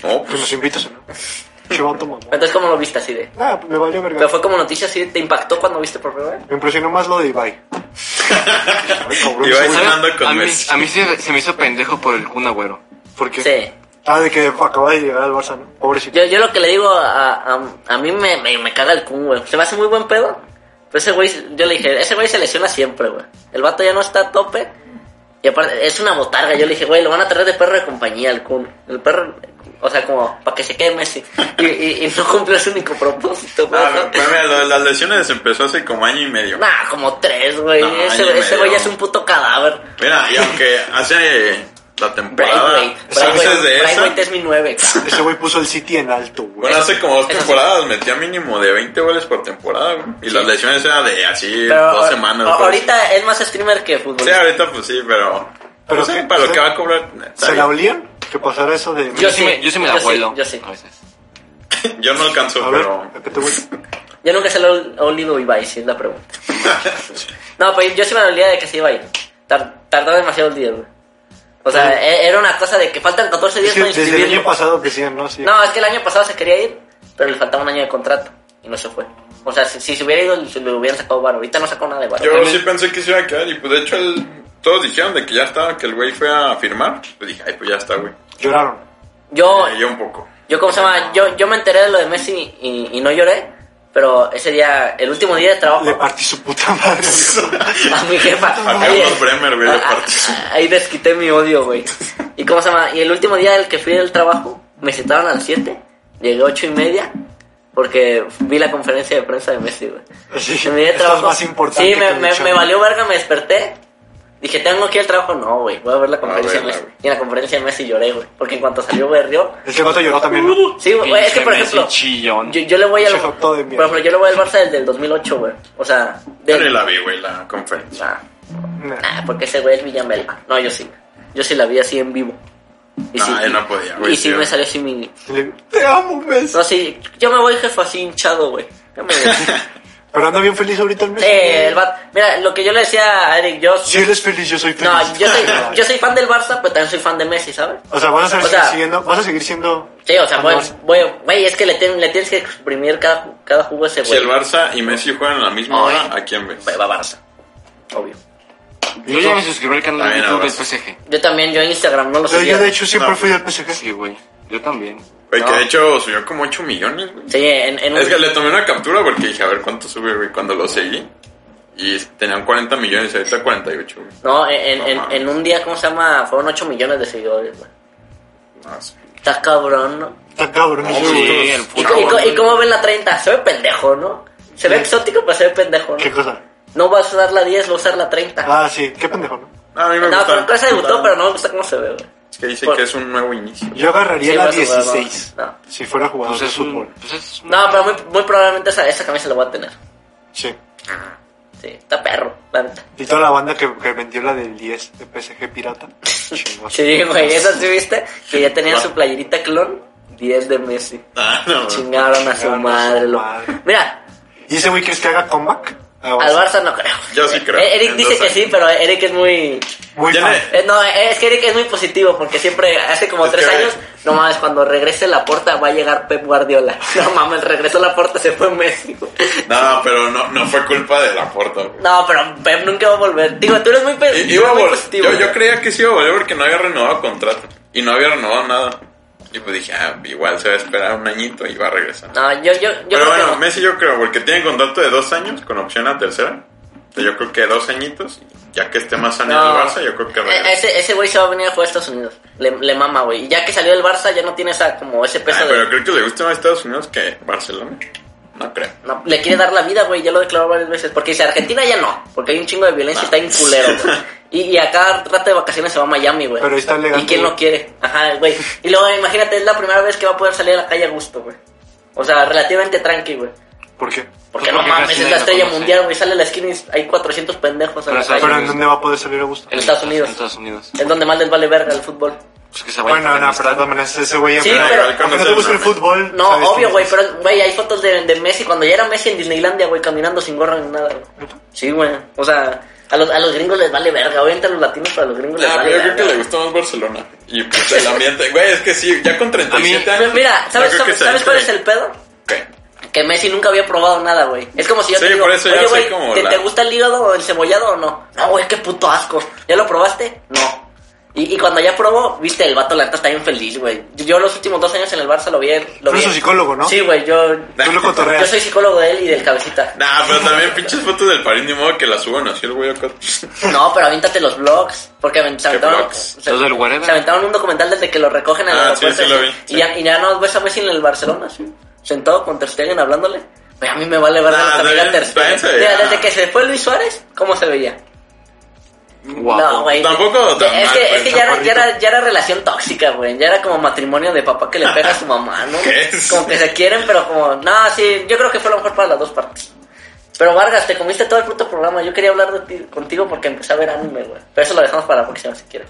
Speaker 4: No,
Speaker 1: pues
Speaker 4: pues
Speaker 1: nos invitas, ¿no? Chivato, mamá.
Speaker 3: Entonces, ¿cómo lo viste así de?
Speaker 1: Ah, me valió verga.
Speaker 3: ¿Pero fue como noticia así? ¿Te impactó cuando viste por primera vez?
Speaker 1: Me impresionó más lo de Ibai. Ay, cabrón,
Speaker 4: Ibai.
Speaker 1: ese güey.
Speaker 2: ¿Sabes?
Speaker 4: Fernando con
Speaker 2: A mí,
Speaker 4: Messi.
Speaker 2: a mí se, se me hizo pendejo por el Kun Agüero.
Speaker 1: ¿Por qué?
Speaker 3: Sí.
Speaker 1: Ah, de que acaba de llegar al Barça, ¿no? Pobrecito.
Speaker 3: Yo, yo lo que le digo a, a, a mí me, me, me caga el Kun, güey. Se me hace muy buen pedo. Pero ese güey, yo le dije, ese güey se lesiona siempre, güey. El vato ya no está a tope. Y aparte, es una botarga. Yo le dije, güey, lo van a traer de perro de compañía al Kun. El perro, o sea, como para que se quede Messi. Y, y, y no cumplió su único propósito, güey.
Speaker 4: Ah, pues mira, lo de las lesiones empezó hace como año y medio.
Speaker 3: Nah, como tres, güey.
Speaker 4: No,
Speaker 3: ese
Speaker 4: año y
Speaker 3: ese güey ya
Speaker 4: medio.
Speaker 3: es un puto cadáver.
Speaker 4: Mira, y aunque hace la temporada,
Speaker 3: Braithwaite.
Speaker 4: antes Ah, de
Speaker 3: Braithwaite
Speaker 4: esa,
Speaker 3: Braithwaite es mi nueve, cabrón.
Speaker 1: Ese güey puso el City en alto, güey.
Speaker 4: bueno, hace como dos
Speaker 3: Eso sí.
Speaker 4: temporadas metía mínimo de 20 goles por temporada, güey. Y las lesiones eran de así
Speaker 3: Pero
Speaker 4: dos semanas.
Speaker 3: a-
Speaker 4: por
Speaker 3: ahorita es más streamer que
Speaker 4: así. Sí,
Speaker 3: futbolista.
Speaker 4: ahorita pues sí, pero...
Speaker 1: Pero
Speaker 4: Pero
Speaker 1: es que-
Speaker 4: para lo
Speaker 1: se-
Speaker 4: que va a cobrar... está
Speaker 1: ¿Se la
Speaker 4: bien.
Speaker 1: olían? Que pasara eso de...
Speaker 2: Yo, sí, me, yo sí me la
Speaker 3: yo sí,
Speaker 2: vuelo.
Speaker 3: yo sí.
Speaker 2: A veces.
Speaker 4: Yo no alcanzo,
Speaker 1: A ver,
Speaker 4: pero...
Speaker 1: repete, güey.
Speaker 3: Yo nunca se lo he olido Ibai, si es la pregunta. no, pues yo sí me la olía de que se iba a ir. Tar- tardó demasiado el día, güey. O sea, e- era una cosa de que faltan 14 días
Speaker 1: Sí,
Speaker 3: para
Speaker 1: desde el año
Speaker 3: inscribirlo.
Speaker 1: pasado decían, ¿no? Sí.
Speaker 3: No, es que el año pasado se quería ir, pero le faltaba un año de contrato y no se fue. O sea, si, si se hubiera ido, se le hubieran sacado varo. Ahorita no sacó nada de varo.
Speaker 4: Yo sí pensé que se iba a quedar y pues de hecho el- todos dijeron de que ya estaba, que el güey fue a firmar. Pues dije, ay, pues ya está, güey.
Speaker 1: Lloraron.
Speaker 3: Yo,
Speaker 4: Eh, yo un poco.
Speaker 3: Yo, ¿cómo se llama? Yo, yo me enteré de lo de Messi y, y no lloré, pero ese día, el último día de trabajo,
Speaker 1: Le partí su puta madre.
Speaker 3: a mi jefa.
Speaker 4: A
Speaker 3: ahí-
Speaker 4: Carlos Bremer, güey, le
Speaker 3: a- a-
Speaker 4: partí su-
Speaker 3: Ahí desquité mi odio, güey. ¿Y cómo se llama? Y el último día del que fui del trabajo, me citaron a las 7, llegué a 8 y media, porque vi la conferencia de prensa de Messi, güey.
Speaker 1: Sí,
Speaker 3: En mi día de
Speaker 1: esto es
Speaker 3: trabajo.
Speaker 1: más importante
Speaker 3: sí, me,
Speaker 1: que el
Speaker 3: me,
Speaker 1: show.
Speaker 3: me valió verga, me desperté. Dije, tengo que ir al trabajo. No, güey, voy a ver la conferencia de
Speaker 4: verla,
Speaker 3: Messi.
Speaker 4: Ah, güey.
Speaker 3: Y en la conferencia de Messi lloré, güey. Porque en cuanto salió, güey, rió.
Speaker 1: Ese vato lloró también, ¿no?
Speaker 3: Sí, güey, es que por
Speaker 2: Pinche Messi
Speaker 3: ejemplo,
Speaker 2: chillón.
Speaker 3: yo, yo le voy al.
Speaker 1: Pinche joto de
Speaker 3: Por
Speaker 1: mierda.
Speaker 3: ejemplo, yo le voy al Barça desde el 2008, güey. O sea,
Speaker 4: Yo
Speaker 3: del- Ah.
Speaker 4: ni la vi, güey, la conferencia.
Speaker 3: Nah,
Speaker 1: Nah.
Speaker 3: nah, porque ese güey es Villamela. No, yo sí. Yo sí la vi así en vivo. Y
Speaker 4: Nah,
Speaker 3: sí,
Speaker 4: yo no podía, güey,
Speaker 3: Y sí
Speaker 4: tío.
Speaker 3: me salió así mi.
Speaker 1: Le- Te amo, Messi.
Speaker 3: No, sí, yo me voy, jefe, así hinchado, güey. Yo me voy.
Speaker 1: Pero anda bien feliz ahorita el Messi.
Speaker 3: Eh, el vato- Mira, lo que yo le decía a Eric, yo.
Speaker 1: Si él es feliz, yo soy feliz.
Speaker 3: No, yo soy, yo soy fan del Barça, pero también soy fan de Messi, ¿sabes?
Speaker 1: O sea, vas a, seguir
Speaker 3: O sea-
Speaker 1: siguiendo, vas a seguir siendo...
Speaker 3: Sí, o sea,
Speaker 1: Ah,
Speaker 3: voy,
Speaker 1: no.
Speaker 3: voy, güey, es que le, ten- le tienes que exprimir cada, ju- cada jugo a ese
Speaker 4: Si
Speaker 3: güey.
Speaker 4: el Barça y Messi juegan a la misma
Speaker 3: Ay.
Speaker 4: hora, ¿a quién ves?
Speaker 3: Va va Barça, obvio.
Speaker 2: Yo ya me suscribí al canal de
Speaker 4: También
Speaker 2: YouTube del
Speaker 4: abrazo.
Speaker 2: PSG.
Speaker 3: Yo también, yo en Instagram no lo
Speaker 1: Yo,
Speaker 3: seguía.
Speaker 1: yo, de hecho, siempre
Speaker 4: No,
Speaker 1: fui del PSG.
Speaker 2: Sí, güey. Yo también.
Speaker 4: Güey,
Speaker 2: No.
Speaker 4: que de hecho subió como 8 millones, güey.
Speaker 3: Sí, en, en un-
Speaker 4: Es que le tomé una captura porque dije, a ver cuánto sube, güey, cuando lo seguí. Y tenían 40 millones, y ahorita 48, güey.
Speaker 3: No, en, en,
Speaker 4: No,
Speaker 3: en, en un día, ¿cómo se llama? Fueron 8 millones de seguidores, güey.
Speaker 4: No sé.
Speaker 3: Estás cabrón, ¿no?
Speaker 1: Está cabrón.
Speaker 4: No,
Speaker 1: ese
Speaker 4: güey.
Speaker 1: güey.
Speaker 2: Sí, el
Speaker 3: ¿Y,
Speaker 2: puto.
Speaker 3: co- y co- y cómo ven la 30? Se ve pendejo, ¿no? Se ve exótico, pero se ve pendejo,
Speaker 1: ¿Qué
Speaker 3: ¿no?
Speaker 1: cosa?
Speaker 3: No vas a usar la 10, va a usar la 30.
Speaker 1: Ah, sí. Qué pendejo, ¿no?
Speaker 4: A mí me
Speaker 3: no,
Speaker 4: gusta.
Speaker 3: pero nunca se gustó, pero no me gusta cómo se ve, güey.
Speaker 4: Es que dice
Speaker 3: Por-
Speaker 4: que es un nuevo inicio.
Speaker 1: Yo agarraría
Speaker 3: Sí,
Speaker 1: la
Speaker 3: vas a jugar,
Speaker 1: 16.
Speaker 3: no, no.
Speaker 1: Si fuera jugador
Speaker 2: Pues
Speaker 1: de
Speaker 2: es un.
Speaker 1: fútbol.
Speaker 2: Pues es
Speaker 3: No, pero muy, muy probablemente esa, esa camisa la voy a tener.
Speaker 1: Sí.
Speaker 3: Sí, está perro, la neta.
Speaker 1: Y toda la banda que, que vendió la del 10 de PSG pirata. Chingos.
Speaker 3: Sí, güey, esa sí viste que ya tenían su playerita clon 10 de Messi.
Speaker 4: Ah, no, güey.
Speaker 3: Chingaron a su
Speaker 1: Chingaron a su
Speaker 3: madre, lo.
Speaker 1: madre.
Speaker 3: Mira,
Speaker 1: ¿Y ese güey crees que haga comeback? Ah,
Speaker 3: al Barça no creo.
Speaker 4: Yo sí creo.
Speaker 3: Eh, Eric dice que
Speaker 4: Entonces-
Speaker 3: sí, pero Eric es muy.
Speaker 1: Muy
Speaker 4: Tiene-
Speaker 1: mal.
Speaker 3: eh, no, eh, es que Eric es muy positivo porque siempre, hace como
Speaker 4: Es
Speaker 3: tres
Speaker 4: que-
Speaker 3: años, no mames, cuando regrese la porta va a llegar Pep Guardiola. No mames, regresó la porta, se fue Messi. güey.
Speaker 4: No, pero no, no fue culpa de la puerta, güey.
Speaker 3: No, pero Pep nunca va a volver. Digo, tú eres muy, pe-
Speaker 4: I-
Speaker 3: tú
Speaker 4: iba a
Speaker 3: eres muy
Speaker 4: vol-
Speaker 3: positivo.
Speaker 4: yo, yo
Speaker 3: güey.
Speaker 4: creía que sí iba a volver porque no había renovado contrato. Y no había renovado nada. Y pues dije, ah, igual se va a esperar un añito y va a regresar.
Speaker 3: No, yo, yo, yo creo
Speaker 4: Pero
Speaker 3: que
Speaker 4: bueno,
Speaker 3: no.
Speaker 4: Messi yo creo, porque tiene contrato de dos años con opción a tercera. O sea, yo creo que dos añitos, ya que esté más sano
Speaker 3: No.
Speaker 4: el Barça, yo creo que regresa.
Speaker 3: E- Ese, ese güey se va a venir a jugar a Estados Unidos. Le, le mama, güey. Y ya que salió del Barça, ya no tiene esa, como ese peso
Speaker 4: Ay,
Speaker 3: de.
Speaker 4: pero creo que le gusta más Estados Unidos que Barcelona. No creo.
Speaker 3: No, le quiere dar la vida, güey. Ya lo declaró varias veces. Porque dice Argentina ya no. Porque hay un chingo de violencia y está en culero, güey. Y, y a cada rato de vacaciones se va a Miami, güey.
Speaker 1: Pero ahí está legal,
Speaker 3: ¿Y quién lo
Speaker 1: güey.
Speaker 3: quiere? Ajá, güey. Y luego, imagínate, es la primera vez que va a poder salir a la calle a gusto, güey. O sea, relativamente tranqui, güey.
Speaker 1: ¿Por qué?
Speaker 3: Porque
Speaker 2: Porque
Speaker 3: no mames,
Speaker 2: casi
Speaker 3: es
Speaker 2: nadie
Speaker 3: la
Speaker 2: lo
Speaker 3: estrella
Speaker 2: conoce.
Speaker 3: mundial, güey. Sale a la esquina y hay 400 pendejos a
Speaker 2: Pero
Speaker 3: la
Speaker 2: eso-
Speaker 3: calle.
Speaker 1: Pero ¿en
Speaker 2: sí.
Speaker 1: dónde va a poder salir a gusto?
Speaker 3: En Estados Unidos.
Speaker 2: En Estados Unidos.
Speaker 3: Es donde más les vale verga el fútbol.
Speaker 2: Pues
Speaker 3: Ah,
Speaker 2: que se vayan
Speaker 1: Bueno, no, pero de
Speaker 2: para Afganistán.
Speaker 1: todas maneras, ese güey...
Speaker 3: Sí,
Speaker 1: aunque-
Speaker 3: pero-
Speaker 1: aunque no te gusta el fútbol...
Speaker 3: No,
Speaker 1: sabes quién
Speaker 3: obvio,
Speaker 1: es.
Speaker 3: güey, pero, güey, hay fotos de, de Messi cuando ya era Messi en Disneylandia, güey, caminando sin gorra ni nada, güey. Sí, güey. O sea, a los, a los gringos les vale verga, obviamente a los latinos, pero a los gringos les
Speaker 4: Ah,
Speaker 3: vale
Speaker 4: pero yo
Speaker 3: verga.
Speaker 4: creo que le gustó más Barcelona. Y pues, el ambiente. Güey, es que sí, ya con 37
Speaker 3: Pero
Speaker 4: años.
Speaker 3: Mira, ¿sabes,
Speaker 4: yo creo que
Speaker 3: sabes,
Speaker 4: se
Speaker 3: cuál es el pedo?
Speaker 4: ¿Qué?
Speaker 3: Que Messi nunca había probado nada, güey. Es como si yo
Speaker 4: Sí,
Speaker 3: te digo,
Speaker 4: por eso ya
Speaker 3: oye,
Speaker 4: sé
Speaker 3: güey,
Speaker 4: como
Speaker 3: ¿te,
Speaker 4: la-
Speaker 3: te gusta el hígado o el cebollado o no? No, güey, qué puto asco. ¿Ya lo probaste? No. Y, y cuando ya probó, viste, el vato la neta está bien feliz, güey. Yo, yo los últimos dos años en el Barça lo vi.
Speaker 1: Tú
Speaker 3: Lo vi.
Speaker 1: eres su psicólogo, ¿no?
Speaker 3: Sí, güey, yo,
Speaker 1: Tú lo
Speaker 3: yo
Speaker 1: cotorreas.
Speaker 3: soy psicólogo de él y del cabecita.
Speaker 4: Nah, pero también pinches fotos del París, ni modo que la suban así el güey acá.
Speaker 3: No, pero avíntate los vlogs. Porque aven- se
Speaker 4: ¿Qué
Speaker 3: aventaron,
Speaker 4: vlogs?
Speaker 3: se-
Speaker 2: ¿Los del Whatever?
Speaker 3: se aventaron un documental desde que lo recogen en el
Speaker 4: Ah, sí,
Speaker 3: aeropuerto.
Speaker 4: sí lo vi, sí.
Speaker 3: Y, ya, y ya no ves a Messi en el Barcelona, sí, sentado con Ter Stegen hablándole. Pero a mí me vale ver
Speaker 4: Nah,
Speaker 3: la
Speaker 4: está bien,
Speaker 3: camisa Ter
Speaker 4: está bien, se
Speaker 3: Stegen.
Speaker 4: veía.
Speaker 3: Mira, desde que se fue Luis Suárez, ¿cómo se veía?
Speaker 2: Guapo.
Speaker 3: No, güey.
Speaker 4: Tampoco tan
Speaker 3: Es
Speaker 4: mal,
Speaker 3: que,
Speaker 4: pues,
Speaker 3: es que ya, era,
Speaker 1: chaparrito.
Speaker 3: ya, era, ya era relación tóxica, güey. Ya era como matrimonio de papá que le pega a su mamá, ¿no?
Speaker 4: ¿Qué es?
Speaker 3: Como que se quieren, pero como... No, sí, yo creo que fue lo mejor para las dos partes. Pero Vargas, te comiste todo el puto programa. Yo quería hablar de ti- contigo porque empecé a ver anime, güey. Pero eso lo dejamos para la próxima, si quieres.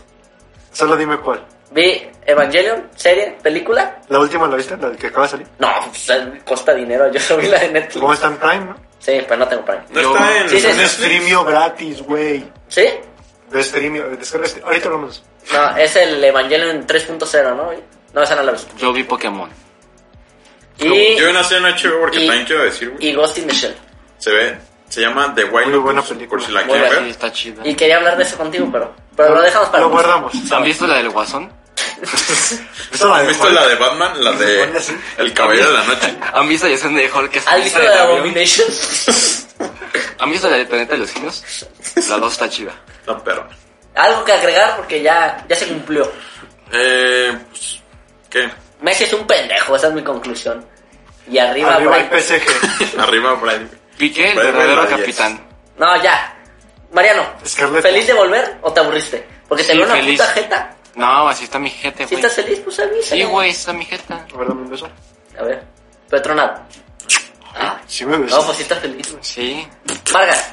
Speaker 1: Solo dime cuál.
Speaker 3: Vi Evangelion, serie, película.
Speaker 1: ¿La última la viste? ¿La que acaba de salir?
Speaker 3: No, pues, eh, cuesta dinero. Yo solo vi la de
Speaker 1: ¿Cómo
Speaker 3: Netflix.
Speaker 1: está en Prime, no?
Speaker 3: Sí, pero no tengo Prime.
Speaker 4: No
Speaker 2: Yo-
Speaker 4: está en.
Speaker 3: Sí, sí,
Speaker 1: Es un
Speaker 3: sí.
Speaker 1: streamio gratis, güey.
Speaker 3: ¿Sí?
Speaker 1: De streamio, descarga este- Ahorita hablamos.
Speaker 3: No, es el Evangelion 3.0, ¿no? No, esa no la vi.
Speaker 2: Yo vi Pokémon.
Speaker 3: Y,
Speaker 4: Yo nací en HBO porque
Speaker 3: y-
Speaker 4: también quiero decir, güey.
Speaker 3: y Ghost in the Shell.
Speaker 4: Se ve. Se llama The Wild
Speaker 1: Muy buena
Speaker 4: Lotus,
Speaker 1: película.
Speaker 4: Por si la
Speaker 3: Muy
Speaker 4: quieren
Speaker 2: Sí,
Speaker 4: ver.
Speaker 2: está chida.
Speaker 3: Y quería hablar de eso contigo, pero, pero lo dejamos para
Speaker 1: Lo
Speaker 3: el próximo.
Speaker 1: guardamos.
Speaker 2: ¿Han visto la del Guasón?
Speaker 1: Esa la
Speaker 4: ¿Han visto
Speaker 1: Hulk.
Speaker 4: la de Batman? La
Speaker 1: Bueno,
Speaker 4: de
Speaker 1: sí.
Speaker 4: El Caballero de la Noche.
Speaker 2: ¿Han visto la escena de Hulk que se
Speaker 3: ¿Has
Speaker 2: lanza
Speaker 3: visto la de
Speaker 2: del avión?
Speaker 3: Abomination?
Speaker 2: ¿Han visto la del Planeta de los Simios? La dos está chida.
Speaker 4: La perra.
Speaker 3: Algo que agregar porque ya, ya se cumplió.
Speaker 4: Eh. Pues, ¿Qué?
Speaker 3: Messi es un pendejo, esa es mi conclusión. Y arriba,
Speaker 1: Arriba el
Speaker 3: Brighton.
Speaker 1: PSG.
Speaker 4: Arriba, Brian.
Speaker 2: Piqué, el
Speaker 4: Pero es
Speaker 2: verdadero
Speaker 4: verdad,
Speaker 2: capitán.
Speaker 3: No, ya. Mariano,
Speaker 1: Scarlett.
Speaker 3: ¿feliz de volver o te aburriste? Porque te
Speaker 2: Sí,
Speaker 3: veo una
Speaker 2: feliz.
Speaker 3: puta jeta.
Speaker 2: No, así está mi jeta,
Speaker 3: Si
Speaker 2: güey.
Speaker 3: estás feliz, pues avisa.
Speaker 2: Sí, güey, está mi jeta.
Speaker 1: A ver, dame un beso.
Speaker 3: A ver, Petronado. Ah,
Speaker 1: Sí me besó.
Speaker 3: no, pues sí estás feliz, güey.
Speaker 2: Sí.
Speaker 3: Vargas,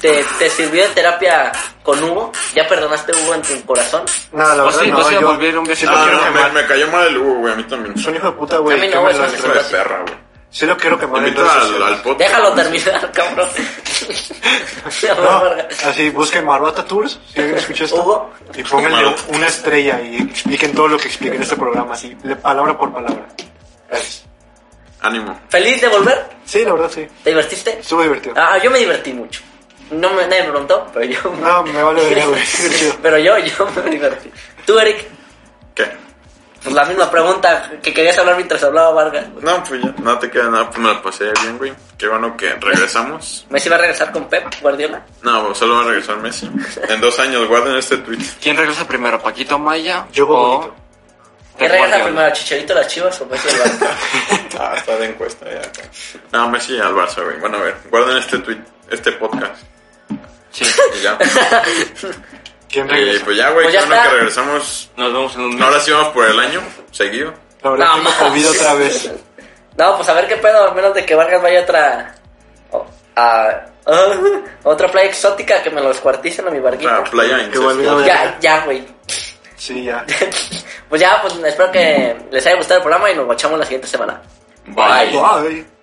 Speaker 3: ¿te, ¿te sirvió de terapia con Hugo? ¿Ya perdonaste a Hugo en tu corazón?
Speaker 1: Nada, la
Speaker 3: Pues
Speaker 2: O
Speaker 1: verdad
Speaker 2: sí,
Speaker 1: no,
Speaker 2: entonces iba
Speaker 1: yo-
Speaker 2: a volver un viaje.
Speaker 1: Sí lo
Speaker 4: Ah,
Speaker 1: quiero
Speaker 4: no,
Speaker 1: quemar.
Speaker 4: me, me cayó mal el Hugo, güey. A mí también.
Speaker 1: Es un hijo de puta,
Speaker 3: A
Speaker 1: güey.
Speaker 3: mí no,
Speaker 1: que me
Speaker 3: güey,
Speaker 1: lo-
Speaker 3: eso
Speaker 4: Hijo de perra, güey.
Speaker 1: Sí lo quiero quemar en
Speaker 4: Invito
Speaker 1: redes
Speaker 4: al,
Speaker 1: sociales.
Speaker 4: al podcast.
Speaker 3: Déjalo terminar, cabrón. Ya,
Speaker 1: No,
Speaker 3: Vargas.
Speaker 1: así busquen Maruata Tours, si alguien escucha esto,
Speaker 3: Hugo.
Speaker 1: y pónganle
Speaker 4: Maruata.
Speaker 1: una estrella y expliquen todo lo que expliquen en este programa, así, le- palabra por palabra. Gracias.
Speaker 4: Ánimo.
Speaker 3: ¿Feliz de volver?
Speaker 1: Sí, la verdad, sí.
Speaker 3: ¿Te divertiste?
Speaker 1: Estuvo divertido.
Speaker 3: Ah, yo me divertí mucho. No me, nadie me preguntó, pero yo...
Speaker 1: No, me vale verga, güey. Divertido.
Speaker 3: pero yo, yo me divertí. Tú, Eric,
Speaker 4: ¿Qué?
Speaker 3: pues la misma pregunta que querías hablar mientras hablaba Vargas. güey.
Speaker 4: No, pues ya. No te queda nada. Pues me la pasé bien, güey. Qué bueno que regresamos.
Speaker 3: ¿Messi va a regresar con Pep Guardiola?
Speaker 4: No, solo va a regresar Messi. En dos años, guarden este tweet.
Speaker 2: ¿Quién regresa primero, Paquito Maya
Speaker 1: Yo
Speaker 2: o
Speaker 1: bonito.
Speaker 3: ¿Qué
Speaker 2: Pep
Speaker 3: regresa
Speaker 2: Guardiola?
Speaker 3: primero, Chicharito las Chivas o Messi al Barça?
Speaker 4: Ah, está de encuesta ya. No, Messi al Barça, güey. Bueno, a ver, guarden este tweet, este podcast.
Speaker 2: Sí.
Speaker 4: Y ya.
Speaker 1: ¿Quién
Speaker 4: Y
Speaker 1: regresa?
Speaker 4: pues ya, güey,
Speaker 3: Pues ya
Speaker 4: qué bueno
Speaker 3: está.
Speaker 4: que regresamos.
Speaker 2: Nos vemos en un mes.
Speaker 4: Ahora sí vamos por el año, seguido.
Speaker 1: La verdad,
Speaker 3: Ah, No,
Speaker 1: tengo
Speaker 3: mames.
Speaker 1: COVID otra vez.
Speaker 3: No, pues a ver qué pedo, al menos de que Vargas vaya a otra... o- a... otra playa exótica que me lo descuarticen a mi barquito.
Speaker 4: La playa
Speaker 1: Que vuelve
Speaker 4: incestuosa.
Speaker 1: a-
Speaker 3: Ya, ya, güey.
Speaker 1: Sí, ya.
Speaker 3: Pues ya, pues espero que les haya gustado el programa y nos guachamos la siguiente semana.
Speaker 2: Bye.
Speaker 1: Ay.